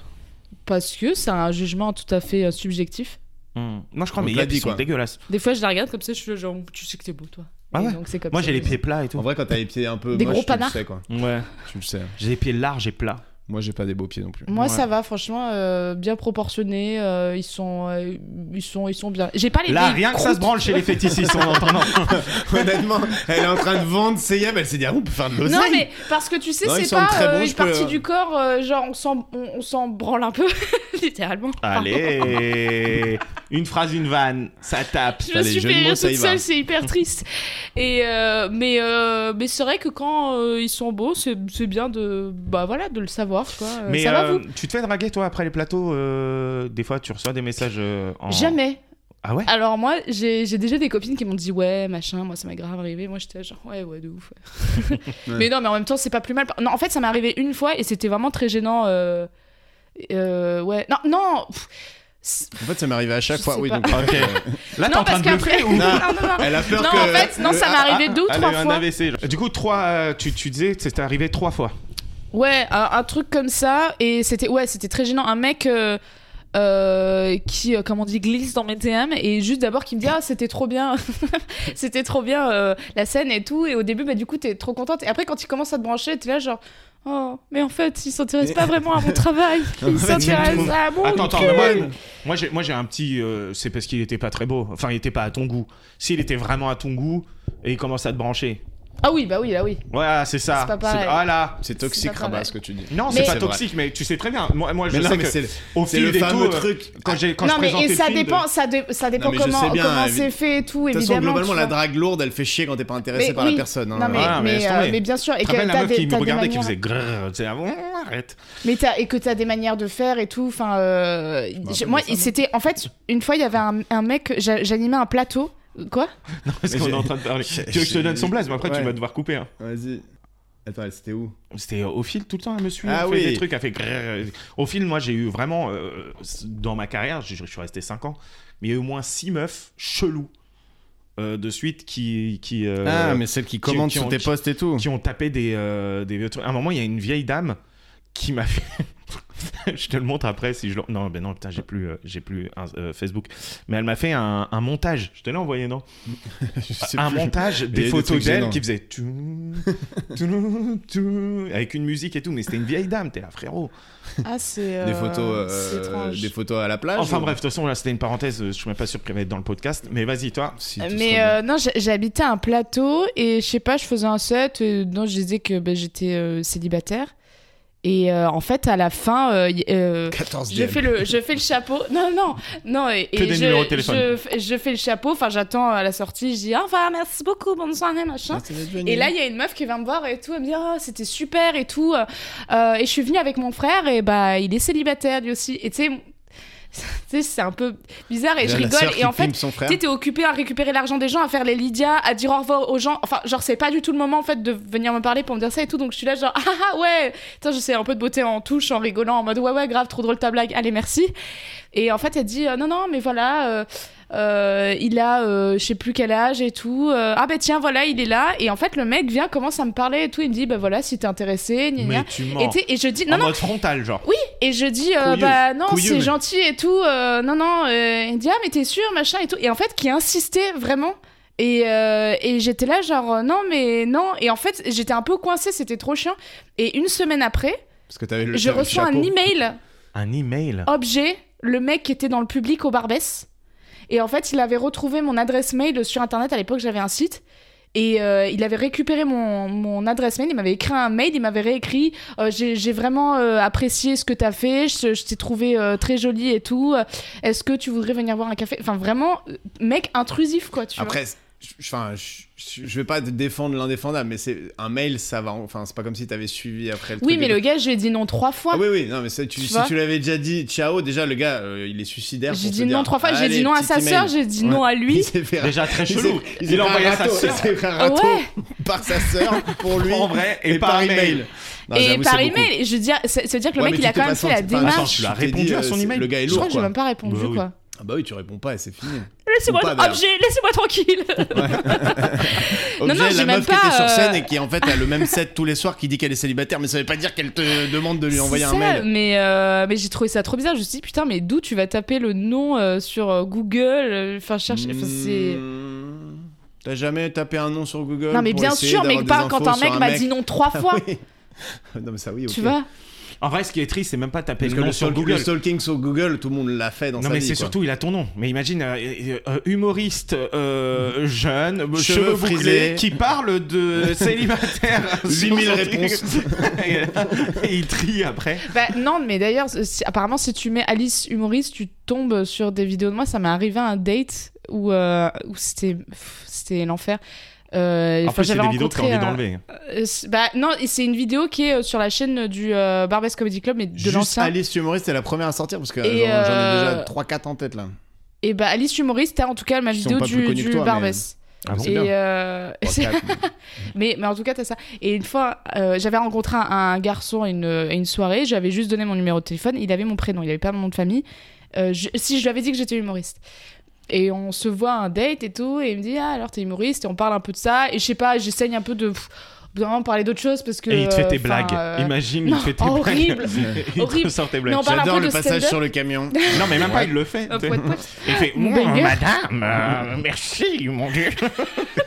Speaker 1: Parce que c'est un jugement tout à fait euh, subjectif.
Speaker 2: Hmm. Non, je crois,
Speaker 3: On
Speaker 2: mais
Speaker 3: te l'a
Speaker 2: yep,
Speaker 3: dit,
Speaker 2: ils sont
Speaker 3: quoi.
Speaker 2: dégueulasses.
Speaker 1: Des fois, je la regarde comme ça, je suis le genre, tu sais que t'es beau, toi.
Speaker 2: Ah
Speaker 1: Et
Speaker 2: ouais.
Speaker 1: Donc c'est comme
Speaker 2: Moi,
Speaker 1: ça.
Speaker 2: j'ai les pieds plats et
Speaker 3: En
Speaker 2: tout.
Speaker 3: vrai, quand t'as les pieds un peu
Speaker 1: Des
Speaker 3: moches,
Speaker 1: gros
Speaker 3: tu le
Speaker 1: panards.
Speaker 3: sais quoi.
Speaker 2: Ouais.
Speaker 3: Tu le sais.
Speaker 2: J'ai les pieds larges et plats.
Speaker 3: Moi, j'ai pas des beaux pieds non plus.
Speaker 1: Moi,
Speaker 2: Ouais.
Speaker 1: ça va, franchement, euh, bien proportionné. euh, ils sont, euh, ils sont, ils sont bien. J'ai pas les.
Speaker 2: Là,
Speaker 1: les
Speaker 2: rien que ça se
Speaker 1: croûtes.
Speaker 2: branle chez les fétichistes en entendant.
Speaker 3: Honnêtement, elle est en train de vendre ses yeux, elle s'est dit ah, on peut faire de l'oseille.
Speaker 1: Non, mais parce que tu sais,
Speaker 3: Non, ils
Speaker 1: c'est
Speaker 3: sont
Speaker 1: pas
Speaker 3: très
Speaker 1: euh,
Speaker 3: bons,
Speaker 1: une
Speaker 3: je peux,
Speaker 1: partie
Speaker 3: euh,
Speaker 1: du corps, euh, genre on s'en, on, on s'en branle un peu, littéralement.
Speaker 2: Allez Une phrase, une vanne, ça tape.
Speaker 1: Je Euh, me
Speaker 3: Allez,
Speaker 1: suis
Speaker 3: jeu de
Speaker 1: fait
Speaker 3: mots,
Speaker 1: rire
Speaker 3: ça y
Speaker 1: toute
Speaker 3: va.
Speaker 1: seule, c'est hyper triste. Et euh, mais euh, mais c'est vrai que quand euh, ils sont beaux, c'est c'est bien de bah voilà de le savoir quoi. Euh,
Speaker 2: Mais
Speaker 1: ça va
Speaker 2: euh,
Speaker 1: vous
Speaker 2: tu te fais draguer, toi, après les plateaux euh, Des fois, tu reçois des messages euh,
Speaker 3: oh.
Speaker 2: en.
Speaker 1: Jamais.
Speaker 2: Ah ouais
Speaker 1: Alors moi, j'ai j'ai déjà des copines qui m'ont dit ouais machin, moi ça m'est grave arrivé. Moi j'étais genre ouais ouais de ouf. ouais. Mais non, mais en même temps c'est pas plus mal. Non, en fait ça m'est arrivé une fois et c'était vraiment très gênant. euh, euh, ouais non non. pff, c'est-
Speaker 3: En fait, ça m'arrive à chaque
Speaker 1: Je
Speaker 3: fois.
Speaker 1: sais
Speaker 3: Oui,
Speaker 1: pas.
Speaker 3: donc. euh,
Speaker 2: Ok. Là, t'es en
Speaker 1: non
Speaker 2: train
Speaker 1: parce
Speaker 2: de bluffer
Speaker 1: qu'après.
Speaker 2: ou
Speaker 1: non non non.
Speaker 3: Elle a peur
Speaker 1: Non,
Speaker 3: que.
Speaker 1: en fait, non, ça m'est arrivé deux ou
Speaker 2: Ah,
Speaker 1: trois
Speaker 2: elle a eu
Speaker 1: fois.
Speaker 2: Un AVC, genre. Du coup, trois, euh, tu, tu disais que c'était arrivé trois fois.
Speaker 1: Ouais, un, un truc comme ça. Et c'était ouais, c'était très gênant. Un mec euh, euh, qui, euh, comment on dit, glisse dans mes DM et juste d'abord qui me dit ah c'était trop bien, c'était trop bien euh, la scène et tout. Et au début bah du coup t'es trop contente. Et après quand il commence à te brancher, t'es là genre oh mais en fait il s'intéresse pas vraiment à mon travail, il s'intéresse à mon
Speaker 2: Attends, attends,
Speaker 1: cul.
Speaker 2: mais moi, moi, j'ai, moi j'ai un petit. euh, c'est parce qu'il était pas très beau. Enfin, il était pas à ton goût. S'il était vraiment à ton goût et il commence à te brancher,
Speaker 1: Ah oui, bah oui, là oui.
Speaker 2: Voilà, c'est ça.
Speaker 1: C'est pas pareil.
Speaker 2: Voilà.
Speaker 3: C'est
Speaker 1: C'est
Speaker 3: toxique,
Speaker 1: pas
Speaker 3: Rabat,
Speaker 1: pareil.
Speaker 3: ce que tu dis.
Speaker 2: Non, c'est
Speaker 1: Mais-
Speaker 2: pas
Speaker 3: C'est vrai.
Speaker 2: toxique, mais tu sais très bien. Moi, moi je
Speaker 3: Mais
Speaker 2: sais
Speaker 3: non, mais
Speaker 2: que
Speaker 3: c'est le-
Speaker 2: au
Speaker 3: c'est
Speaker 2: fil
Speaker 3: le
Speaker 2: des
Speaker 3: fameux
Speaker 2: tours,
Speaker 3: truc.
Speaker 2: quand j'ai quand
Speaker 1: non,
Speaker 2: je
Speaker 1: mais
Speaker 2: présentais
Speaker 1: et
Speaker 2: le
Speaker 1: ça
Speaker 2: film de-
Speaker 1: dépend, ça, dé- ça dépend
Speaker 3: mais je
Speaker 1: comment,
Speaker 3: sais bien,
Speaker 2: euh,
Speaker 1: comment
Speaker 3: évi-
Speaker 1: c'est fait et tout,
Speaker 3: De toute façon,
Speaker 1: évidemment.
Speaker 3: globalement,
Speaker 1: tu
Speaker 3: la
Speaker 1: vois.
Speaker 3: drague lourde, elle fait chier quand t'es pas intéressé
Speaker 1: Mais
Speaker 3: par
Speaker 1: oui.
Speaker 3: la personne. hein.
Speaker 1: Non, mais,
Speaker 2: Voilà, Ah, mais
Speaker 1: mais,
Speaker 2: laisse
Speaker 1: euh,
Speaker 2: tomber.
Speaker 1: mais bien sûr. Et
Speaker 2: Je
Speaker 1: que
Speaker 2: te rappelle la
Speaker 1: t'as
Speaker 2: meuf
Speaker 1: des-
Speaker 2: qui me
Speaker 1: t'as des
Speaker 2: regardait qui
Speaker 1: manières-
Speaker 2: faisait grrr, tu sais, avant, arrête.
Speaker 1: Mais t'as, et que t'as des manières de faire et tout. Enfin, euh, je- moi,
Speaker 3: ça, moi.
Speaker 1: c'était. En fait, une fois, il y avait un, un mec, j'a- j'animais un plateau. Quoi
Speaker 2: Parce
Speaker 3: Mais
Speaker 2: qu'on
Speaker 3: j'ai-
Speaker 2: est en train de parler. Tu
Speaker 3: j'ai-
Speaker 2: veux que je te donne son blaze, mais après
Speaker 3: Ouais.
Speaker 2: tu vas devoir couper. hein.
Speaker 3: Ah, Vas-y. Attends, elle, c'était où
Speaker 2: C'était euh, au fil tout le temps, elle me suit,
Speaker 3: Ah
Speaker 2: elle fait
Speaker 3: oui.
Speaker 2: des trucs, elle fait grrr. Au fil, moi j'ai eu vraiment, euh, dans ma carrière, je, je suis resté 5 ans, mais il y a eu au moins 6 meufs cheloues euh, de suite qui. qui euh,
Speaker 3: Ah, mais celle qui commente
Speaker 2: qui
Speaker 3: sur
Speaker 2: ont-
Speaker 3: tes
Speaker 2: qui-
Speaker 3: posts et tout.
Speaker 2: qui ont tapé des, euh, des vieux trucs. À un moment, il y a une vieille dame qui m'a fait. je te le montre après si je le... Non, mais non, putain, j'ai plus, euh, j'ai plus un- euh, Facebook. Mais elle m'a fait un, un montage. Je te l'ai envoyé, non
Speaker 3: Je sais
Speaker 2: Un
Speaker 3: plus.
Speaker 2: montage
Speaker 3: Il y a
Speaker 2: des
Speaker 3: des
Speaker 2: photos
Speaker 3: trucs
Speaker 2: d'elle
Speaker 3: gênants.
Speaker 2: qui faisait. tu- tu- tu- Avec une musique et tout. Mais c'était une vieille dame, t'es là, frérot.
Speaker 1: Ah, c'est. euh,
Speaker 3: Des photos, euh,
Speaker 1: c'est étrange.
Speaker 3: des photos à la plage.
Speaker 2: Enfin
Speaker 3: ou-
Speaker 2: bref, de toute façon, là, c'était une parenthèse. Je suis même pas sûr qu'elle va être dans le podcast. Mais vas-y, toi.
Speaker 3: Si, tout hein. serait
Speaker 1: Mais
Speaker 3: bien.
Speaker 1: euh, non, j'ai- j'habitais un plateau et je sais pas, je faisais un set. euh, non, je disais que bah, j'étais euh, célibataire. Et euh, en fait, à la fin, euh, y- euh,
Speaker 3: 14
Speaker 1: je
Speaker 3: DM.
Speaker 1: fais le, je fais le chapeau. Non, non, non. Et,
Speaker 2: Que
Speaker 1: et
Speaker 2: des
Speaker 1: je,
Speaker 2: numéros de téléphone.
Speaker 1: Je, f- je fais le chapeau. Enfin, j'attends à la sortie. Je dis au revoir, merci beaucoup, bonne soirée, machin. Et là, il y a une meuf qui vient me voir et tout. Elle me dit oh, c'était super et tout. Euh, euh, et je suis venue avec mon frère et bah il est célibataire lui aussi. Et tu sais, tu sais, c'est un peu bizarre et
Speaker 3: Il y
Speaker 1: je
Speaker 3: a la
Speaker 1: rigole.
Speaker 3: sœur
Speaker 1: Et
Speaker 3: qui
Speaker 1: en fait,
Speaker 3: pimpe son frère.
Speaker 1: tu sais, t'es occupé à récupérer l'argent des gens, à faire les Lydia, à dire au revoir aux gens. Enfin, genre, c'est pas du tout le moment en fait de venir me parler pour me dire ça et tout. Donc, je suis là, genre, ah ah ouais, putain, j'essaie un peu de beauté en touche, en rigolant, en mode ouais, ouais, grave, trop drôle ta blague, allez, merci. Et en fait, elle dit, euh, non, non, mais voilà, euh, euh, il a, euh, je sais plus quel âge et tout. euh, ah bah tiens, voilà, il est là. Et en fait, le mec vient, commence à me parler et tout. Il me dit, bah voilà, si t'es intéressé, gna,
Speaker 2: Mais
Speaker 1: gna.
Speaker 2: tu
Speaker 1: Et,
Speaker 2: mens.
Speaker 1: tu sais, et je dis,
Speaker 2: En
Speaker 1: non, non,
Speaker 2: mode frontal, genre.
Speaker 1: et je dis, euh,
Speaker 3: Couilleux.
Speaker 1: bah non,
Speaker 3: Couilleux,
Speaker 1: c'est
Speaker 3: mais-
Speaker 1: gentil et tout. euh, non, non. euh, il me dit, ah, mais t'es sûr, machin et tout. Et en fait, qui insistait vraiment. Et, euh, et j'étais là, genre, euh, non, mais non. Et en fait, j'étais un peu coincée, c'était trop chiant. Et une semaine après,
Speaker 3: Parce que t'avais le
Speaker 1: je
Speaker 3: t'avais le
Speaker 1: reçois un
Speaker 3: chapeau.
Speaker 1: email,
Speaker 2: Un email.
Speaker 1: objet, le mec qui était dans le public au Barbès. Et en fait, il avait retrouvé mon adresse mail sur internet. À l'époque, j'avais un site. Et euh, il avait récupéré mon, mon adresse mail, il m'avait écrit un mail, il m'avait réécrit euh, J'ai j'ai vraiment euh, apprécié ce que t'as fait, je, je t'ai trouvé euh, très jolie et tout. Est-ce que tu voudrais venir boire un café Enfin, vraiment, euh, mec intrusif, quoi, tu
Speaker 3: Après, je- je- enfin, je, je- je vais pas te défendre l'indéfendable, mais c'est un mail, ça va. Enfin, c'est pas comme si t'avais suivi après le
Speaker 1: vois. Oui,
Speaker 3: truc
Speaker 1: mais
Speaker 3: et
Speaker 1: le
Speaker 3: tout.
Speaker 1: gars, je lui ai dit non trois fois.
Speaker 3: Ah oui, oui, non, mais ça, tu,
Speaker 1: Tu
Speaker 3: si
Speaker 1: vois
Speaker 3: tu l'avais déjà dit, ciao, déjà, le gars, euh, il est suicidaire.
Speaker 1: j'ai
Speaker 3: pour
Speaker 1: dit
Speaker 3: te
Speaker 1: non
Speaker 3: dire,
Speaker 1: trois fois, j'ai
Speaker 3: allez,
Speaker 1: dit non à
Speaker 3: petit
Speaker 1: sa
Speaker 3: email.
Speaker 1: sœur, j'ai dit non à
Speaker 3: Il
Speaker 1: lui.
Speaker 3: s'est fait
Speaker 2: Déjà très
Speaker 3: Oh. il s'est-
Speaker 2: chelou.
Speaker 3: il
Speaker 2: Il,
Speaker 3: s'est fait
Speaker 2: envoyé
Speaker 3: un
Speaker 2: à sa
Speaker 3: râteau,
Speaker 2: sœur.
Speaker 3: Il s'est fait un
Speaker 1: Ah
Speaker 3: râteau
Speaker 1: ouais
Speaker 3: par sa sœur pour lui.
Speaker 2: En vrai et,
Speaker 3: et par email. Non,
Speaker 1: et
Speaker 3: j'avoue,
Speaker 1: par
Speaker 3: c'est beaucoup.
Speaker 1: email, je veux dire, c'est- c'est-à-dire que le
Speaker 3: Ouais, mais
Speaker 1: mec,
Speaker 3: tu
Speaker 1: il a quand
Speaker 3: t'es pas
Speaker 1: même fait la
Speaker 3: senti- enfin, attends,
Speaker 1: démarche.
Speaker 2: tu l'as
Speaker 3: t'es
Speaker 2: répondu
Speaker 3: dit,
Speaker 2: à
Speaker 3: euh,
Speaker 2: son
Speaker 3: c'est-
Speaker 2: email.
Speaker 3: Le gars est
Speaker 1: Je crois
Speaker 3: lourd.
Speaker 1: que j'ai
Speaker 3: quoi.
Speaker 1: même pas répondu,
Speaker 2: Bah oui.
Speaker 1: quoi.
Speaker 3: Ah bah oui, tu réponds pas et c'est fini.
Speaker 1: Laissez-moi,
Speaker 3: Ou pas, d'ailleurs.
Speaker 1: objet, laissez-moi tranquille. non,
Speaker 3: Objet,
Speaker 1: j'ai
Speaker 3: la
Speaker 1: même
Speaker 3: meuf
Speaker 1: pas,
Speaker 3: qui était sur scène
Speaker 1: euh,
Speaker 3: et qui en fait a le même set tous les soirs qui dit qu'elle est célibataire, mais ça veut pas dire qu'elle te demande de lui envoyer
Speaker 1: C'est
Speaker 3: un
Speaker 1: ça,
Speaker 3: mail.
Speaker 1: Mais, euh, mais j'ai trouvé ça trop bizarre. Je me suis dit, putain, mais d'où tu vas taper le nom euh, sur euh, Google euh, Enfin, chercher. Enfin,
Speaker 3: Hmm.
Speaker 1: c'est.
Speaker 3: Mmh. T'as jamais tapé un nom sur Google
Speaker 1: Non, mais
Speaker 3: pour
Speaker 1: bien
Speaker 3: essayer
Speaker 1: sûr, mais
Speaker 3: d'avoir
Speaker 1: pas
Speaker 3: des
Speaker 1: quand
Speaker 3: infos
Speaker 1: un
Speaker 3: sur
Speaker 1: mec
Speaker 3: Ah
Speaker 1: m'a dit non trois fois.
Speaker 3: Oui. non, mais ça, oui, ok.
Speaker 1: Tu vois
Speaker 2: En vrai, ce qui est triste, c'est même pas taper
Speaker 3: Parce que
Speaker 2: le nom
Speaker 3: le,
Speaker 2: sur
Speaker 3: stalk-
Speaker 2: Google.
Speaker 3: le stalking sur Google, tout le monde l'a fait dans
Speaker 2: Non
Speaker 3: sa
Speaker 2: mais
Speaker 3: vie,
Speaker 2: c'est
Speaker 3: quoi.
Speaker 2: surtout il a ton nom. Mais imagine euh, euh, euh, humoriste euh, jeune, cheveux,
Speaker 3: Cheveux
Speaker 2: bouclés,
Speaker 3: frisés.
Speaker 2: qui parle de célibataire.
Speaker 3: 8000
Speaker 2: sur son
Speaker 3: réponses.
Speaker 2: truc. et, et il trie après.
Speaker 1: Bah, non, mais d'ailleurs, si- apparemment, si tu mets Alice humoriste, tu tombes sur des vidéos de moi. Ça m'est arrivé à un date où, euh, où c'était pff, c'était l'enfer. Euh,
Speaker 2: En
Speaker 1: enfin,
Speaker 2: plus c'est
Speaker 1: j'avais
Speaker 2: des vidéos que t'as
Speaker 1: rencontré.
Speaker 2: envie
Speaker 1: euh,
Speaker 2: d'enlever. hein.
Speaker 1: euh, c'est- bah, non, c'est une vidéo qui est euh, sur la chaîne du euh, Barbès Comedy Club, mais de
Speaker 3: Juste
Speaker 1: l'ancien.
Speaker 3: Alice Humoriste est la première à sortir parce que
Speaker 1: Et,
Speaker 3: j'en- j'en ai
Speaker 1: euh,
Speaker 3: déjà 3-4 en tête là.
Speaker 1: Et bah, Alice humoriste, t'as en tout cas ma
Speaker 3: Qui sont
Speaker 1: vidéo
Speaker 3: pas plus
Speaker 1: du,
Speaker 3: connus que
Speaker 1: du
Speaker 3: toi, mais-
Speaker 1: Barbès.
Speaker 2: Ah bon
Speaker 3: C'est
Speaker 1: Et
Speaker 3: bien.
Speaker 1: euh, c'est-
Speaker 3: 3-4, mais-
Speaker 1: mais, mais en tout cas, t'as ça. Et une fois, euh, j'avais rencontré un, un garçon à une, à une soirée, j'avais juste donné mon numéro de téléphone, il avait mon prénom, il avait pas mon nom de famille. Euh, je- si je lui avais dit que j'étais humoriste. Et on se voit à un date et tout, et il me dit Ah, alors t'es humoriste, et on parle un peu de ça, et je sais pas, j'essaye un peu de. pff, au bout d'un moment, parler d'autre chose parce que.
Speaker 2: Et il te fait
Speaker 1: euh,
Speaker 2: tes
Speaker 1: enfin,
Speaker 2: blagues.
Speaker 1: euh,
Speaker 2: Imagine,
Speaker 1: non,
Speaker 2: il te fait tes
Speaker 1: oh,
Speaker 2: blagues.
Speaker 1: horrible.
Speaker 2: il te
Speaker 1: Horrible.
Speaker 2: sort tes blagues.
Speaker 1: Non, On parle un
Speaker 3: J'adore
Speaker 1: peu
Speaker 3: le
Speaker 1: de
Speaker 3: passage
Speaker 1: stand-up.
Speaker 3: sur le camion.
Speaker 2: Non, mais même pas, il le fait.
Speaker 1: Euh,
Speaker 2: tu sais.
Speaker 1: pouet, pouet.
Speaker 2: Il fait
Speaker 1: Mon
Speaker 2: Ouah,
Speaker 1: banger.
Speaker 2: Madame, euh, merci, mon Dieu.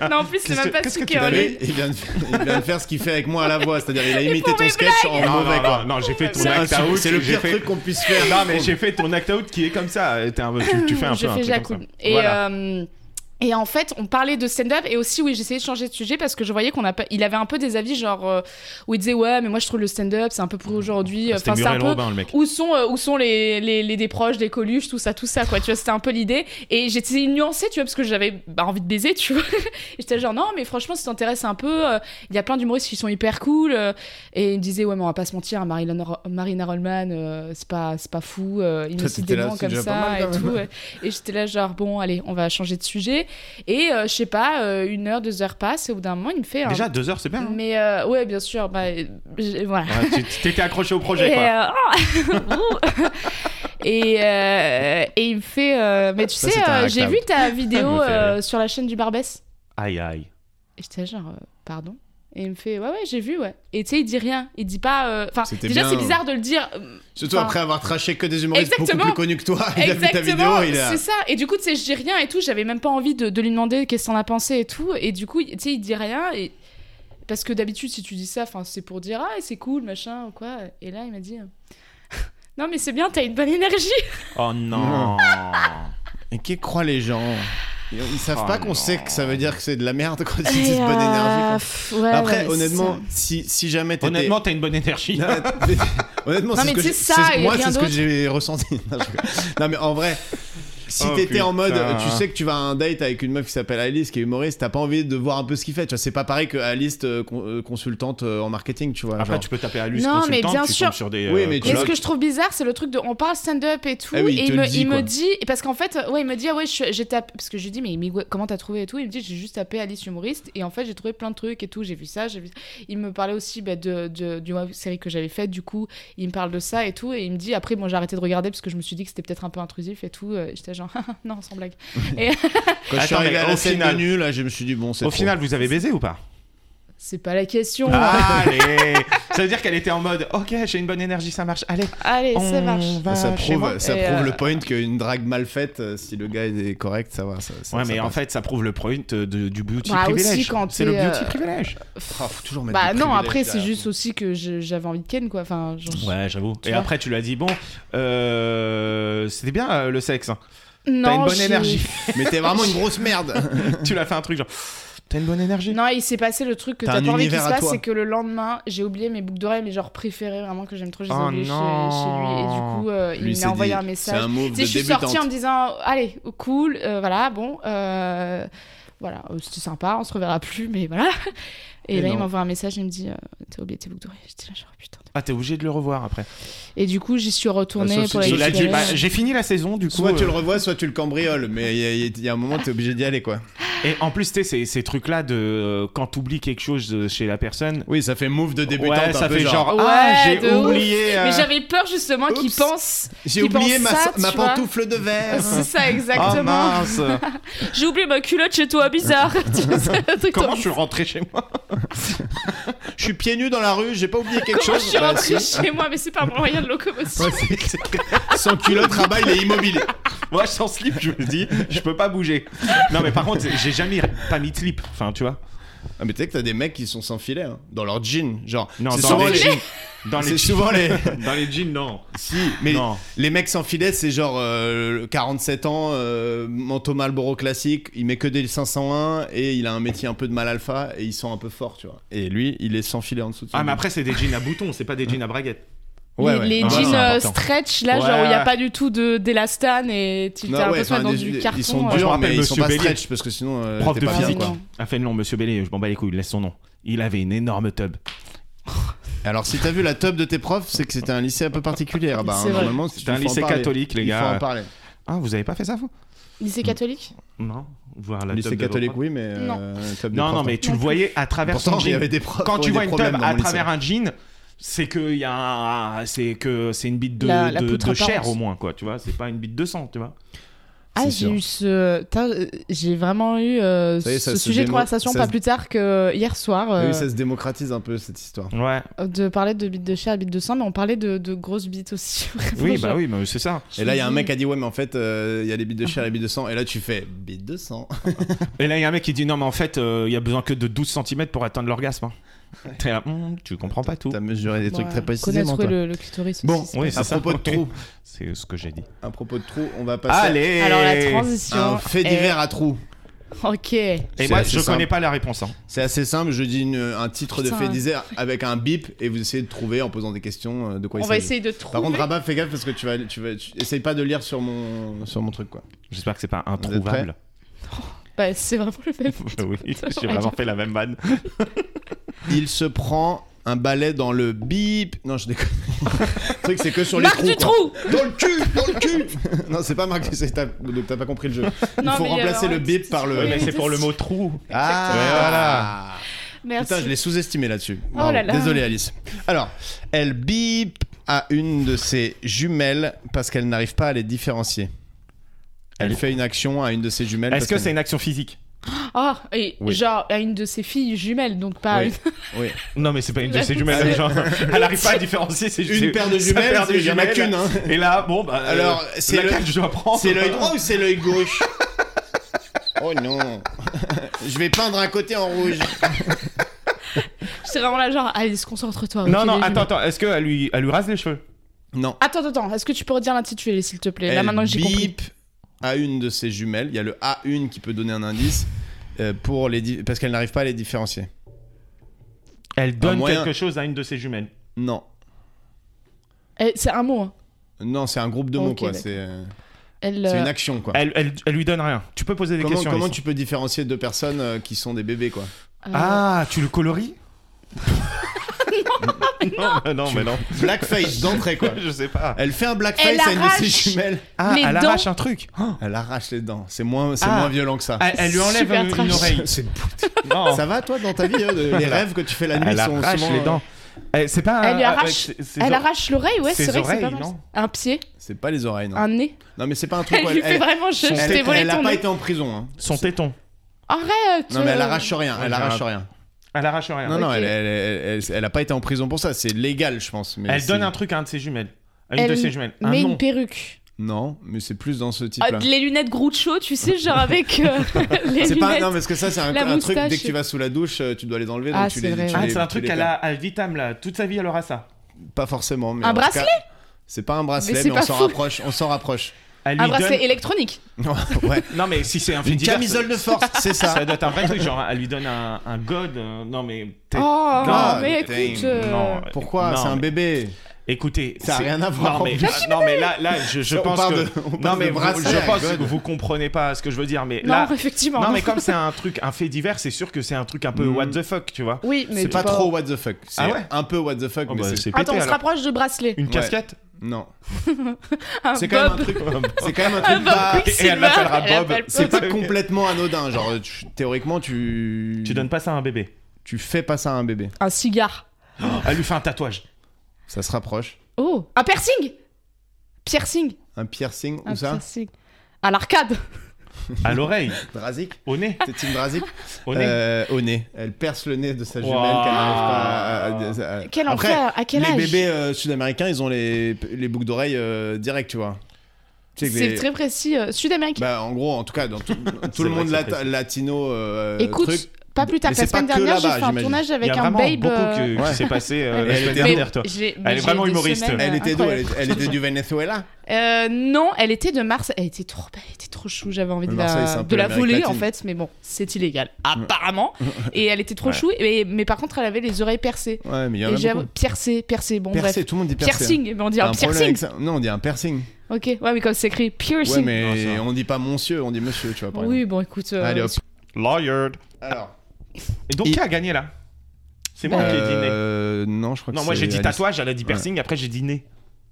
Speaker 1: non, en plus, c'est
Speaker 2: Qu'est-ce
Speaker 1: même
Speaker 2: que-
Speaker 1: pas
Speaker 2: qu'est-ce
Speaker 1: ce
Speaker 2: que
Speaker 1: qui
Speaker 2: tu
Speaker 1: est
Speaker 2: as
Speaker 1: horrible.
Speaker 2: fait
Speaker 3: Il vient, de, il vient de faire ce qu'il fait avec moi à la voix, c'est-à-dire il a imité
Speaker 1: font
Speaker 3: ton
Speaker 1: mes
Speaker 3: sketch en
Speaker 2: Non,
Speaker 3: mauvais
Speaker 2: non,
Speaker 3: quoi.
Speaker 2: non, non, j'ai fait ton
Speaker 3: C'est un-
Speaker 2: act out.
Speaker 3: C'est le
Speaker 2: j'ai
Speaker 3: pire
Speaker 2: fait-
Speaker 3: truc qu'on puisse faire.
Speaker 2: Non mais j'ai fait ton act out qui est comme ça. T'es un- tu, tu fais un peu
Speaker 1: je
Speaker 2: un
Speaker 1: fais
Speaker 2: truc
Speaker 1: la
Speaker 2: comme
Speaker 1: coupe.
Speaker 2: ça.
Speaker 1: Et,
Speaker 2: Voilà.
Speaker 1: euh, Et en fait, on parlait de stand-up et aussi, oui, j'essayais de changer de sujet parce que je voyais qu'on a pas- il avait un peu des avis genre euh, où il disait ouais, mais moi je trouve le stand-up c'est un peu pour aujourd'hui. euh,
Speaker 2: C'était
Speaker 1: Enfin, c'est un
Speaker 2: Muriel
Speaker 1: peu
Speaker 2: Robin, le mec.
Speaker 1: où sont euh, où sont les les, les des proches, des coluches, tout ça, tout ça quoi. Tu vois, c'était un peu l'idée. Et j'étais nuancée, tu vois, parce que j'avais bah, envie de baiser, tu vois. Et j'étais genre non, mais franchement, si t'intéresses un peu, euh, il y a plein d'humoristes qui sont hyper cool. euh. et il me disait ouais, mais on va pas se mentir, Marilyn Ro- Marina Rollman, euh, c'est pas c'est pas fou, euh, il
Speaker 3: Toi,
Speaker 1: me cite
Speaker 3: t'étais
Speaker 1: des
Speaker 3: là,
Speaker 1: noms
Speaker 3: c'est
Speaker 1: comme
Speaker 3: déjà pas
Speaker 1: ça
Speaker 3: mal,
Speaker 1: et
Speaker 3: quand
Speaker 1: tout.
Speaker 3: même.
Speaker 1: ouais. Et j'étais là genre bon, allez, on va changer de sujet. Et euh, je sais pas, euh, une heure, deux heures passent. Et au bout d'un moment, il me fait un-
Speaker 2: Déjà, deux heures, c'est bien. hein.
Speaker 1: mais euh, ouais, bien sûr, bah euh, j'ai- voilà.
Speaker 2: Ouais, tu- tu T'étais accroché au projet,
Speaker 1: Et,
Speaker 2: quoi.
Speaker 1: euh, oh, et, euh, et il me fait. euh, mais tu
Speaker 3: Ça,
Speaker 1: sais,
Speaker 3: c'était un hein.
Speaker 1: euh, j'ai vu
Speaker 3: acte
Speaker 1: ta vidéo
Speaker 2: Ça me fait
Speaker 1: euh, sur la chaîne du Barbès.
Speaker 2: Aïe, aïe.
Speaker 1: Et j'étais genre, euh, pardon Et il me fait, ouais, ouais, j'ai vu, ouais. Et tu sais, il dit rien. Il dit pas. euh, Enfin,
Speaker 3: C'était
Speaker 1: déjà,
Speaker 3: bien. hein.
Speaker 1: c'est bizarre de le dire. euh,
Speaker 3: Surtout
Speaker 1: Enfin,
Speaker 3: après avoir traché que des humoristes
Speaker 1: exactement.
Speaker 3: beaucoup plus connus que toi. Il a vu ta
Speaker 1: Exactement,
Speaker 3: vidéo, il a.
Speaker 1: c'est ça. Et du coup, tu sais, je dis rien et tout. J'avais même pas envie de, de lui demander qu'est-ce qu'on a pensé et tout. Et du coup, tu sais, il dit rien. Et... Parce que d'habitude, si tu dis ça, enfin, c'est pour dire ah, c'est cool, machin, ou quoi. Et là, il m'a dit euh, non, mais c'est bien, t'as une bonne énergie.
Speaker 2: Oh non.
Speaker 3: Et qui croit les gens ils, ils savent
Speaker 2: Oh
Speaker 3: pas qu'on
Speaker 2: non.
Speaker 3: sait que ça veut dire que c'est de la merde quand
Speaker 1: Et,
Speaker 3: ils disent bonne
Speaker 1: euh,
Speaker 3: énergie. quoi. Bah,
Speaker 1: pff, ouais,
Speaker 3: Après,
Speaker 1: ouais,
Speaker 3: honnêtement, si, si jamais t'étais.
Speaker 2: Honnêtement, t'as une bonne énergie.
Speaker 3: Non, mais- honnêtement,
Speaker 1: Non,
Speaker 3: c'est
Speaker 1: mais
Speaker 3: ce que
Speaker 1: tu
Speaker 3: j'ai-
Speaker 1: sais, ça
Speaker 3: c'est-
Speaker 1: et
Speaker 3: moi,
Speaker 1: rien
Speaker 3: c'est ce que
Speaker 1: d'autre.
Speaker 3: j'ai ressenti. Non, je rigole. non, mais en vrai, si
Speaker 2: Oh,
Speaker 3: t'étais en mode,
Speaker 2: putain.
Speaker 3: tu sais que tu vas à un date avec une meuf qui s'appelle Alice, qui est humoriste, t'as pas envie de voir un peu ce qu'il fait. Tu vois, c'est pas pareil que Alice euh, con- euh, consultante euh, en marketing, tu vois.
Speaker 2: Après,
Speaker 3: genre.
Speaker 2: tu peux taper à Luce
Speaker 1: Non, mais
Speaker 2: consultante,
Speaker 1: bien
Speaker 2: tu
Speaker 1: sûr.
Speaker 2: tombes sur des. euh,
Speaker 3: Oui, mais
Speaker 1: c'est ça.
Speaker 3: tu
Speaker 2: collègues.
Speaker 1: Mais ce que je trouve bizarre, c'est le truc de on parle stand-up et tout,
Speaker 3: Ah oui, il
Speaker 1: et
Speaker 3: te
Speaker 1: il
Speaker 3: le
Speaker 1: me,
Speaker 3: dit,
Speaker 1: il me
Speaker 3: quoi.
Speaker 1: dit, et parce qu'en fait, ouais, il me dit, ah ouais, je- j'ai tapé, parce que je lui dis, mais, mais ouais, comment t'as trouvé et tout, il me dit, j'ai juste tapé Alice Humoriste, et en fait, j'ai trouvé plein de trucs et tout, j'ai vu ça, j'ai vu Il me parlait aussi bah, de, de, d'une web série que j'avais faite, du coup, il me parle de ça et tout, et il me dit, après, moi, j'ai arrêté de regarder parce que je me suis dit que c'était peut-être un peu intrusif et tout, euh, j'étais genre, non, sans blague.
Speaker 3: Quand je suis
Speaker 2: Attends,
Speaker 3: arrivé
Speaker 2: mais
Speaker 3: à la
Speaker 2: au
Speaker 3: scène
Speaker 2: final-
Speaker 3: nulle, là, je me suis dit, bon, c'est
Speaker 2: Au
Speaker 3: trop.
Speaker 2: final, vous avez baisé ou pas
Speaker 1: C'est pas la question.
Speaker 3: Ah.
Speaker 2: Allez Ça veut dire qu'elle était en mode Ok, j'ai une bonne énergie, ça marche. Allez,
Speaker 1: Allez,
Speaker 2: on
Speaker 1: ça marche.
Speaker 2: va
Speaker 3: ça
Speaker 2: chez moi.
Speaker 3: prouve, ça
Speaker 1: Et,
Speaker 3: prouve
Speaker 1: euh,
Speaker 3: le point qu'une drague mal faite, euh, si le gars est correct, ça va. Ça, ça-
Speaker 2: Ouais,
Speaker 3: ça
Speaker 2: mais en
Speaker 3: passe.
Speaker 2: fait, ça prouve le point de- du beauty
Speaker 1: Bah, aussi,
Speaker 2: privilège.
Speaker 1: quand
Speaker 2: C'est le
Speaker 1: t'es,
Speaker 2: beauty
Speaker 1: euh,
Speaker 2: privilège.
Speaker 3: Oh, faut toujours mettre
Speaker 1: Bah
Speaker 3: des
Speaker 1: non,
Speaker 3: privilèges
Speaker 1: après c'est
Speaker 3: derrière.
Speaker 1: juste aussi que je- j'avais envie de Ken quoi. Enfin, j'en-
Speaker 2: Ouais, j'avoue.
Speaker 1: Tu
Speaker 2: Et
Speaker 1: vois.
Speaker 2: après, tu lui as dit Bon, euh, c'était bien euh, le sexe. hein.
Speaker 1: non,
Speaker 2: T'as une bonne
Speaker 1: j'ai-
Speaker 2: énergie.
Speaker 3: Mais t'es vraiment une grosse merde.
Speaker 2: tu l'as fait un truc genre T'as une bonne énergie
Speaker 1: Non, il s'est passé le truc que
Speaker 3: T'as
Speaker 1: t'as
Speaker 3: un
Speaker 1: pas envie qu'il
Speaker 3: univers
Speaker 1: se
Speaker 3: à
Speaker 1: passe,
Speaker 3: toi.
Speaker 1: c'est que le lendemain, j'ai oublié mes boucles d'oreilles, mes genres préférés vraiment que j'aime trop, je les ai
Speaker 2: Oh
Speaker 1: oubliées chez, chez lui. Et
Speaker 2: non.
Speaker 1: du coup, euh,
Speaker 3: Lui,
Speaker 1: il
Speaker 3: s'est
Speaker 1: m'a envoyé
Speaker 3: dit,
Speaker 1: un
Speaker 3: C'est
Speaker 1: message.
Speaker 3: un move
Speaker 1: Tu
Speaker 3: de
Speaker 1: sais, je suis sortie en
Speaker 3: débutante.
Speaker 1: me disant, allez, cool, euh, voilà, bon, euh, voilà, euh, c'était sympa, on se reverra plus, mais voilà. Et,
Speaker 3: Et
Speaker 1: là,
Speaker 3: non.
Speaker 1: il m'envoie un message, il me dit, euh, t'as oublié tes boucles d'oreilles. J'étais là, genre, putain. de-
Speaker 2: Ah, t'es obligé de le revoir après.
Speaker 1: Et du coup, j'y suis retournée
Speaker 3: Ah, sauf si
Speaker 1: pour
Speaker 3: tu
Speaker 1: les
Speaker 2: Il a dit
Speaker 1: récupérer.
Speaker 2: bah, J'ai fini la saison, du coup.
Speaker 3: Soit tu
Speaker 2: euh,
Speaker 3: le revois, soit tu le cambrioles, mais il y a- il y, a un moment t'es obligé d'y aller quoi.
Speaker 2: Et en plus, tu sais, ces, ces trucs-là de euh, quand t'oublies quelque chose euh, chez la personne.
Speaker 3: Oui, ça fait move de débutant.
Speaker 2: ouais, ça fait genre,
Speaker 1: Ouais,
Speaker 2: ah, j'ai
Speaker 1: de ouf.
Speaker 2: oublié. euh,
Speaker 1: Mais j'avais peur justement qu'il
Speaker 3: Oups.
Speaker 1: pense.
Speaker 3: J'ai
Speaker 1: qui
Speaker 3: oublié
Speaker 1: pense
Speaker 3: ma,
Speaker 1: ça,
Speaker 3: ma
Speaker 1: tu vois.
Speaker 3: pantoufle de verre.
Speaker 1: C'est ça
Speaker 2: ah
Speaker 1: exactement.
Speaker 2: mince
Speaker 1: J'ai oublié ma culotte chez toi, bizarre. Tu sais, un truc
Speaker 2: Comment
Speaker 1: comme-
Speaker 2: je suis rentré chez moi
Speaker 3: Je suis pieds nus dans la rue, j'ai pas oublié quelque
Speaker 1: Comment
Speaker 3: chose.
Speaker 1: je suis
Speaker 3: Bah,
Speaker 1: rentrée
Speaker 3: si.
Speaker 1: chez moi, mais c'est pas mon moyen de locomotion.
Speaker 3: Ouais, c'est- c'est- Sans culotte, rabat, il est immobile.
Speaker 2: Moi, sans slip, je me dis, je peux pas bouger. Non, mais par contre, j'ai jamais pas mis de slip. Enfin, tu vois.
Speaker 3: Ah, mais tu sais que t'as des mecs qui sont sans filet, hein, dans leur jean. Genre,
Speaker 2: Non,
Speaker 3: c'est
Speaker 2: dans
Speaker 3: souvent
Speaker 2: les
Speaker 3: les.
Speaker 2: jeans. Dans les
Speaker 3: C'est
Speaker 2: jeans.
Speaker 3: souvent les.
Speaker 2: Dans les jeans, non.
Speaker 3: Si, mais
Speaker 2: Non.
Speaker 3: les mecs sans filet, c'est genre euh, 47 ans, euh, manteau Marlboro classique, il met que des 501 et il a un métier un peu de mal alpha et ils sont un peu forts, tu vois. Et lui, il est sans filet en dessous de son
Speaker 2: Ah, mais
Speaker 3: jean.
Speaker 2: après, c'est des jeans à boutons, c'est pas des jeans à braguettes.
Speaker 3: Ouais,
Speaker 1: les
Speaker 3: ouais.
Speaker 1: les
Speaker 2: Ah,
Speaker 1: jeans
Speaker 2: c'est
Speaker 1: euh,
Speaker 2: important.
Speaker 1: stretch, là,
Speaker 2: Ouais,
Speaker 1: genre où il n'y
Speaker 2: ouais.
Speaker 1: a pas du tout de- d'élastane et tu t'es
Speaker 3: Non,
Speaker 1: un
Speaker 3: ouais,
Speaker 1: peu
Speaker 3: enfin,
Speaker 1: dans
Speaker 3: des-
Speaker 1: du
Speaker 3: des-
Speaker 1: carton.
Speaker 3: Ils sont
Speaker 1: euh,
Speaker 2: Je me
Speaker 3: durs,
Speaker 2: rappelle
Speaker 3: mais ils sont
Speaker 2: Monsieur
Speaker 3: pas
Speaker 2: Bélier.
Speaker 3: stretch parce que sinon, euh,
Speaker 2: Prof
Speaker 3: t'es
Speaker 2: de
Speaker 3: pas
Speaker 1: Ah,
Speaker 3: bien
Speaker 1: mais
Speaker 2: physique.
Speaker 3: quoi.
Speaker 1: non.
Speaker 2: A fait le nom, monsieur Bélier, je m'en bats les couilles, laisse son nom. Il avait une énorme tub.
Speaker 3: Alors, si t'as vu la tub de tes profs, c'est que c'était un lycée un peu particulier. Bah,
Speaker 1: C'est vrai.
Speaker 3: normalement,
Speaker 2: C'était un lycée catholique, les
Speaker 3: Il faut en
Speaker 2: gars.
Speaker 3: parler.
Speaker 2: Ah, vous avez pas fait ça, vous
Speaker 3: Mm.
Speaker 1: Lycée catholique
Speaker 2: Non. Voir la
Speaker 3: lycée
Speaker 2: teub de vos
Speaker 3: catholique,
Speaker 2: profs.
Speaker 3: oui, mais. euh,
Speaker 1: Non.
Speaker 3: tub de
Speaker 2: Non,
Speaker 3: prof,
Speaker 2: non, mais tu
Speaker 1: Non
Speaker 2: le
Speaker 1: plus.
Speaker 2: voyais à travers
Speaker 3: Pourtant,
Speaker 2: son
Speaker 3: il y
Speaker 2: jean.
Speaker 3: avait des profs.
Speaker 2: Quand
Speaker 3: qui
Speaker 2: tu
Speaker 3: ont
Speaker 2: vois
Speaker 3: eu des
Speaker 2: une
Speaker 3: problèmes
Speaker 2: teub
Speaker 3: dans
Speaker 2: à
Speaker 3: mon lycée.
Speaker 2: travers un jean, c'est que y a un- c'est que c'est une bite de,
Speaker 1: La- la
Speaker 2: de-
Speaker 1: poutre
Speaker 2: de chair
Speaker 1: apparente.
Speaker 2: au moins quoi, tu vois, c'est pas une bite de sang, tu vois.
Speaker 1: Ah,
Speaker 3: C'est
Speaker 1: j'ai
Speaker 3: sûr.
Speaker 1: eu ce. putain, euh, J'ai vraiment eu euh,
Speaker 3: Ça y est, ça
Speaker 1: ce
Speaker 3: se
Speaker 1: sujet de
Speaker 3: démo-
Speaker 1: conversation
Speaker 3: ça
Speaker 1: pas
Speaker 3: se-
Speaker 1: plus tard que hier soir.
Speaker 3: Ah
Speaker 1: euh,
Speaker 3: Oui, ça se démocratise un peu cette histoire.
Speaker 2: Ouais.
Speaker 1: De parler de bites de chair, bites de sang, mais on parlait de, de grosses bites aussi. vraiment,
Speaker 2: Oui,
Speaker 1: genre,
Speaker 2: bah oui, mais c'est ça.
Speaker 1: je
Speaker 3: Et là, il y a un
Speaker 1: me
Speaker 3: mec qui
Speaker 1: dis-
Speaker 3: a dit Ouais, mais en fait, euh, il y a les bites de chair et les bites de sang. Et là, tu fais Bites de sang.
Speaker 2: Et là il y a un mec qui dit non mais en fait, euh, il y a besoin que de 12 cm pour atteindre l'orgasme. hein. T'es là, Hum, tu comprends pas tout.
Speaker 3: T'as mesuré des trucs
Speaker 1: Ouais,
Speaker 3: très
Speaker 1: connaître
Speaker 3: précisément. toi.
Speaker 1: le, le clitoris. aussi,
Speaker 3: Bon,
Speaker 1: c'est
Speaker 2: Oui,
Speaker 1: pas-
Speaker 2: c'est
Speaker 3: à
Speaker 2: ça.
Speaker 3: propos de
Speaker 2: Ok.
Speaker 3: trous.
Speaker 2: C'est ce que j'ai dit.
Speaker 3: À propos de trous, on va passer
Speaker 2: Allez
Speaker 1: Alors la transition.
Speaker 3: à un fait
Speaker 1: est-
Speaker 3: divers à trous.
Speaker 1: Ok.
Speaker 2: Et
Speaker 3: C'est
Speaker 2: moi,
Speaker 3: assez
Speaker 2: je
Speaker 3: simple.
Speaker 2: connais pas la réponse. hein.
Speaker 3: C'est assez simple, je dis une- un titre
Speaker 1: Putain.
Speaker 3: de fait divers avec un bip et vous essayez de trouver en posant des questions euh, de quoi
Speaker 1: On
Speaker 3: il
Speaker 1: va
Speaker 3: s'agit.
Speaker 1: essayer de trouver.
Speaker 3: Par contre, Rabat, fais gaffe parce que tu vas, tu vas, tu- essaye pas de lire sur mon, sur mon truc quoi.
Speaker 2: J'espère que c'est pas
Speaker 3: êtes
Speaker 2: introuvable.
Speaker 1: Bah, c'est vraiment le même.
Speaker 2: oui, j'ai
Speaker 1: Ouais.
Speaker 2: vraiment fait la même vanne.
Speaker 3: Il se prend un balai dans le bip. Non, je déconne. le truc c'est que sur les
Speaker 1: Marc
Speaker 3: trous.
Speaker 1: du
Speaker 3: quoi.
Speaker 1: trou
Speaker 3: Dans le cul, dans le cul. non, c'est pas Marc du t'as, donc t'as pas compris le jeu. Il
Speaker 1: Non,
Speaker 3: faut
Speaker 1: mais euh,
Speaker 3: remplacer
Speaker 1: alors,
Speaker 3: le bip par le.
Speaker 1: Oui,
Speaker 2: Ouais, mais
Speaker 1: mais
Speaker 2: c'est
Speaker 1: c'est
Speaker 2: pour le
Speaker 1: sûr.
Speaker 2: mot trou.
Speaker 3: Ah,
Speaker 1: Exactement.
Speaker 3: voilà.
Speaker 1: Merci.
Speaker 3: Putain, je l'ai sous-estimé là-dessus.
Speaker 1: Oh
Speaker 3: Bravo.
Speaker 1: là là.
Speaker 3: Désolé, Alice. Alors, elle bip à une de ses jumelles parce qu'elle n'arrive pas à les différencier. Elle
Speaker 2: Elle-
Speaker 3: fait une action à une de ses jumelles.
Speaker 2: Est-ce
Speaker 3: parce
Speaker 2: que
Speaker 3: qu'elle-
Speaker 2: c'est une action physique
Speaker 1: Ah, et
Speaker 3: Oui.
Speaker 1: genre à une de ses filles jumelles, donc pas à
Speaker 3: Oui.
Speaker 1: une.
Speaker 3: Oui.
Speaker 2: Non, mais c'est pas une de
Speaker 1: La-
Speaker 2: ses jumelles, les gens. Elle arrive pas à différencier ses
Speaker 3: Une paire de
Speaker 2: sa
Speaker 3: jumelles,
Speaker 2: paire de
Speaker 3: il y en a
Speaker 2: jumelles.
Speaker 3: qu'une. hein.
Speaker 2: Et là, bon, bah.
Speaker 3: Alors,
Speaker 2: euh,
Speaker 3: c'est
Speaker 2: laquelle
Speaker 3: le-
Speaker 2: je dois prendre.
Speaker 3: C'est l'œil droit ou c'est l'œil gauche Oh non Je vais peindre un côté en rouge.
Speaker 1: C'est vraiment là, genre, Alice, concentre-toi.
Speaker 2: Non,
Speaker 1: ok,
Speaker 2: non,
Speaker 1: les
Speaker 2: attends,
Speaker 1: jumelles.
Speaker 2: attends. Est-ce qu'elle lui, elle lui rase les cheveux
Speaker 3: Non.
Speaker 1: Attends, attends, est-ce que tu peux redire l'intitulé, s'il te plaît Là,
Speaker 3: Elle
Speaker 1: maintenant que j'ai compris.
Speaker 3: bip à une de ses jumelles. Il y a le A1 qui peut donner un indice euh, pour les di- parce qu'elle n'arrive pas à les différencier.
Speaker 2: Elle donne
Speaker 3: moyen.
Speaker 2: quelque chose à une de ses jumelles.
Speaker 3: Non.
Speaker 1: Eh, C'est un mot. hein.
Speaker 3: Non, c'est un groupe de mots,
Speaker 1: Ok,
Speaker 3: quoi.
Speaker 1: d'accord.
Speaker 3: C'est euh,
Speaker 1: Elle.
Speaker 3: c'est
Speaker 1: euh,
Speaker 3: une action, quoi.
Speaker 2: Elle, elle, elle lui donne rien. Tu peux poser des
Speaker 3: Comment,
Speaker 2: questions.
Speaker 3: comment
Speaker 2: Alice.
Speaker 3: tu peux différencier deux personnes euh, qui sont des bébés, quoi
Speaker 1: euh,
Speaker 2: Ah, tu le coloris Non, mais non, mais non.
Speaker 3: Blackface d'entrée, quoi.
Speaker 2: Je sais pas.
Speaker 3: Elle fait un blackface
Speaker 1: Elle
Speaker 3: à une de ses
Speaker 1: arrache.
Speaker 3: jumelles.
Speaker 2: Ah,
Speaker 1: Les
Speaker 2: elle
Speaker 1: dents.
Speaker 2: arrache un truc. Oh,
Speaker 3: Elle arrache les dents. C'est moins, c'est
Speaker 2: Ah.
Speaker 3: moins violent que ça.
Speaker 2: elle, elle lui enlève
Speaker 1: Super
Speaker 2: une,
Speaker 1: trash.
Speaker 2: une oreille.
Speaker 3: C'est-
Speaker 2: Non.
Speaker 3: Ça va, toi, dans ta vie, hein, de- les rêves que tu fais la nuit
Speaker 2: Oh. elle
Speaker 3: sont
Speaker 2: arrache
Speaker 3: souvent,
Speaker 2: les
Speaker 3: euh,
Speaker 2: dents. Eh, C'est pas.
Speaker 1: Elle lui
Speaker 2: euh,
Speaker 1: arrache-
Speaker 2: avec ses- ses
Speaker 1: Elle
Speaker 2: or-
Speaker 1: arrache l'oreille, ouais,
Speaker 2: ses
Speaker 1: c'est vrai que c'est pas
Speaker 2: oreilles,
Speaker 1: mal.
Speaker 2: non
Speaker 1: Un pied,
Speaker 3: C'est pas les oreilles, non.
Speaker 1: un nez.
Speaker 3: Non, mais c'est pas un truc.
Speaker 1: Elle
Speaker 3: où
Speaker 1: lui fait vraiment je,
Speaker 2: son
Speaker 1: je
Speaker 3: elle,
Speaker 1: t'ai volé
Speaker 3: elle a
Speaker 1: ton
Speaker 3: pas
Speaker 1: nez.
Speaker 3: été en prison. hein.
Speaker 2: Son téton.
Speaker 1: Arrête
Speaker 3: Non, mais elle
Speaker 1: euh,
Speaker 3: arrache rien. Elle
Speaker 2: Ouais,
Speaker 3: arrache
Speaker 2: j'ai
Speaker 3: rien.
Speaker 2: Elle arrache rien.
Speaker 3: Non, non,
Speaker 1: Ok.
Speaker 3: elle, elle, elle- elle- elle a pas été en prison pour ça. C'est légal, je pense. Mais
Speaker 2: elle
Speaker 3: c'est-
Speaker 2: donne un truc à un de ses jumelles. À une de
Speaker 1: Elle
Speaker 2: ses jumelles. Un
Speaker 1: Mais
Speaker 2: nom.
Speaker 1: une perruque.
Speaker 3: Non, mais c'est plus dans ce type-là.
Speaker 1: Ah, les lunettes Groucho, tu sais, genre avec euh, les
Speaker 3: C'est
Speaker 1: lunettes.
Speaker 3: pas non parce que ça c'est un,
Speaker 1: la
Speaker 3: un truc
Speaker 1: moustache.
Speaker 3: dès que tu vas sous la douche euh, tu dois les enlever
Speaker 1: Ah,
Speaker 3: donc tu
Speaker 1: c'est
Speaker 3: les,
Speaker 1: vrai,
Speaker 3: tu
Speaker 2: Ah,
Speaker 3: les-
Speaker 2: c'est un
Speaker 3: tu
Speaker 2: truc
Speaker 3: les
Speaker 2: qu'elle
Speaker 3: perds.
Speaker 2: a à vitam là. Toute sa vie, elle aura ça.
Speaker 3: pas forcément mais
Speaker 1: Un
Speaker 3: en tout
Speaker 1: bracelet
Speaker 3: cas, c'est pas un bracelet
Speaker 1: Mais
Speaker 3: mais,
Speaker 1: c'est
Speaker 3: on
Speaker 1: pas
Speaker 3: s'en
Speaker 1: fou.
Speaker 3: rapproche on s'en rapproche
Speaker 2: Elle lui
Speaker 1: Un bracelet
Speaker 2: donne.
Speaker 1: Ah, bah, électronique.
Speaker 3: ouais
Speaker 2: Non, mais si c'est un fait
Speaker 3: une
Speaker 2: divers,
Speaker 3: camisole de force c'est
Speaker 2: ça-
Speaker 3: ça
Speaker 2: Ça doit être un vrai truc. Genre, hein. elle lui donne un, un god. euh, non, mais. t'es-
Speaker 1: Oh,
Speaker 2: Non,
Speaker 1: mais
Speaker 3: mais
Speaker 1: écoute.
Speaker 3: t'es-
Speaker 1: euh,
Speaker 2: non.
Speaker 3: pourquoi
Speaker 2: Non,
Speaker 3: c'est un
Speaker 2: mais-
Speaker 3: bébé
Speaker 2: Écoutez,
Speaker 3: Ça a
Speaker 2: c'est-
Speaker 3: rien à voir.
Speaker 2: Non mais,
Speaker 3: La
Speaker 2: non, mais là, là, je, je
Speaker 3: On
Speaker 2: pense
Speaker 3: parle
Speaker 2: que
Speaker 3: de- on
Speaker 2: non
Speaker 3: parle
Speaker 2: mais
Speaker 3: de
Speaker 2: vous-
Speaker 3: bracelet
Speaker 2: je
Speaker 3: à
Speaker 2: pense
Speaker 3: God.
Speaker 2: que vous comprenez pas ce que je veux dire. Mais
Speaker 1: Non,
Speaker 2: là,
Speaker 1: effectivement.
Speaker 2: non mais comme c'est un truc, un fait divers, c'est sûr que c'est un truc un peu
Speaker 3: Mm.
Speaker 2: what the fuck, tu vois.
Speaker 1: Oui, mais
Speaker 3: c'est pas
Speaker 1: tu vois.
Speaker 3: trop what the fuck c'est
Speaker 2: Ah ouais
Speaker 3: un peu what the fuck
Speaker 2: Oh,
Speaker 3: mais
Speaker 2: bah,
Speaker 3: c'est
Speaker 2: c'est pété,
Speaker 1: Attends, on se
Speaker 2: alors.
Speaker 1: rapproche de bracelet.
Speaker 2: Une
Speaker 3: Ouais.
Speaker 2: casquette.
Speaker 3: non
Speaker 1: Un
Speaker 3: c'est quand même un
Speaker 1: bob.
Speaker 3: truc c'est quand
Speaker 1: Ah
Speaker 3: même un
Speaker 1: bah
Speaker 3: truc pas
Speaker 2: Et elle m'appellera
Speaker 1: Elle
Speaker 2: Bob.
Speaker 1: l'appelle
Speaker 3: c'est
Speaker 1: Bob.
Speaker 3: pas complètement anodin genre euh, tu- théoriquement tu
Speaker 2: Tu donnes pas ça à un bébé.
Speaker 3: tu fais pas ça à un bébé
Speaker 1: Un cigare.
Speaker 2: Elle lui fait un tatouage.
Speaker 3: ça se rapproche
Speaker 1: Oh, un piercing Piercing.
Speaker 3: un piercing
Speaker 1: Un
Speaker 3: ou ça
Speaker 1: piercing. À l'arcade.
Speaker 2: À l'oreille,
Speaker 3: Drasic
Speaker 2: au nez,
Speaker 3: c'est Tim Drasic
Speaker 2: au nez.
Speaker 3: Euh, au nez. Elle perce le nez de sa jumelle
Speaker 2: Wow.
Speaker 3: qu'elle n'arrive pas à- à. à-
Speaker 1: Quel
Speaker 3: Après,
Speaker 1: enfer, à quel
Speaker 3: les
Speaker 1: âge
Speaker 3: bébés euh, sud-américains, ils ont les, les boucles d'oreilles euh, directes, tu vois. Tu sais que
Speaker 1: C'est
Speaker 3: les-
Speaker 1: très précis. euh, Sud-américain.
Speaker 3: Bah, en gros, en tout cas, dans tout, tout
Speaker 2: C'est
Speaker 3: le
Speaker 2: vrai
Speaker 3: monde
Speaker 2: que ça
Speaker 3: lati-
Speaker 2: fait-
Speaker 3: latino. euh,
Speaker 1: Écoute,
Speaker 3: truc.
Speaker 1: pas plus tard
Speaker 3: mais
Speaker 1: que la
Speaker 3: c'est pas
Speaker 1: semaine
Speaker 3: que
Speaker 1: dernière, j'ai
Speaker 3: là-bas,
Speaker 1: fait un
Speaker 3: j'imagine.
Speaker 1: tournage
Speaker 2: Il y
Speaker 1: avec
Speaker 2: a
Speaker 1: un
Speaker 2: vraiment
Speaker 1: babe.
Speaker 2: beaucoup
Speaker 1: euh,
Speaker 2: que- qui
Speaker 3: Ouais.
Speaker 2: s'est passé euh,
Speaker 1: avec-
Speaker 2: la
Speaker 3: était
Speaker 2: semaine
Speaker 1: mais
Speaker 2: dernière, toi.
Speaker 1: j'ai- mais
Speaker 2: Elle est
Speaker 1: j'ai
Speaker 2: vraiment
Speaker 1: des
Speaker 2: humoriste.
Speaker 1: semaines,
Speaker 3: Elle
Speaker 1: euh,
Speaker 3: était d'où elle,
Speaker 1: incroyables.
Speaker 3: était- elle était du Venezuela
Speaker 1: Euh, non, elle était de Marseille. Elle était trop, elle était trop chou. J'avais envie de
Speaker 3: Mais Marseille, c'est
Speaker 1: la,
Speaker 3: un peu
Speaker 1: de la
Speaker 3: l'Amérique
Speaker 1: voler
Speaker 3: latine.
Speaker 1: en fait, mais bon, c'est illégal apparemment. et elle était trop
Speaker 2: Ouais.
Speaker 1: chou. Et, mais par contre, elle avait les oreilles percées.
Speaker 3: Ouais, mais il y en a
Speaker 1: Et j'ai
Speaker 3: beaucoup.
Speaker 1: percé, percé. Bon
Speaker 3: Percé,
Speaker 1: bref,
Speaker 3: tout le monde dit percé. hein.
Speaker 1: piercing. Mais on dit
Speaker 3: T'as
Speaker 1: un
Speaker 3: un problème avec
Speaker 1: piercing.
Speaker 3: ça Non, on dit un piercing.
Speaker 1: Ok, ouais, mais comme c'est écrit piercing.
Speaker 3: Ouais,
Speaker 2: Non,
Speaker 3: mais
Speaker 2: ça.
Speaker 3: on dit pas monsieur, on dit monsieur, tu vois. par
Speaker 1: Oui, bon, écoute. euh,
Speaker 3: Allez, hop.
Speaker 2: Lawyered.
Speaker 3: exemple. Alors.
Speaker 2: Et donc
Speaker 3: Il-
Speaker 2: qui a gagné là C'est moi qui ai dit nez.
Speaker 3: euh, non, je crois que
Speaker 2: Non, moi
Speaker 3: c'est
Speaker 2: j'ai dit
Speaker 3: Alice.
Speaker 2: tatouage, elle a dit piercing, après j'ai dit nez.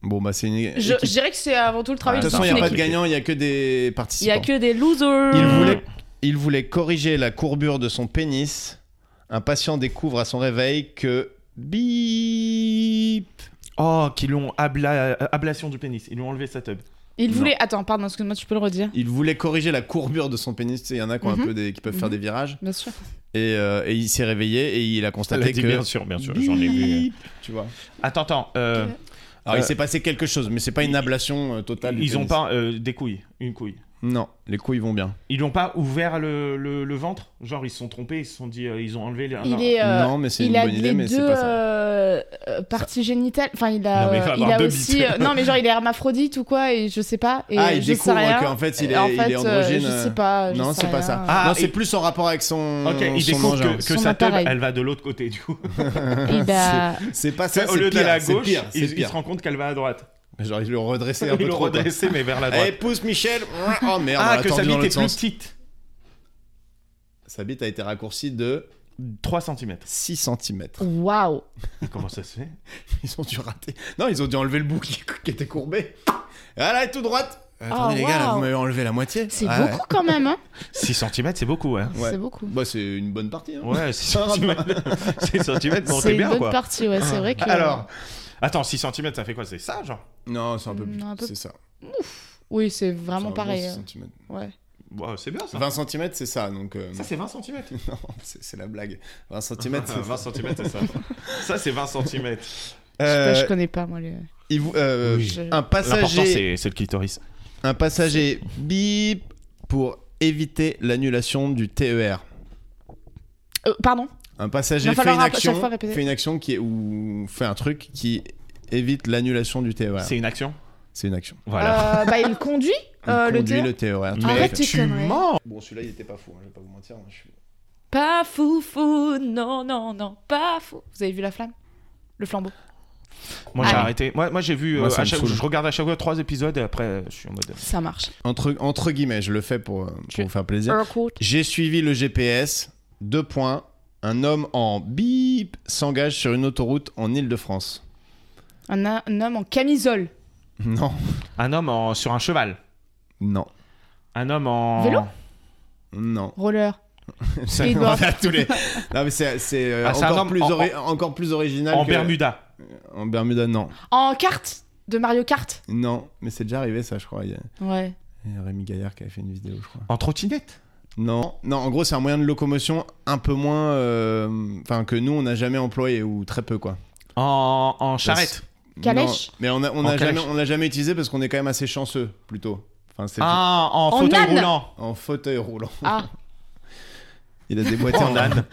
Speaker 3: Bon, bah, c'est une.
Speaker 1: je, je dirais que c'est avant tout le
Speaker 3: De
Speaker 1: travail
Speaker 3: toute
Speaker 1: de
Speaker 2: Ah,
Speaker 3: façon, il n'y a
Speaker 1: toute
Speaker 3: pas de
Speaker 1: l'équipe.
Speaker 3: gagnant, il n'y a que des
Speaker 1: Il y
Speaker 3: participants.
Speaker 1: a que des losers.
Speaker 3: Il voulait, il voulait corriger la courbure de son pénis. Un patient découvre à son réveil que bip.
Speaker 2: Oh, qu'ils l'ont abla... euh, ablation du pénis. Ils lui ont enlevé sa tub.
Speaker 1: Il
Speaker 3: Non.
Speaker 1: voulait. Attends, pardon, excuse-moi, tu peux le redire.
Speaker 3: Il voulait corriger la courbure de son pénis. Tu sais, Il y en a qui, ont un
Speaker 1: Mhm.
Speaker 3: peu des- qui peuvent faire
Speaker 1: Mhm.
Speaker 3: des virages.
Speaker 1: Bien sûr.
Speaker 3: Et, euh, et il s'est réveillé et il a constaté que.
Speaker 2: sûr, bien
Speaker 3: Bip. euh, Tu vois.
Speaker 2: euh, Attends, attends. euh,
Speaker 3: Alors
Speaker 2: Euh,
Speaker 3: il s'est passé quelque chose, mais c'est pas une ablation euh, totale. du
Speaker 2: ils ont
Speaker 3: pénis.
Speaker 2: pas euh, des couilles, une couille.
Speaker 3: Non, les couilles vont bien.
Speaker 2: Ils n'ont pas ouvert le, le- le ventre Genre, ils se sont trompés, ils se sont dit, euh, ils ont enlevé les.
Speaker 1: Il est. euh,
Speaker 3: non, mais c'est une
Speaker 1: Il a
Speaker 3: bonne idée,
Speaker 1: les
Speaker 3: mais
Speaker 1: deux
Speaker 3: c'est pas ça.
Speaker 1: euh, euh, parties génitales. Enfin, il a,
Speaker 2: Non, mais il va
Speaker 1: euh, il
Speaker 2: avoir
Speaker 1: a
Speaker 2: deux
Speaker 1: aussi.
Speaker 2: bites.
Speaker 1: euh, non, mais genre, il est hermaphrodite ou quoi, et je sais pas. Et
Speaker 3: Ah, il
Speaker 1: je
Speaker 3: découvre
Speaker 1: sais rien.
Speaker 3: qu'en fait, il
Speaker 1: Et
Speaker 3: est,
Speaker 1: en
Speaker 3: il est
Speaker 1: fait, euh,
Speaker 3: androgyne.
Speaker 1: je sais pas. je
Speaker 3: non,
Speaker 1: sais
Speaker 3: c'est pas
Speaker 1: rien.
Speaker 3: ça.
Speaker 2: Ah,
Speaker 3: non, c'est
Speaker 2: et-
Speaker 3: plus en rapport avec son.
Speaker 2: Ok, il
Speaker 3: son
Speaker 2: découvre
Speaker 3: engin.
Speaker 2: que, que
Speaker 1: Son
Speaker 2: sa teub,
Speaker 1: appareil.
Speaker 2: elle va de l'autre côté, du coup.
Speaker 1: Et bah,
Speaker 3: C'est pas ça.
Speaker 2: au
Speaker 3: c'est
Speaker 2: lieu d'aller
Speaker 3: pire,
Speaker 2: à
Speaker 3: c'est
Speaker 2: gauche,
Speaker 3: pire,
Speaker 2: il,
Speaker 3: c'est
Speaker 2: il
Speaker 3: pire.
Speaker 2: se rend compte qu'elle va à droite.
Speaker 3: Genre, ils l'ont redressé un
Speaker 2: Ils
Speaker 3: peu
Speaker 2: l'ont
Speaker 3: trop. quoi.
Speaker 2: redressé, mais vers la droite.
Speaker 3: Eh, pousse Michel Oh merde, on
Speaker 2: ah,
Speaker 3: l'a
Speaker 2: que sa
Speaker 3: tendu dans
Speaker 2: bite
Speaker 3: l'autre
Speaker 2: est plus
Speaker 3: sens.
Speaker 2: petite.
Speaker 3: Sa bite a été raccourcie de
Speaker 2: 3 cm.
Speaker 3: 6 cm.
Speaker 1: bah, waouh.
Speaker 2: Comment ça se fait
Speaker 3: Ils ont dû rater. Non, ils ont dû enlever le bout qui, qui était courbé. Voilà, et tout droite. Attendez, les gars, là,
Speaker 1: waouh.
Speaker 3: vous m'avez enlevé la moitié.
Speaker 1: Oh, C'est
Speaker 3: Ah Ouais,
Speaker 1: beaucoup quand même, hein.
Speaker 2: 6 cm, c'est beaucoup, hein.
Speaker 3: Ouais.
Speaker 1: C'est beaucoup.
Speaker 3: ouais. Bah, c'est une bonne partie. Hein.
Speaker 2: Ouais, 6
Speaker 3: Ça
Speaker 2: cm. 6 cm, bon,
Speaker 1: c'est
Speaker 2: t'es
Speaker 1: une
Speaker 2: bien,
Speaker 1: bonne
Speaker 2: quoi.
Speaker 1: partie, ouais. C'est vrai que.
Speaker 2: Alors, attends, 6 cm, ça fait quoi C'est ça, genre
Speaker 3: Non, c'est un peu plus.
Speaker 1: Mm, un peu-
Speaker 3: C'est ça.
Speaker 1: Oui, c'est
Speaker 3: C'est un
Speaker 1: vraiment
Speaker 3: bon
Speaker 1: pareil.
Speaker 3: 6
Speaker 1: euh,
Speaker 3: centimètres.
Speaker 1: Ouais.
Speaker 2: Bon, C'est bien, ça.
Speaker 3: 20 cm, c'est ça. Donc, euh,
Speaker 2: Ça, c'est 20 cm.
Speaker 3: non, c'est c'est la blague. 20 cm, Ah, c'est
Speaker 2: 20 cm, c'est ça. Ça, c'est 20 cm.
Speaker 1: Je sais pas,
Speaker 3: Euh,
Speaker 1: je connais pas, moi. Les...
Speaker 3: il vous- euh,
Speaker 2: Oui.
Speaker 1: Je-
Speaker 3: Un
Speaker 2: L'important,
Speaker 3: passager
Speaker 2: c'est c'est le clitoris.
Speaker 3: Un passager bip pour éviter l'annulation du TER.
Speaker 1: Euh, pardon
Speaker 3: Un
Speaker 1: Il
Speaker 3: passager
Speaker 1: va
Speaker 3: fait
Speaker 1: falloir
Speaker 3: une,
Speaker 1: à chaque
Speaker 3: action,
Speaker 1: fois répéter.
Speaker 3: fait une action qui est, ou fait un truc qui évite l'annulation du E TER.
Speaker 2: C'est une action
Speaker 3: C'est une action.
Speaker 2: Voilà.
Speaker 1: Euh, bah, il conduit,
Speaker 3: Il
Speaker 1: euh, le
Speaker 3: conduit
Speaker 1: dé.
Speaker 3: le TER. tout à
Speaker 1: Arrête
Speaker 3: fait.
Speaker 1: tes conneries.
Speaker 3: Bon, celui-là, il était pas fou, hein, je vais pas vous mentir. hein, je suis-
Speaker 1: Pas fou, fou, non, non, non, pas fou. Vous avez vu la flamme Le flambeau.
Speaker 2: Moi, j'ai
Speaker 1: Ah.
Speaker 2: arrêté. Moi, moi j'ai vu.
Speaker 3: Moi,
Speaker 2: euh, à
Speaker 3: ça me
Speaker 2: chaque-
Speaker 3: saoule.
Speaker 2: Je regarde à chaque fois 3 épisodes et après, euh, je suis en mode.
Speaker 1: Ça marche.
Speaker 3: Entre, entre guillemets, je le fais pour, euh,
Speaker 1: Tu-
Speaker 3: pour vous faire plaisir.
Speaker 1: Urquhart.
Speaker 3: J'ai suivi le GPS. Deux points. Un homme en bip s'engage sur une autoroute en Ile-de-France.
Speaker 1: Un, un homme en camisole.
Speaker 3: Non,
Speaker 2: Un homme en- sur un cheval.
Speaker 3: non,
Speaker 2: Un homme en.
Speaker 1: Vélo
Speaker 3: non.
Speaker 1: Roller.
Speaker 3: Ça,
Speaker 1: Et
Speaker 3: on
Speaker 1: Edouard.
Speaker 3: va tous les- Non, mais c'est c'est, euh,
Speaker 2: Ah, c'est un
Speaker 3: encore,
Speaker 2: homme
Speaker 3: plus
Speaker 2: en-
Speaker 3: ori- encore plus original.
Speaker 2: En
Speaker 3: que-
Speaker 2: Bermuda.
Speaker 3: En Bermuda, non.
Speaker 1: En carte de Mario Kart.
Speaker 3: Non, mais c'est déjà arrivé, ça, je crois. Il y, a...
Speaker 1: Ouais.
Speaker 3: il y a Rémi Gaillard qui avait fait une vidéo, je crois.
Speaker 2: En trottinette.
Speaker 3: Non, non en gros, c'est un moyen de locomotion un peu moins. euh, Enfin, que nous, on n'a jamais employé, ou très peu, quoi.
Speaker 2: En, en charrette.
Speaker 1: Calèche
Speaker 3: Non, mais on a- on
Speaker 2: En
Speaker 3: a
Speaker 2: calèche.
Speaker 3: jamais- on l'a jamais utilisé parce qu'on est quand même assez chanceux, plutôt. Enfin, c'est
Speaker 2: Ah, en,
Speaker 1: En
Speaker 2: fauteuil
Speaker 1: âne.
Speaker 2: roulant.
Speaker 3: en fauteuil roulant.
Speaker 1: Ah,
Speaker 3: Il a déboîté en
Speaker 2: En âne.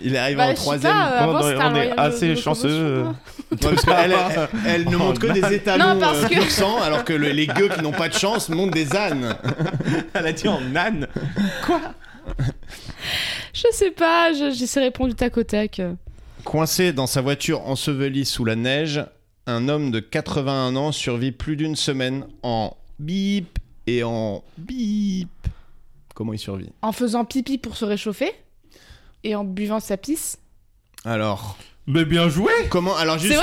Speaker 3: Il est arrivé
Speaker 1: bah,
Speaker 3: en
Speaker 1: je sais
Speaker 3: troisième.
Speaker 1: pas, euh, avant,
Speaker 2: On
Speaker 1: c'était
Speaker 2: est-
Speaker 1: un
Speaker 2: on est
Speaker 1: moyen de-
Speaker 2: assez
Speaker 1: de
Speaker 2: chanceux,
Speaker 1: locomotion,
Speaker 2: euh.
Speaker 1: quoi.
Speaker 3: Ouais, parce qu'elle, elle, elle ne
Speaker 2: Oh,
Speaker 3: montre que des étalons
Speaker 1: Non, parce
Speaker 3: euh,
Speaker 1: que-
Speaker 3: pur sang, alors que le- les gueux qui n'ont pas de chance montent des ânes.
Speaker 2: Elle a dit en âne.
Speaker 1: Je sais pas, je- j'essaierai de répondre du tac au tac. euh.
Speaker 3: Coincé dans sa voiture ensevelie sous la neige, un homme de 81 ans survit plus d'une semaine en bip et en bip. Comment il survit
Speaker 1: En faisant pipi pour se réchauffer et en buvant sa pisse.
Speaker 3: Alors,
Speaker 2: Mais bien joué.
Speaker 3: comment Alors juste.
Speaker 1: C'est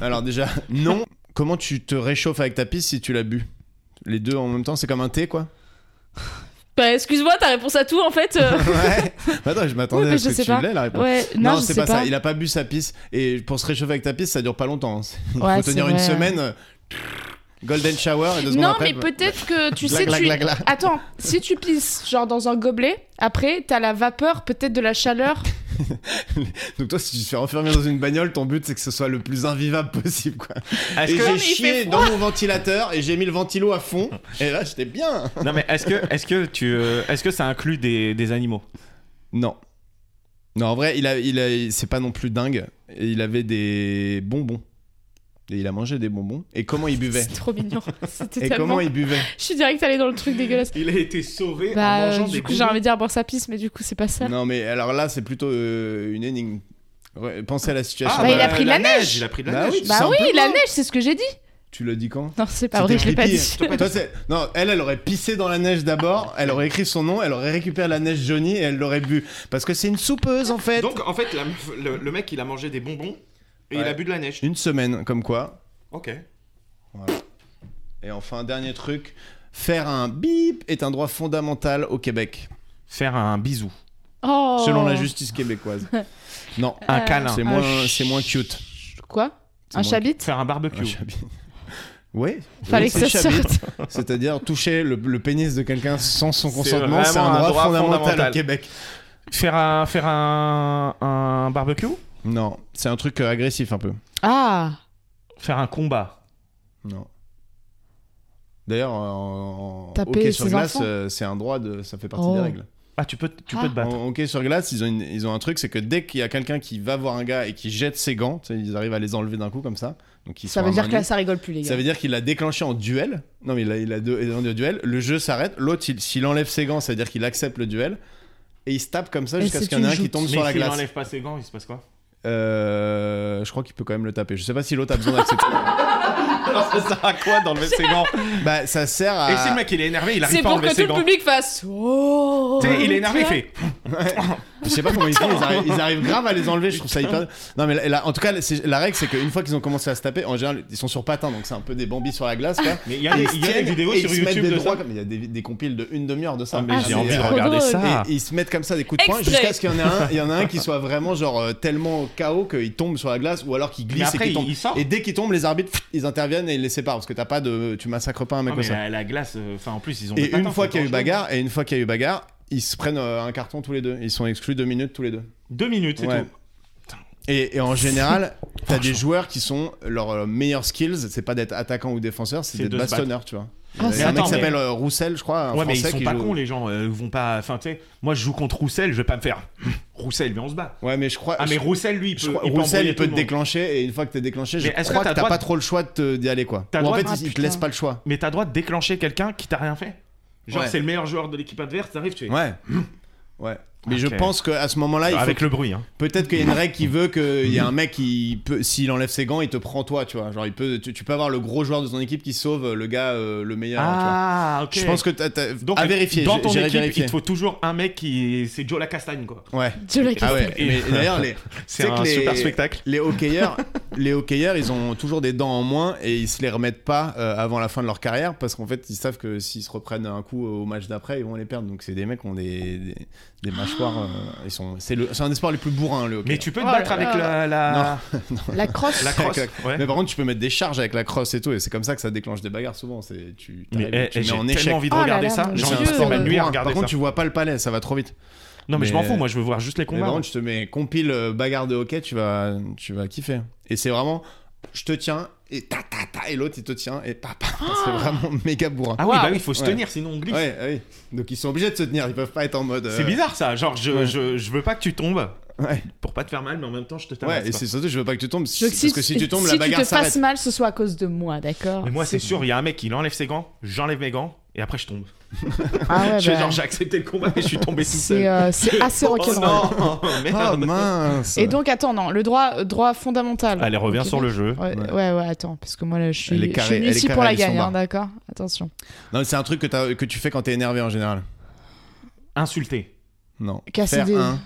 Speaker 3: vrai Alors déjà, non. Comment tu te réchauffes avec ta pisse si tu l'as bu Les deux en même temps, c'est comme un thé, quoi.
Speaker 1: Bah, excuse-moi, ta réponse à tout en fait. euh.
Speaker 3: Ouais. Attends, je m'attendais
Speaker 1: Oui, mais
Speaker 3: à ce
Speaker 1: je
Speaker 3: que
Speaker 1: sais
Speaker 3: tu
Speaker 1: pas.
Speaker 3: l'aies, la réponse.
Speaker 1: ouais, non, je
Speaker 3: c'est
Speaker 1: sais
Speaker 3: pas, ça. Il a pas bu sa pisse. Et pour se réchauffer avec ta pisse, ça dure pas longtemps. hein. Il
Speaker 1: Ouais,
Speaker 3: faut
Speaker 1: c'est
Speaker 3: tenir une
Speaker 1: vrai.
Speaker 3: semaine. euh, Golden shower et deux secondes
Speaker 1: Non, mais
Speaker 3: après, bah,
Speaker 1: peut-être que tu
Speaker 3: Gla,
Speaker 1: sais,
Speaker 3: gla,
Speaker 1: tu...
Speaker 3: gla, gla.
Speaker 1: Attends, si tu pisses genre dans un gobelet, après t'as la vapeur, peut-être de la chaleur.
Speaker 3: Donc toi, si tu te fais enfermer dans une bagnole, ton but c'est que ce soit le plus invivable possible, quoi.
Speaker 2: Est-ce
Speaker 3: Et
Speaker 2: que-
Speaker 3: j'ai
Speaker 1: mais il
Speaker 3: chié
Speaker 1: fait
Speaker 3: dans mon ventilateur et j'ai mis le ventilo à fond. Et là, j'étais bien.
Speaker 2: Non mais est-ce que est-ce que tu euh, est-ce que ça inclut des, des animaux
Speaker 3: Non. Non, en vrai, il a, il a, c'est pas non plus dingue. Et il avait des bonbons. Et il a mangé des bonbons. Et comment il buvait
Speaker 1: C'est trop mignon. C'était
Speaker 3: Et
Speaker 1: tellement.
Speaker 3: comment il buvait
Speaker 1: Je suis direct allée dans le truc dégueulasse.
Speaker 2: Il a été sauvé
Speaker 1: Bah, euh, du coup, j'ai envie de dire bon, ça pisse, mais du coup, c'est pas ça.
Speaker 3: Non, mais alors là, c'est plutôt euh, une énigme. Ouais, pensez à la situation.
Speaker 2: Ah,
Speaker 1: Bah, il a pris de la neige.
Speaker 2: Il a pris de la
Speaker 3: Bah
Speaker 2: neige.
Speaker 3: oui,
Speaker 1: Bah oui,
Speaker 3: simplement.
Speaker 1: la neige, c'est ce que j'ai dit.
Speaker 3: Tu l'as dit quand
Speaker 1: Non, c'est pas vrai, je l'ai pas
Speaker 3: C'était
Speaker 1: dit.
Speaker 3: pipi. Toi, c'est- non, elle, elle aurait pissé dans la neige d'abord, elle aurait écrit son nom, elle aurait récupéré la neige Johnny et elle l'aurait bu. Parce que c'est une soupeuse en fait.
Speaker 2: Donc en fait la meuf- le, le mec il a mangé des bonbons et il
Speaker 3: Ouais.
Speaker 2: a bu de la neige.
Speaker 3: Une semaine, comme quoi.
Speaker 2: Ok.
Speaker 3: Et enfin, dernier truc, faire un bip est un droit fondamental au Québec,
Speaker 2: Faire un bisou,
Speaker 1: Oh.
Speaker 3: selon la justice québécoise. non,
Speaker 2: un
Speaker 1: Euh,
Speaker 2: câlin,
Speaker 3: c'est
Speaker 1: un
Speaker 3: moins,
Speaker 1: ch-
Speaker 3: c'est moins cute.
Speaker 1: Quoi
Speaker 3: C'est
Speaker 1: Un
Speaker 3: moins
Speaker 1: chabit
Speaker 2: faire un barbecue.
Speaker 3: Un chabit. Ouais.
Speaker 1: Fallait
Speaker 3: Oui,
Speaker 1: que
Speaker 3: c'est
Speaker 1: ça
Speaker 3: chabit.
Speaker 1: sorte.
Speaker 3: C'est-à-dire toucher le, le pénis de quelqu'un sans son
Speaker 2: C'est
Speaker 3: consentement,
Speaker 2: vraiment
Speaker 3: c'est un, droit fondamental, au Québec.
Speaker 2: Faire un faire un, un barbecue,
Speaker 3: Non, c'est un truc euh, agressif un peu.
Speaker 1: Ah.
Speaker 2: faire un combat,
Speaker 3: Non. D'ailleurs, euh, en, en
Speaker 1: Taper
Speaker 3: hockey sur
Speaker 1: ses
Speaker 3: glace,
Speaker 1: enfants.
Speaker 3: euh, c'est un droit de, ça fait partie
Speaker 1: Oh.
Speaker 3: des règles.
Speaker 2: Ah, tu peux, tu
Speaker 1: Ah.
Speaker 2: peux te battre.
Speaker 3: En hockey sur glace, ils ont, une- ils ont un truc, c'est que dès qu'il y a quelqu'un qui va voir un gars et qui jette ses gants, tu sais, ils arrivent à les enlever d'un coup comme ça. Donc ils
Speaker 1: Ça
Speaker 3: sont
Speaker 1: veut
Speaker 3: à
Speaker 1: dire
Speaker 3: main
Speaker 1: que là,
Speaker 3: nue.
Speaker 1: ça rigole plus, les gars.
Speaker 3: Ça veut dire qu'il a déclenché en duel. Non, mais il a, il a deux- il a demandé au duel. Le jeu s'arrête. L'autre, il- s'il enlève ses gants, ça veut dire qu'il accepte le duel. Et il se tape comme ça
Speaker 1: Et
Speaker 3: jusqu'à ce
Speaker 1: c'est
Speaker 3: qu'il y en
Speaker 1: une
Speaker 3: ait un qui
Speaker 1: joute.
Speaker 3: tombe
Speaker 2: Mais
Speaker 3: sur la
Speaker 2: s'il
Speaker 3: glace.
Speaker 2: n'enlève pas ses gants, il se passe quoi
Speaker 3: Euh, je crois qu'il peut quand même le taper. Je sais pas si l'autre a besoin d'accepter.
Speaker 2: Alors, ça sert à quoi d'enlever ses gants
Speaker 3: bah, ça sert à.
Speaker 2: Et si le mec il est énervé, il
Speaker 1: C'est
Speaker 2: arrive pas à
Speaker 1: pour que
Speaker 2: enlever ses
Speaker 1: tout le
Speaker 2: gants.
Speaker 1: public fasse. Oh
Speaker 2: Tu sais, il est
Speaker 3: Ah.
Speaker 2: énervé, il fait.
Speaker 3: Je sais pas comment ils font, ils arrivent, ils arrivent grave à les enlever, je trouve ça hyper. Non, mais là- là, en tout cas, c'est- la règle, c'est qu'une fois qu'ils ont commencé à se taper, en général, ils sont sur patin, donc c'est un peu des bambis sur la glace, quoi.
Speaker 2: Mais il y a,
Speaker 3: Et
Speaker 2: des-
Speaker 3: ils se
Speaker 2: il y a Ah, des
Speaker 3: tiennent,
Speaker 2: vidéos
Speaker 3: et
Speaker 2: sur
Speaker 3: ils se mettent
Speaker 2: YouTube
Speaker 3: des
Speaker 2: de
Speaker 3: droits
Speaker 2: ça.
Speaker 3: comme- Il y a des, des compiles de une demi-heure de ça.
Speaker 2: Ah, mais
Speaker 1: Ah,
Speaker 2: j'ai
Speaker 1: c'est
Speaker 2: envie de
Speaker 1: trop
Speaker 2: regarder
Speaker 1: drôle.
Speaker 2: ça.
Speaker 3: Et ils se mettent comme ça des coups de poing
Speaker 1: Extrait.
Speaker 3: jusqu'à ce qu'il y en ait un, il y en a un qui soit vraiment genre euh, tellement au chaos qu'il tombe sur la glace ou alors qu'il
Speaker 2: Mais
Speaker 3: glisse et
Speaker 2: après,
Speaker 3: qu'il tombe.
Speaker 2: il sort.
Speaker 3: Et dès qu'il tombe, les arbitres pff, ils interviennent et ils les séparent parce que t'as pas de, tu massacres pas un mec
Speaker 2: Ah,
Speaker 3: comme
Speaker 2: mais
Speaker 3: ça.
Speaker 2: la, la glace, euh, enfin en plus ils ont. des
Speaker 3: Et une
Speaker 2: patins,
Speaker 3: fois
Speaker 2: c'est
Speaker 3: qu'il y a eu
Speaker 2: dangereux.
Speaker 3: bagarre et une fois qu'il y a eu bagarre, ils se prennent euh, un carton tous les deux. Ils sont exclus deux minutes tous les deux.
Speaker 2: Deux minutes, c'est
Speaker 3: Ouais.
Speaker 2: tout.
Speaker 3: Et, et en général, t'as des joueurs qui sont leurs euh, meilleurs skills, c'est pas d'être attaquant ou défenseur, c'est
Speaker 2: C'est
Speaker 3: d'être
Speaker 2: de se battre.
Speaker 3: bastonneur, tu vois.
Speaker 1: Ah,
Speaker 3: Il y
Speaker 1: c'est
Speaker 3: a un mec
Speaker 2: attends,
Speaker 3: qui
Speaker 2: mais-
Speaker 3: s'appelle euh, Roussel, je crois. un
Speaker 2: Ouais, mais ils
Speaker 3: Français
Speaker 2: sont
Speaker 3: qui
Speaker 2: pas
Speaker 3: joue-
Speaker 2: cons les gens. euh, Ils vont pas. Enfin, tu sais, moi je joue contre Roussel, je vais pas me faire. Roussel, mais on se bat.
Speaker 3: Ouais, mais je crois.
Speaker 2: Ah, mais
Speaker 3: je-
Speaker 2: Roussel, lui, il
Speaker 3: Je
Speaker 2: peut.
Speaker 3: crois-
Speaker 2: il peut
Speaker 3: Roussel,
Speaker 2: embrouiller
Speaker 3: il
Speaker 2: tout
Speaker 3: peut te
Speaker 2: le monde.
Speaker 3: déclencher et une fois que t'es déclenché, je
Speaker 2: Mais est-ce
Speaker 3: crois
Speaker 2: que
Speaker 3: que
Speaker 2: t'as
Speaker 3: t'as
Speaker 2: droit
Speaker 3: pas
Speaker 2: de-
Speaker 3: trop le choix de te- d'y aller quoi.
Speaker 2: T'as
Speaker 3: Ou en
Speaker 2: droit
Speaker 3: fait,
Speaker 2: de-
Speaker 1: Ah,
Speaker 3: ils- ils te
Speaker 1: putain.
Speaker 3: laissent pas le choix.
Speaker 2: Mais t'as droit de déclencher quelqu'un qui t'a rien fait. Genre,
Speaker 3: Ouais.
Speaker 2: c'est le meilleur joueur de l'équipe adverse, t'arrives, tu fais.
Speaker 3: Ouais. Ouais. Mais je
Speaker 2: Ok.
Speaker 3: pense qu'à ce moment-là, il faut
Speaker 2: Avec le bruit, hein.
Speaker 3: Peut-être qu'il y a une règle qui veut qu'il y a un mec qui peut, s'il enlève ses gants, il te prend toi, tu vois. Genre, il peut, tu, tu peux avoir le gros joueur de ton équipe qui sauve le gars euh, le meilleur. tu vois.
Speaker 2: Ah, ok.
Speaker 3: Je pense que t'as, t'as-
Speaker 2: Donc,
Speaker 3: à vérifier.
Speaker 2: Dans
Speaker 3: j'ai-
Speaker 2: ton
Speaker 3: j'irai
Speaker 2: équipe,
Speaker 3: vérifier.
Speaker 2: il te faut toujours un mec qui. C'est Joe la Castagne, quoi.
Speaker 3: Ouais.
Speaker 1: Dieu la
Speaker 3: Ah
Speaker 1: question.
Speaker 3: ouais. Mais d'ailleurs, les,
Speaker 2: C'est
Speaker 3: C'est
Speaker 2: un
Speaker 3: que les-
Speaker 2: super spectacle.
Speaker 3: les hockeyeurs, les hockeyeurs, ils ont toujours des dents en moins et ils se les remettent pas euh, avant la fin de leur carrière parce qu'en fait, ils savent que s'ils se reprennent un coup euh, au match d'après, ils vont les perdre. Donc c'est des mecs qui ont des, des, des mâchoires. euh, ils sont, c'est le, c'est un des sports les plus bourrins le hockey.
Speaker 2: Mais tu peux te
Speaker 1: Oh
Speaker 2: battre
Speaker 1: là
Speaker 2: avec
Speaker 1: là.
Speaker 2: la. la...
Speaker 1: La crosse.
Speaker 2: La crosse.
Speaker 3: Avec
Speaker 2: ouais.
Speaker 3: Mais bah, par contre, tu peux mettre des charges avec la crosse et tout, et c'est comme ça que ça déclenche des bagarres souvent. C'est tu,
Speaker 2: Mais
Speaker 3: t'arrives,
Speaker 2: eh,
Speaker 3: tu
Speaker 2: eh,
Speaker 3: mets
Speaker 2: j'ai
Speaker 3: en
Speaker 2: tellement
Speaker 3: échec.
Speaker 2: envie de
Speaker 1: Oh là
Speaker 2: regarder
Speaker 1: là,
Speaker 2: ça.
Speaker 1: mon
Speaker 2: J'ai
Speaker 3: C'est
Speaker 2: envie de
Speaker 1: Dieu.
Speaker 3: un
Speaker 2: passer
Speaker 3: sport
Speaker 2: ma
Speaker 1: euh,
Speaker 2: nuit à
Speaker 3: bourrin.
Speaker 2: regarder
Speaker 3: Par contre,
Speaker 2: ça.
Speaker 3: tu vois pas le palais, ça va trop vite.
Speaker 2: Non, mais je m'en
Speaker 3: mais-
Speaker 2: fous, moi je veux voir juste les
Speaker 3: Mais par
Speaker 2: combats.
Speaker 3: contre, tu ben, te mets compile euh, bagarre de hockey, tu vas, tu vas kiffer. Et c'est vraiment, je te tiens et ta ta ta, et l'autre il te tient et papa. C'est vraiment méga bourrin.
Speaker 2: Ah oui,
Speaker 1: Waouh.
Speaker 2: bah oui, il faut se
Speaker 3: Ouais.
Speaker 2: tenir, sinon on glisse.
Speaker 3: Ouais, ouais. Donc ils sont obligés de se tenir, ils peuvent pas être en mode. euh,
Speaker 2: C'est bizarre ça, genre je,
Speaker 3: Ouais.
Speaker 2: je, je veux pas que tu tombes
Speaker 3: Ouais,
Speaker 2: pour pas te faire mal, mais en même temps je te tabasse.
Speaker 3: ouais et
Speaker 2: quoi.
Speaker 3: c'est surtout, je veux pas que tu tombes.
Speaker 1: Je-
Speaker 3: parce que si tu tombes, la
Speaker 1: si
Speaker 3: bagarre
Speaker 1: tu te
Speaker 3: s'arrête.
Speaker 1: fasses mal, ce soit à cause de moi, d'accord
Speaker 2: mais moi c'est sûr, il y a un mec qui enlève ses gants, j'enlève mes gants et après je tombe.
Speaker 1: Ah ouais,
Speaker 2: je,
Speaker 1: bah,
Speaker 2: genre j'ai accepté le combat mais je suis tombé tout
Speaker 1: c'est
Speaker 2: seul.
Speaker 1: euh, c'est assez
Speaker 2: oh
Speaker 1: rock'n'roll.
Speaker 2: non, oh,
Speaker 3: Oh
Speaker 2: merde.
Speaker 3: mince.
Speaker 1: Et donc, attends, non, le droit, euh, droit fondamental.
Speaker 2: Allez, reviens
Speaker 1: Ok.
Speaker 2: sur le jeu.
Speaker 1: Ouais,
Speaker 3: Ouais.
Speaker 1: ouais, ouais, attends, parce que moi là, je suis, je
Speaker 3: Elle est
Speaker 1: suis
Speaker 3: carrée,
Speaker 1: venue
Speaker 3: elle est
Speaker 1: ici
Speaker 3: carrée,
Speaker 1: pour la
Speaker 3: elle est
Speaker 1: gagne,
Speaker 3: sombre.
Speaker 1: hein, d'accord Attention.
Speaker 3: Non, c'est un truc que, t'as- que tu fais quand t'es énervé en général.
Speaker 2: Insulter,
Speaker 3: Non.
Speaker 1: Casser
Speaker 3: Faire
Speaker 1: des-
Speaker 3: un.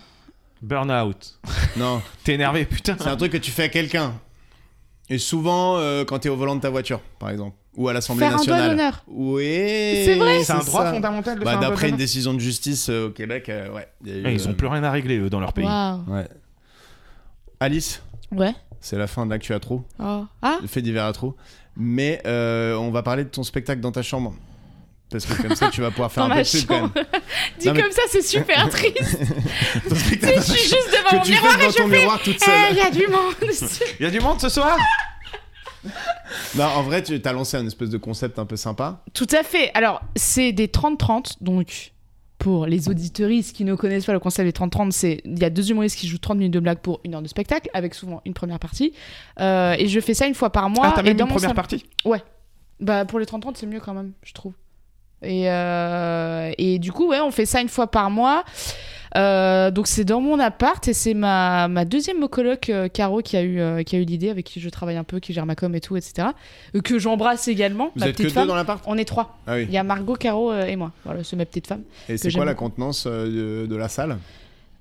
Speaker 2: burn out.
Speaker 3: Non.
Speaker 2: T'es énervé, putain.
Speaker 3: C'est un truc que tu fais à quelqu'un. Et souvent, euh, quand t'es au volant de ta voiture, par exemple. Ou à l'Assemblée
Speaker 1: Faire un doigt
Speaker 3: nationale.
Speaker 1: d'honneur.
Speaker 3: Oui.
Speaker 1: C'est vrai
Speaker 2: C'est un droit
Speaker 3: ça.
Speaker 2: fondamental de
Speaker 3: Bah,
Speaker 2: faire un
Speaker 3: D'après
Speaker 2: bon
Speaker 3: une décision de justice euh, au Québec, euh, ouais. il y a
Speaker 2: Et
Speaker 3: eu,
Speaker 2: Ils
Speaker 3: euh,
Speaker 2: ont plus rien à régler eux dans leur pays.
Speaker 1: Waouh.
Speaker 3: Ouais. Alice,
Speaker 1: Ouais.
Speaker 3: c'est la fin de l'actu à trop,
Speaker 1: Oh. Ah
Speaker 3: le fait divers à trop. Mais euh, on va parler de ton spectacle dans ta chambre. Parce que comme ça, tu vas pouvoir faire
Speaker 1: Dans ma
Speaker 3: un peu de pub quand
Speaker 1: chambre.
Speaker 3: même.
Speaker 1: Dit
Speaker 3: Non, mais-
Speaker 1: comme ça, c'est super triste.
Speaker 3: Ton
Speaker 1: Tu sais,
Speaker 3: spectacle
Speaker 1: je suis juste devant
Speaker 3: que
Speaker 1: mon
Speaker 3: tu
Speaker 1: miroir
Speaker 3: fais
Speaker 1: et
Speaker 3: dans
Speaker 1: je
Speaker 3: ton
Speaker 1: fais.
Speaker 3: miroir toute
Speaker 1: Eh,
Speaker 3: seule.
Speaker 1: il y a du monde.
Speaker 2: Il y a du monde ce soir
Speaker 3: Non, en vrai, tu as lancé un espèce de concept un peu sympa.
Speaker 1: Tout à fait. Alors, c'est des 30-30, donc pour les auditeuristes qui ne connaissent pas le concept des 30-30, c'est il y a deux humoristes qui jouent 30 minutes de blague pour une heure de spectacle, avec souvent une première partie. Euh, et je fais ça une fois par mois.
Speaker 2: Ah, t'as
Speaker 1: et
Speaker 2: même
Speaker 1: dans
Speaker 2: une
Speaker 1: mon
Speaker 2: première
Speaker 1: salon-
Speaker 2: partie
Speaker 1: Bah, pour les 30-30, c'est mieux quand même, je trouve. Et, euh, et du coup, ouais, on fait ça une fois par mois. Euh, donc c'est dans mon appart et c'est ma, ma deuxième coloc euh, Caro qui a eu euh, qui a eu l'idée avec qui je travaille un peu qui gère ma com et tout etc Euh, que j'embrasse également
Speaker 3: Vous
Speaker 1: ma
Speaker 3: êtes que
Speaker 1: petite
Speaker 3: deux
Speaker 1: femme
Speaker 3: dans l'appart
Speaker 1: on est trois
Speaker 3: Ah oui.
Speaker 1: il y a Margot, Caro euh, et moi. Voilà, c'est ma petite femme.
Speaker 3: Et c'est quoi
Speaker 1: j'aime
Speaker 3: la contenance euh, de, de la salle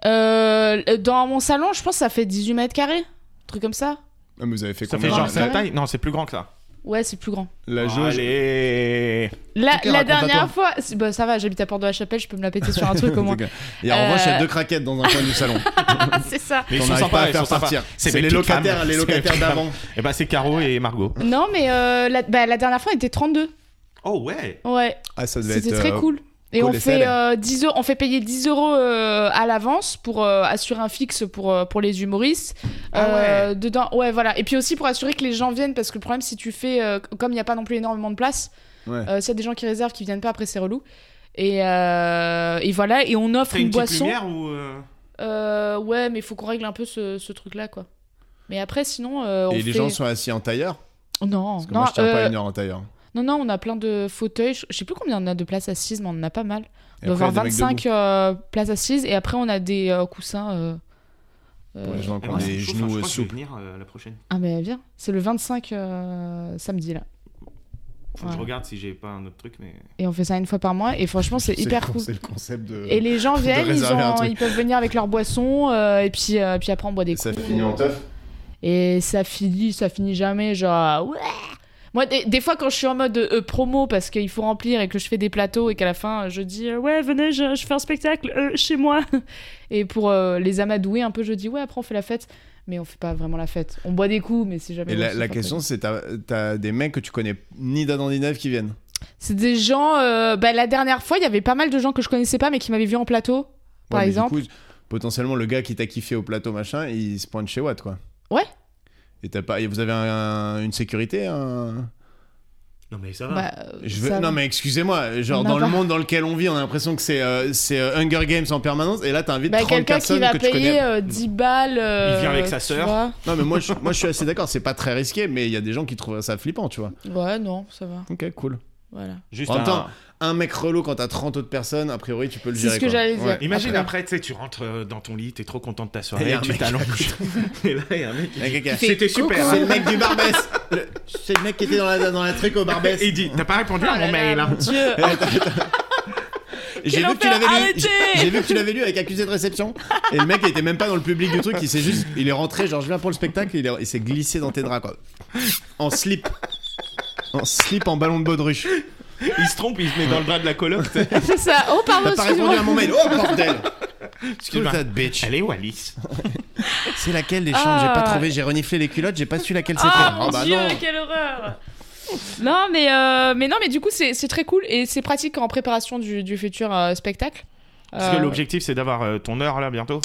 Speaker 1: Euh, dans mon salon, je pense que ça fait 18 mètres carrés. Un truc comme ça.
Speaker 3: Ah, mais Vous avez fait
Speaker 2: Ça fait
Speaker 3: combien
Speaker 1: Non,
Speaker 2: genre
Speaker 1: mais
Speaker 3: la-
Speaker 1: ça
Speaker 2: la
Speaker 1: va.
Speaker 2: taille Non, c'est plus grand que ça.
Speaker 1: Ouais, c'est plus grand.
Speaker 3: La jauge.
Speaker 2: Allez
Speaker 1: La,
Speaker 3: Ok,
Speaker 1: la
Speaker 3: raconte à toi.
Speaker 1: dernière fois, c'est- bah, ça va, j'habite à Porte de la Chapelle, je peux me la péter sur un truc au moins.
Speaker 3: Et en
Speaker 1: Euh,
Speaker 3: revanche, il y a deux craquettes dans un coin du salon.
Speaker 1: Ah, c'est ça.
Speaker 2: Mais ils
Speaker 3: Qu'on
Speaker 2: sont
Speaker 3: n'arrive
Speaker 2: sympas,
Speaker 3: pas à
Speaker 2: ils
Speaker 3: faire
Speaker 2: sont sympas.
Speaker 3: partir.
Speaker 2: C'est
Speaker 3: C'est
Speaker 2: mes
Speaker 3: les
Speaker 2: petites femmes.
Speaker 3: locataires, les
Speaker 2: C'est mes
Speaker 3: locataires
Speaker 2: petites femmes.
Speaker 3: d'avant.
Speaker 2: Et bah c'est Caro et Margot.
Speaker 1: Non, mais euh, la, bah, la dernière fois, on était 32.
Speaker 2: Oh ouais
Speaker 1: Ouais,
Speaker 3: Ah, ça devait être.
Speaker 1: c'était très
Speaker 3: euh,
Speaker 1: cool. Et
Speaker 3: cool,
Speaker 1: on
Speaker 3: les
Speaker 1: fait,
Speaker 3: salaires.
Speaker 1: euh, 10 euros- on fait payer 10 euros euh, à l'avance pour euh, assurer un fixe pour, euh, pour les humoristes.
Speaker 2: Ah
Speaker 1: Euh, dedans, ouais, voilà. Et puis aussi pour assurer que les gens viennent, parce que le problème, si tu fais, euh, comme il n'y a pas non plus énormément de place,
Speaker 3: Ouais.
Speaker 1: Euh, S'il y a des gens qui réservent, qui viennent pas, après c'est relou. Et, euh, et voilà, et on offre
Speaker 2: T'as
Speaker 1: une,
Speaker 2: une, petite
Speaker 1: boisson.
Speaker 2: lumière ou. euh,
Speaker 1: Euh, ouais, mais il faut qu'on règle un peu ce, ce truc-là, quoi. Mais après, sinon, euh, on
Speaker 3: Et les
Speaker 1: fait-
Speaker 3: gens sont assis en tailleur
Speaker 1: Non,
Speaker 3: Parce que
Speaker 1: non,
Speaker 3: moi, je tiens pas
Speaker 1: euh,
Speaker 3: une heure en tailleur.
Speaker 1: non, non, on a plein de fauteuils. Je je sais plus combien on a de places assises, mais on en a pas mal.
Speaker 3: Et
Speaker 1: On doit
Speaker 3: après,
Speaker 1: avoir
Speaker 3: il y a des mecs
Speaker 1: 25 euh, places assises, et après, on a des euh, coussins. euh, euh,
Speaker 3: debout. Pour les gens
Speaker 2: eh,
Speaker 3: qui ont
Speaker 2: moi, ça me
Speaker 3: des
Speaker 2: chauffe, hein, je
Speaker 3: genoux
Speaker 2: crois
Speaker 3: euh,
Speaker 2: que je vais
Speaker 3: souples.
Speaker 2: venir euh, la prochaine.
Speaker 1: Ah, mais viens, c'est le 25 euh, samedi, là.
Speaker 2: Faut que
Speaker 1: Voilà.
Speaker 2: je regarde si j'ai pas un autre truc, mais.
Speaker 1: Et on fait ça une fois par mois, et franchement, c'est
Speaker 3: C'est
Speaker 1: hyper
Speaker 3: le-
Speaker 1: cool.
Speaker 3: C'est le concept de.
Speaker 1: Et les gens viennent, ils,
Speaker 3: réserver un
Speaker 1: ont-
Speaker 3: truc.
Speaker 1: ils peuvent venir avec leur boisson, euh, et puis, euh, puis après on boit des coups.
Speaker 3: teuf
Speaker 1: Et ça finit, ça finit jamais, genre... ouais. Moi, des, des fois, quand je suis en mode euh, promo, parce qu'il faut remplir et que je fais des plateaux et qu'à la fin, euh, je dis euh, Ouais, venez, je, je fais un spectacle euh, chez moi !» Et pour euh, les amadouer un peu, je dis « Ouais, après, on fait la fête. » Mais on fait pas vraiment la fête. On boit des coups, mais c'est jamais...
Speaker 3: Et
Speaker 1: bon,
Speaker 3: la,
Speaker 1: c'est
Speaker 3: la
Speaker 1: pas
Speaker 3: question, c'est t'as t'as des mecs que tu connais ni d'Adam ni d'Ève qui viennent.
Speaker 1: C'est des gens. euh, bah, la dernière fois, il y avait pas mal de gens que je connaissais pas, mais qui m'avaient vu en plateau, par
Speaker 3: Ouais, mais du
Speaker 1: exemple.
Speaker 3: coup, potentiellement, le gars qui t'a kiffé au plateau, machin, il se pointe chez Watt, quoi.
Speaker 1: Ouais.
Speaker 3: Et t'as pas, et vous avez un- une sécurité un-
Speaker 2: Non, mais ça va.
Speaker 1: Bah, euh,
Speaker 3: ah, Je veux-
Speaker 1: ça-
Speaker 3: Non, mais excuse-moi,
Speaker 1: On
Speaker 3: genre
Speaker 1: n'a
Speaker 3: dans le
Speaker 1: pas-
Speaker 3: monde dans lequel on vit, on a l'impression que c'est euh, c'est, euh, Hunger Games en permanence, et là t'invites
Speaker 1: Bah,
Speaker 3: 30
Speaker 1: quelqu'un qui
Speaker 3: personnes
Speaker 1: va
Speaker 3: que tu connais.
Speaker 1: payer euh, 10 balles. euh,
Speaker 2: Il vient avec sa
Speaker 1: tu
Speaker 2: sœur.
Speaker 1: vois.
Speaker 3: Non, mais moi je, moi je suis assez d'accord, c'est pas très risqué, mais il y a des gens qui trouvent ça flippant, tu vois.
Speaker 1: Ouais, non, ça va.
Speaker 3: Ok, cool.
Speaker 1: Voilà.
Speaker 2: Juste
Speaker 3: En même
Speaker 2: un-
Speaker 3: temps, un mec relou quand t'as 30 autres personnes, a priori tu peux le
Speaker 1: C'est
Speaker 3: gérer.
Speaker 1: ce que
Speaker 3: quoi.
Speaker 1: j'allais dire.
Speaker 3: Ouais.
Speaker 2: Imagine
Speaker 1: Après-
Speaker 2: après, tu sais, tu rentres euh, dans ton lit, t'es trop content de ta
Speaker 3: Et y
Speaker 2: soirée,
Speaker 3: a un
Speaker 2: tu
Speaker 3: Eh, mec qui
Speaker 2: t'allonges. Et là, il y a un mec qui
Speaker 3: Il y a quelqu'un.
Speaker 1: Qui fait
Speaker 2: C'était
Speaker 1: coucou. hein.
Speaker 2: super. hein.
Speaker 3: C'est le mec du Barbès. Le- C'est le mec qui était dans la, dans la truc au Barbès.
Speaker 2: Il dit T'as pas répondu
Speaker 1: Oh
Speaker 2: à
Speaker 1: là là,
Speaker 2: mon mail. hein.
Speaker 1: mon Dieu. Ah,
Speaker 3: J'ai vu, que tu
Speaker 1: enfer,
Speaker 3: l'avais lu,
Speaker 1: arrêtez
Speaker 3: j'ai- j'ai vu que tu l'avais lu avec accusé de réception. Et le mec était même pas dans le public du truc. Il s'est juste, il est rentré. Genre, je viens pour le spectacle. Il, est- il s'est glissé dans tes draps quoi. En slip. En slip en ballon de baudruche.
Speaker 1: Oh,
Speaker 2: Il se trompe, il se met dans le bras de la coloc. tu sais.
Speaker 1: C'est ça. Oh, pardon,
Speaker 3: T'as pas répondu à mon
Speaker 1: excuse-moi.
Speaker 3: mail. Oh bordel.
Speaker 2: Excuse-moi.
Speaker 3: Putain de bitch.
Speaker 2: Elle est où Alice
Speaker 1: Euh.
Speaker 3: C'est laquelle les
Speaker 1: Ah.
Speaker 3: chambres J'ai pas trouvé. J'ai reniflé les culottes. J'ai pas su laquelle c'était.
Speaker 1: Ah mon
Speaker 3: Oh, bah
Speaker 1: dieu,
Speaker 3: non.
Speaker 1: quelle horreur Non, mais, euh, mais non, mais du coup, c'est c'est très cool et c'est pratique en préparation du, du futur euh, spectacle.
Speaker 2: Parce que
Speaker 1: Euh,
Speaker 2: l'objectif, c'est d'avoir euh, ton heure là bientôt.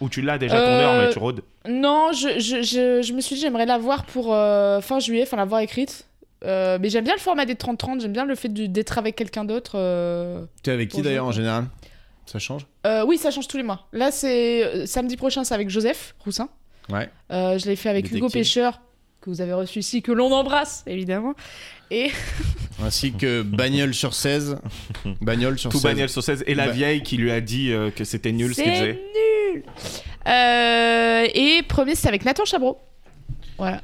Speaker 2: Ou tu l'as déjà ton
Speaker 1: Euh,
Speaker 2: heure, mais tu rôdes.
Speaker 1: Non, je, je, je, je me suis dit j'aimerais l'avoir pour euh, fin juillet, enfin l'avoir écrite. Euh, mais j'aime bien le format des 30-30, j'aime bien le fait du- d'être avec quelqu'un d'autre. euh.
Speaker 3: Tu es avec qui
Speaker 1: Bonjour.
Speaker 3: d'ailleurs en général Ça change
Speaker 1: Euh, oui, ça change tous les mois. Là, c'est euh, samedi prochain, c'est avec Joseph Roussin.
Speaker 3: Ouais.
Speaker 1: Euh, je l'ai fait avec Hugo
Speaker 3: Détective.
Speaker 1: Pêcheur, que vous avez reçu ici, que l'on embrasse, évidemment.
Speaker 3: Ainsi que bagnole sur 16. Bagnole sur
Speaker 2: Tout
Speaker 3: 16.
Speaker 2: bagnole sur 16. Et la
Speaker 3: Bah.
Speaker 2: vieille qui lui a dit euh, que c'était nul ce qu'il
Speaker 1: C'est
Speaker 2: faisait.
Speaker 1: nul Euh, Et premier, c'est avec Nathan Chabreau. Voilà.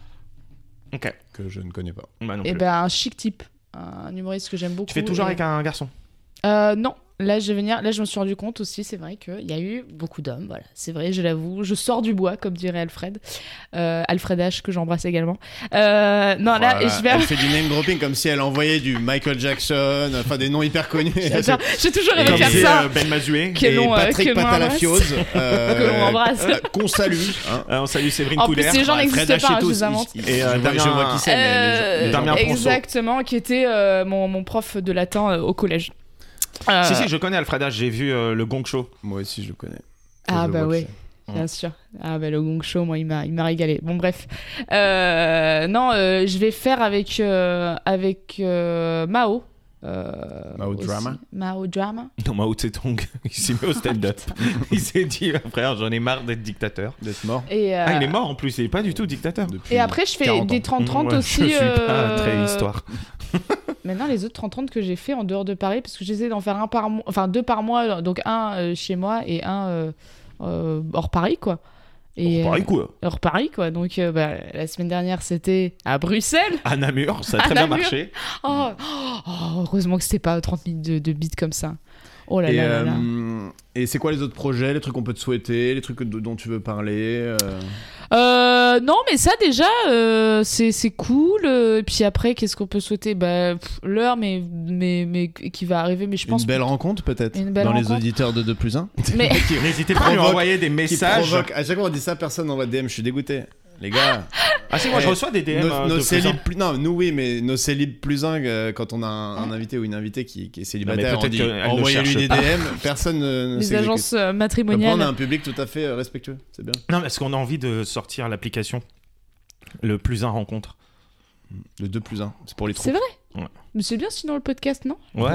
Speaker 2: Ok.
Speaker 3: Que je ne connais pas.
Speaker 2: Bah, non
Speaker 1: Et
Speaker 2: plus.
Speaker 1: ben, un chic type. Un humoriste que j'aime beaucoup.
Speaker 2: Tu fais toujours
Speaker 1: Et-
Speaker 2: avec un garçon.
Speaker 1: Euh, non. Là, je vais venir. Là, je me suis rendu compte aussi, c'est vrai qu'il y a eu beaucoup d'hommes. Voilà, c'est vrai, je l'avoue. Je sors du bois, comme dirait Alfred. Euh, Alfred H, que j'embrasse également. Euh, non, là,
Speaker 3: Voilà,
Speaker 1: je vais.
Speaker 3: Elle fait du name dropping comme si elle envoyait du Michael Jackson, enfin des noms hyper connus.
Speaker 1: J'adore. J'ai toujours rêvé
Speaker 3: Et
Speaker 1: de
Speaker 2: Comme
Speaker 1: faire
Speaker 2: disait
Speaker 1: ça.
Speaker 2: euh, Ben Mazué.
Speaker 1: Que
Speaker 3: Et
Speaker 1: l'on, euh,
Speaker 3: Patrick
Speaker 1: que l'on embrasse.
Speaker 3: Patalafiose, euh,
Speaker 1: Que l'on embrasse.
Speaker 3: euh, qu'on salue. hein.
Speaker 2: Euh, on salue Séverine
Speaker 1: En plus,
Speaker 2: Couder.
Speaker 1: ces gens
Speaker 3: Ouais, Fred
Speaker 1: n'existent
Speaker 3: Hachette
Speaker 1: pas, hein, je
Speaker 3: aussi.
Speaker 1: vous invente.
Speaker 2: Et, euh,
Speaker 3: je, vois, je
Speaker 2: Damien-
Speaker 3: vois qui c'est, mais les gens- les gens-
Speaker 2: Damien Ponceau.
Speaker 1: Euh, exactement, qui était euh, mon, mon prof de latin euh, au collège. Euh,
Speaker 2: Si, si, je connais Alfreda, j'ai vu euh, le Gong Show.
Speaker 3: Moi aussi, je le connais.
Speaker 1: Ah
Speaker 3: Je
Speaker 1: bah
Speaker 3: vois
Speaker 1: ouais,
Speaker 3: qui
Speaker 1: bien sûr. Ah bah le gong show, moi il m'a il m'a régalé. Bon bref, Euh, non, euh, je vais faire avec euh, avec euh, Mao. euh,
Speaker 3: Mao
Speaker 1: aussi.
Speaker 3: Drama.
Speaker 1: Mao Drama.
Speaker 2: Non, Mao Tse-Tung, il s'est mis au stand-up. il s'est dit, euh, frère, j'en ai marre d'être dictateur.
Speaker 3: c'est. D'être mort.
Speaker 1: Et, euh,
Speaker 2: Ah, il est mort en plus, il est pas du tout dictateur.
Speaker 3: Depuis
Speaker 1: et après je fais
Speaker 3: 40
Speaker 1: des
Speaker 3: ans.
Speaker 1: 30-30
Speaker 2: Ouais,
Speaker 1: aussi.
Speaker 2: Je suis pas
Speaker 1: euh,
Speaker 2: très histoire.
Speaker 1: Maintenant les autres 30-30 que j'ai fait en dehors de Paris, parce que j'essaie d'en faire un par mois, enfin deux par mois, donc un euh, chez moi et un euh, euh, hors Paris quoi. Et,
Speaker 2: Pareil quoi.
Speaker 1: euh, hors Paris quoi. Donc euh, bah, la semaine dernière c'était à Bruxelles.
Speaker 2: À Namur, ça a
Speaker 1: À
Speaker 2: très
Speaker 1: Namur.
Speaker 2: bien marché.
Speaker 1: Oh, oh, heureusement que c'était pas 30 minutes de, de beat comme ça. Oh là
Speaker 3: Et,
Speaker 1: là là là.
Speaker 3: euh, et c'est quoi les autres projets, les trucs qu'on peut te souhaiter, les trucs que- dont tu veux parler euh,
Speaker 1: Euh, non, mais ça déjà, euh, c'est c'est cool. Euh, Et puis après, qu'est-ce qu'on peut souhaiter bah, pff, L'heure, mais, mais, mais qui va arriver, mais je pense.
Speaker 3: Une belle rencontre peut-être
Speaker 1: Une belle
Speaker 3: dans les
Speaker 1: rencontre.
Speaker 3: auditeurs de 2 plus 1
Speaker 1: Mais
Speaker 2: N'hésitez pas à lui
Speaker 3: Provoque-
Speaker 2: envoyer des
Speaker 3: qui
Speaker 2: messages.
Speaker 3: provoque. À chaque fois on dit ça, personne n'envoie de DM, je suis dégoûté. Les gars,
Speaker 2: Ah, si, moi je
Speaker 3: Eh,
Speaker 2: reçois des DM.
Speaker 3: nos,
Speaker 2: euh,
Speaker 3: nos
Speaker 2: de
Speaker 3: célibes
Speaker 2: présents.
Speaker 3: plus non nous oui mais nos célibes plus un euh, quand on a un,
Speaker 1: Ah.
Speaker 3: un invité ou une invitée qui, qui est célibataire
Speaker 2: peut-être
Speaker 3: on dit
Speaker 2: qu'elle ne
Speaker 3: envoyez-lui
Speaker 2: cherche
Speaker 3: des
Speaker 2: pas.
Speaker 3: DM personne ne, ne
Speaker 1: les
Speaker 3: s'exécute.
Speaker 1: agences euh,
Speaker 3: Après, on a
Speaker 1: matrimoniales.
Speaker 3: un public tout à fait euh, respectueux c'est bien
Speaker 2: Non, parce qu'on a envie de sortir l'application. Le plus un rencontre.
Speaker 3: le 2 plus 1 c'est pour les
Speaker 1: C'est
Speaker 3: troupes
Speaker 1: vrai
Speaker 2: Ouais.
Speaker 1: Mais c'est bien sinon le podcast, non
Speaker 2: Ouais,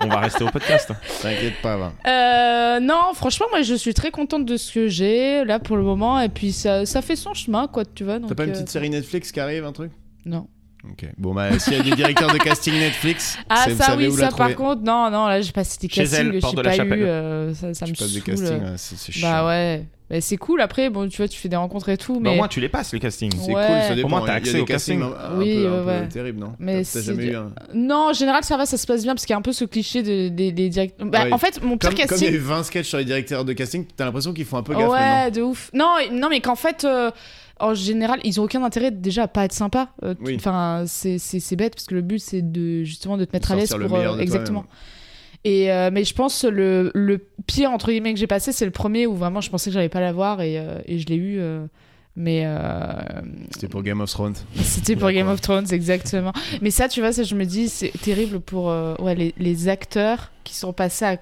Speaker 2: on, on va rester au podcast.
Speaker 3: T'inquiète pas, va.
Speaker 1: Euh, non, franchement, moi, je suis très contente de ce que j'ai là pour le moment. Et puis, ça, ça fait son chemin, quoi, tu vois. donc,
Speaker 3: T'as pas une
Speaker 1: euh,
Speaker 3: petite série Netflix qui arrive, un truc
Speaker 1: Non.
Speaker 3: Ok. Bon, bah, s'il y a du directeur de casting Netflix,
Speaker 1: Ah,
Speaker 3: c'est- vous
Speaker 1: ça,
Speaker 3: savez
Speaker 1: oui,
Speaker 3: où la
Speaker 1: ça,
Speaker 3: trouver.
Speaker 1: par contre, non, non, là, j'ai passé des
Speaker 2: Chez elle,
Speaker 1: castings que
Speaker 2: porte
Speaker 1: j'ai
Speaker 2: de la
Speaker 1: pas
Speaker 2: Chapelle.
Speaker 1: eu. euh, ça, ça me
Speaker 3: Je passe hein. des
Speaker 1: saoule.
Speaker 3: castings, ouais, c'est c'est chiant.
Speaker 1: Bah ouais. Mais c'est cool après, bon, tu vois, tu fais des rencontres et
Speaker 3: Bah,
Speaker 1: tout,
Speaker 2: Mais au
Speaker 1: mais.
Speaker 2: moins, tu les passes, les castings.
Speaker 3: C'est
Speaker 1: Ouais.
Speaker 3: cool, ça dépend.
Speaker 2: Au moins, t'as
Speaker 3: Il y a
Speaker 2: accès
Speaker 3: des
Speaker 2: au casting.
Speaker 3: castings Un, un
Speaker 1: Oui, euh,
Speaker 3: peu, un
Speaker 1: ouais,
Speaker 3: peu
Speaker 1: ouais.
Speaker 3: terrible, non
Speaker 1: Mais
Speaker 3: T'as-
Speaker 1: c'est-
Speaker 3: T'as jamais eu un.
Speaker 1: Non, en général, ça va, ça se passe bien parce qu'il y a un peu ce cliché de- des des directeurs. Bah,
Speaker 3: Ouais.
Speaker 1: en fait, mon pire
Speaker 3: Comme, comme il y
Speaker 1: casting.
Speaker 3: a eu 20 sketchs sur les directeurs de casting, t'as l'impression qu'ils font un peu gaffe maintenant.
Speaker 1: Ouais, de ouf. Non, et- non mais qu'en fait, euh, en général, ils ont aucun intérêt déjà à pas être sympa. Euh, tu-
Speaker 3: Oui.
Speaker 1: Enfin, c'est- c'est c'est bête parce que le but c'est de justement de te mettre à l'aise
Speaker 3: sortir le
Speaker 1: pour euh,
Speaker 3: meilleur de toi-même.
Speaker 1: exactement. Et euh, mais je pense le le pire entre guillemets que j'ai passé, c'est le premier où vraiment je pensais que j'allais pas l'avoir et euh, et je l'ai eu. euh, mais euh,
Speaker 3: C'était pour Game of Thrones.
Speaker 1: c'était pour
Speaker 3: D'accord.
Speaker 1: Game of Thrones exactement. Mais ça, tu vois, ça je me dis c'est terrible pour euh, ouais les, les acteurs qui sont passés à,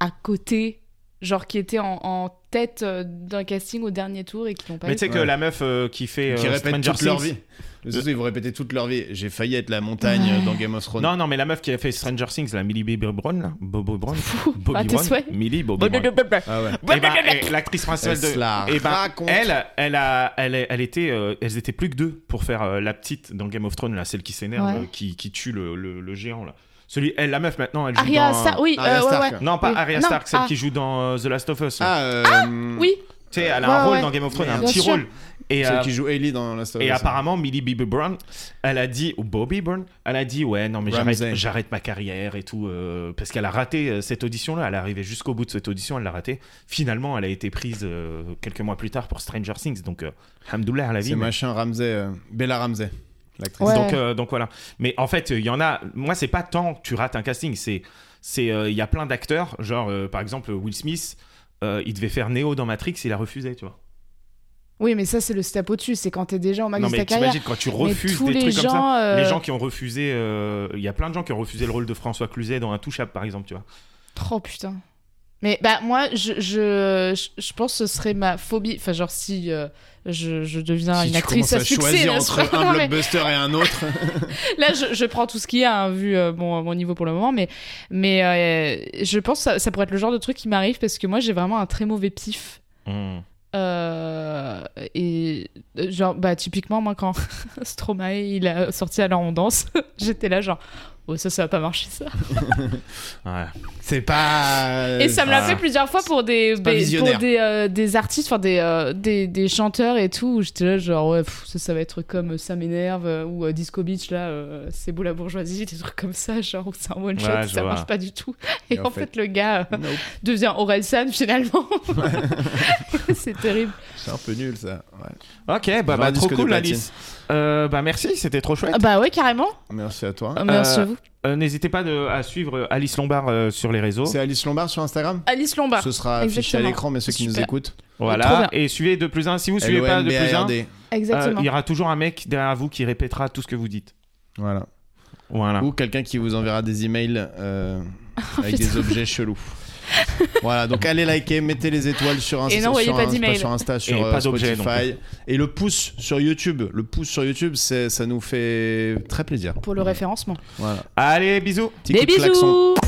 Speaker 1: à côté, genre qui étaient en, en tête euh, d'un casting au dernier tour et qui n'ont pas.
Speaker 2: Mais
Speaker 1: eu.
Speaker 2: tu sais que
Speaker 3: Ouais.
Speaker 2: la meuf euh, qui fait.
Speaker 3: qui
Speaker 2: euh,
Speaker 3: répètent
Speaker 2: Stranger
Speaker 3: toute leur
Speaker 2: Things-
Speaker 3: vie. Le souci, ils vont répéter toute leur vie. J'ai failli être la montagne euh,
Speaker 1: Ouais.
Speaker 3: dans Game of Thrones.
Speaker 2: Non, non, mais la meuf qui a fait Stranger Things, la Millie Bobby Brown, là. Bobby Brown. Bobby
Speaker 1: à Bah, tes
Speaker 2: Brown.
Speaker 1: souhaits.
Speaker 2: Millie Bobby Brown.
Speaker 3: Ah ouais.
Speaker 2: Eh ben, eh, l'actrice
Speaker 3: Elle
Speaker 2: principale
Speaker 3: se
Speaker 2: de.
Speaker 3: la
Speaker 2: Et ben,
Speaker 3: raconte.
Speaker 2: elle, elle a, elle, est- elle était, euh, elles étaient plus que deux pour faire euh, la petite dans Game of Thrones là, celle qui s'énerve,
Speaker 1: Ouais.
Speaker 2: euh, qui, qui tue le, le- le géant là. Celui, elle, la meuf maintenant, elle joue
Speaker 1: Arya
Speaker 2: dans.
Speaker 1: Stark, oui,
Speaker 3: Arya
Speaker 1: euh, ouais,
Speaker 3: Stark.
Speaker 1: ouais.
Speaker 2: Non, pas
Speaker 1: Oui.
Speaker 2: Arya
Speaker 1: Non,
Speaker 2: Stark, celle
Speaker 1: ah.
Speaker 2: qui joue dans euh, The Last of Us. là.
Speaker 3: Ah, euh,
Speaker 1: Oui,
Speaker 2: Tu sais, elle a
Speaker 1: Ouais,
Speaker 2: un rôle
Speaker 1: ouais.
Speaker 2: dans Game of Thrones,
Speaker 3: Bien
Speaker 2: un petit
Speaker 1: sûr.
Speaker 2: rôle. Et,
Speaker 3: Celle
Speaker 2: euh,
Speaker 3: qui joue Ellie dans la story.
Speaker 2: et apparemment, Millie Bobby Brown, elle a dit, ou Bobby Brown, elle a dit, ouais, non, mais
Speaker 3: Ramsay.
Speaker 2: j'arrête, j'arrête ma carrière et tout, euh, parce qu'elle a raté euh, cette audition-là. Elle est arrivée jusqu'au bout de cette audition, elle l'a ratée. Finalement, elle a été prise euh, quelques mois plus tard pour Stranger Things, donc, euh, hamdoulah à la vie.
Speaker 3: C'est
Speaker 2: mais-
Speaker 3: machin Ramsey. euh, Bella Ramsey, l'actrice.
Speaker 1: Ouais.
Speaker 2: Donc, euh, donc voilà. Mais en fait, il y en a. Moi, c'est pas tant que tu rates un casting, c'est c'est euh, il y a plein d'acteurs. Genre euh, par exemple Will Smith, euh, il devait faire Neo dans Matrix, il a refusé, tu vois.
Speaker 1: oui, mais ça c'est le step au-dessus, c'est quand t'es déjà au max
Speaker 2: non
Speaker 1: de
Speaker 2: mais
Speaker 1: ta carrière.
Speaker 2: t'imagines quand tu
Speaker 1: Mais
Speaker 2: refuses
Speaker 1: tous
Speaker 2: des
Speaker 1: les
Speaker 2: trucs
Speaker 1: gens,
Speaker 2: comme ça.
Speaker 1: euh,
Speaker 2: Les gens qui ont refusé, euh, il y a plein de gens qui ont refusé le rôle de François Cluzet dans Intouchable par exemple, tu vois.
Speaker 1: Oh putain. Mais bah moi, je, je, je- je pense que ce serait ma phobie. Enfin, genre si euh, je, je deviens
Speaker 3: Si
Speaker 1: une
Speaker 3: tu
Speaker 1: actrice
Speaker 3: commences
Speaker 1: à,
Speaker 3: à
Speaker 1: succès,
Speaker 3: choisir
Speaker 1: n'est-ce
Speaker 3: entre
Speaker 1: pas
Speaker 3: un
Speaker 1: Non, mais
Speaker 3: blockbuster et un autre,
Speaker 1: là je, je prends tout ce qu'il y a hein, vu euh, mon, mon niveau pour le moment, mais mais euh, je pense que ça, ça pourrait être le genre de truc qui m'arrive parce que moi j'ai vraiment un très mauvais pif.
Speaker 2: Hmm.
Speaker 1: Euh, et euh, genre, bah, typiquement, moi, quand Stromae il a sorti Alors on danse, j'étais là, genre, oh, ça, ça va pas marcher, ça.
Speaker 2: Ouais.
Speaker 3: c'est pas. euh,
Speaker 1: et ça me l'a
Speaker 2: ah.
Speaker 1: fait plusieurs fois pour des,
Speaker 3: pas
Speaker 1: des- pour
Speaker 3: visionnaire.
Speaker 1: des, euh, des artistes, enfin, des, euh, des, des chanteurs et tout, où j'étais là, genre, ouais, pff, ça, ça va être comme euh, Ça m'énerve, euh, ou euh, Disco Beach, là, euh, c'est beau la bourgeoisie, des trucs comme ça, genre, où c'est un one shot,
Speaker 2: Ouais, je
Speaker 1: ça
Speaker 2: vois.
Speaker 1: marche pas du tout. Et, en fait, le gars euh,
Speaker 3: Nope.
Speaker 1: devient Orelsan finalement. c'est terrible.
Speaker 3: C'est un peu nul ça. Ouais.
Speaker 2: Ok, bah,
Speaker 3: Genre un
Speaker 2: bah trop
Speaker 3: disque de
Speaker 2: cool
Speaker 3: platine.
Speaker 2: Alice. Euh, bah merci, c'était trop chouette.
Speaker 1: Ah Bah, ouais, carrément.
Speaker 3: Merci à toi.
Speaker 1: Ah, Merci
Speaker 2: Euh,
Speaker 1: à vous.
Speaker 2: Euh, N'hésitez pas de- à suivre euh, Alice Lombard euh, sur les réseaux.
Speaker 3: C'est Alice Lombard sur Instagram
Speaker 1: Alice Lombard.
Speaker 3: Ce sera affiché à
Speaker 1: exactement.
Speaker 3: l'écran, mais ceux qui nous
Speaker 1: Super.
Speaker 3: écoutent.
Speaker 1: Trop bien.
Speaker 2: Voilà. Et suivez de plus un. Si vous suivez pas de plus un,
Speaker 3: L-O-M-B-A-R-D.
Speaker 2: Euh,
Speaker 1: Exactement.
Speaker 2: il y aura toujours un mec derrière vous qui répétera tout ce que vous dites.
Speaker 3: Voilà.
Speaker 1: Ah.
Speaker 2: Voilà.
Speaker 3: Ou quelqu'un qui vous enverra des emails euh, avec
Speaker 1: Oh, putain.
Speaker 3: des objets chelous. voilà, donc allez liker, mettez les étoiles sur Insta,
Speaker 1: Et n'envoyez
Speaker 3: sur,
Speaker 1: pas
Speaker 3: Insta-
Speaker 1: d'email.
Speaker 3: sur Insta, sur
Speaker 2: Et
Speaker 3: euh,
Speaker 2: pas d'objets non
Speaker 3: Spotify. Et le pouce sur YouTube. Le pouce sur YouTube, c'est- ça nous fait très plaisir.
Speaker 1: Pour le référencement.
Speaker 3: Voilà.
Speaker 2: Allez, bisous.
Speaker 3: Petit
Speaker 1: Des
Speaker 3: coup de klaxon.
Speaker 1: bisous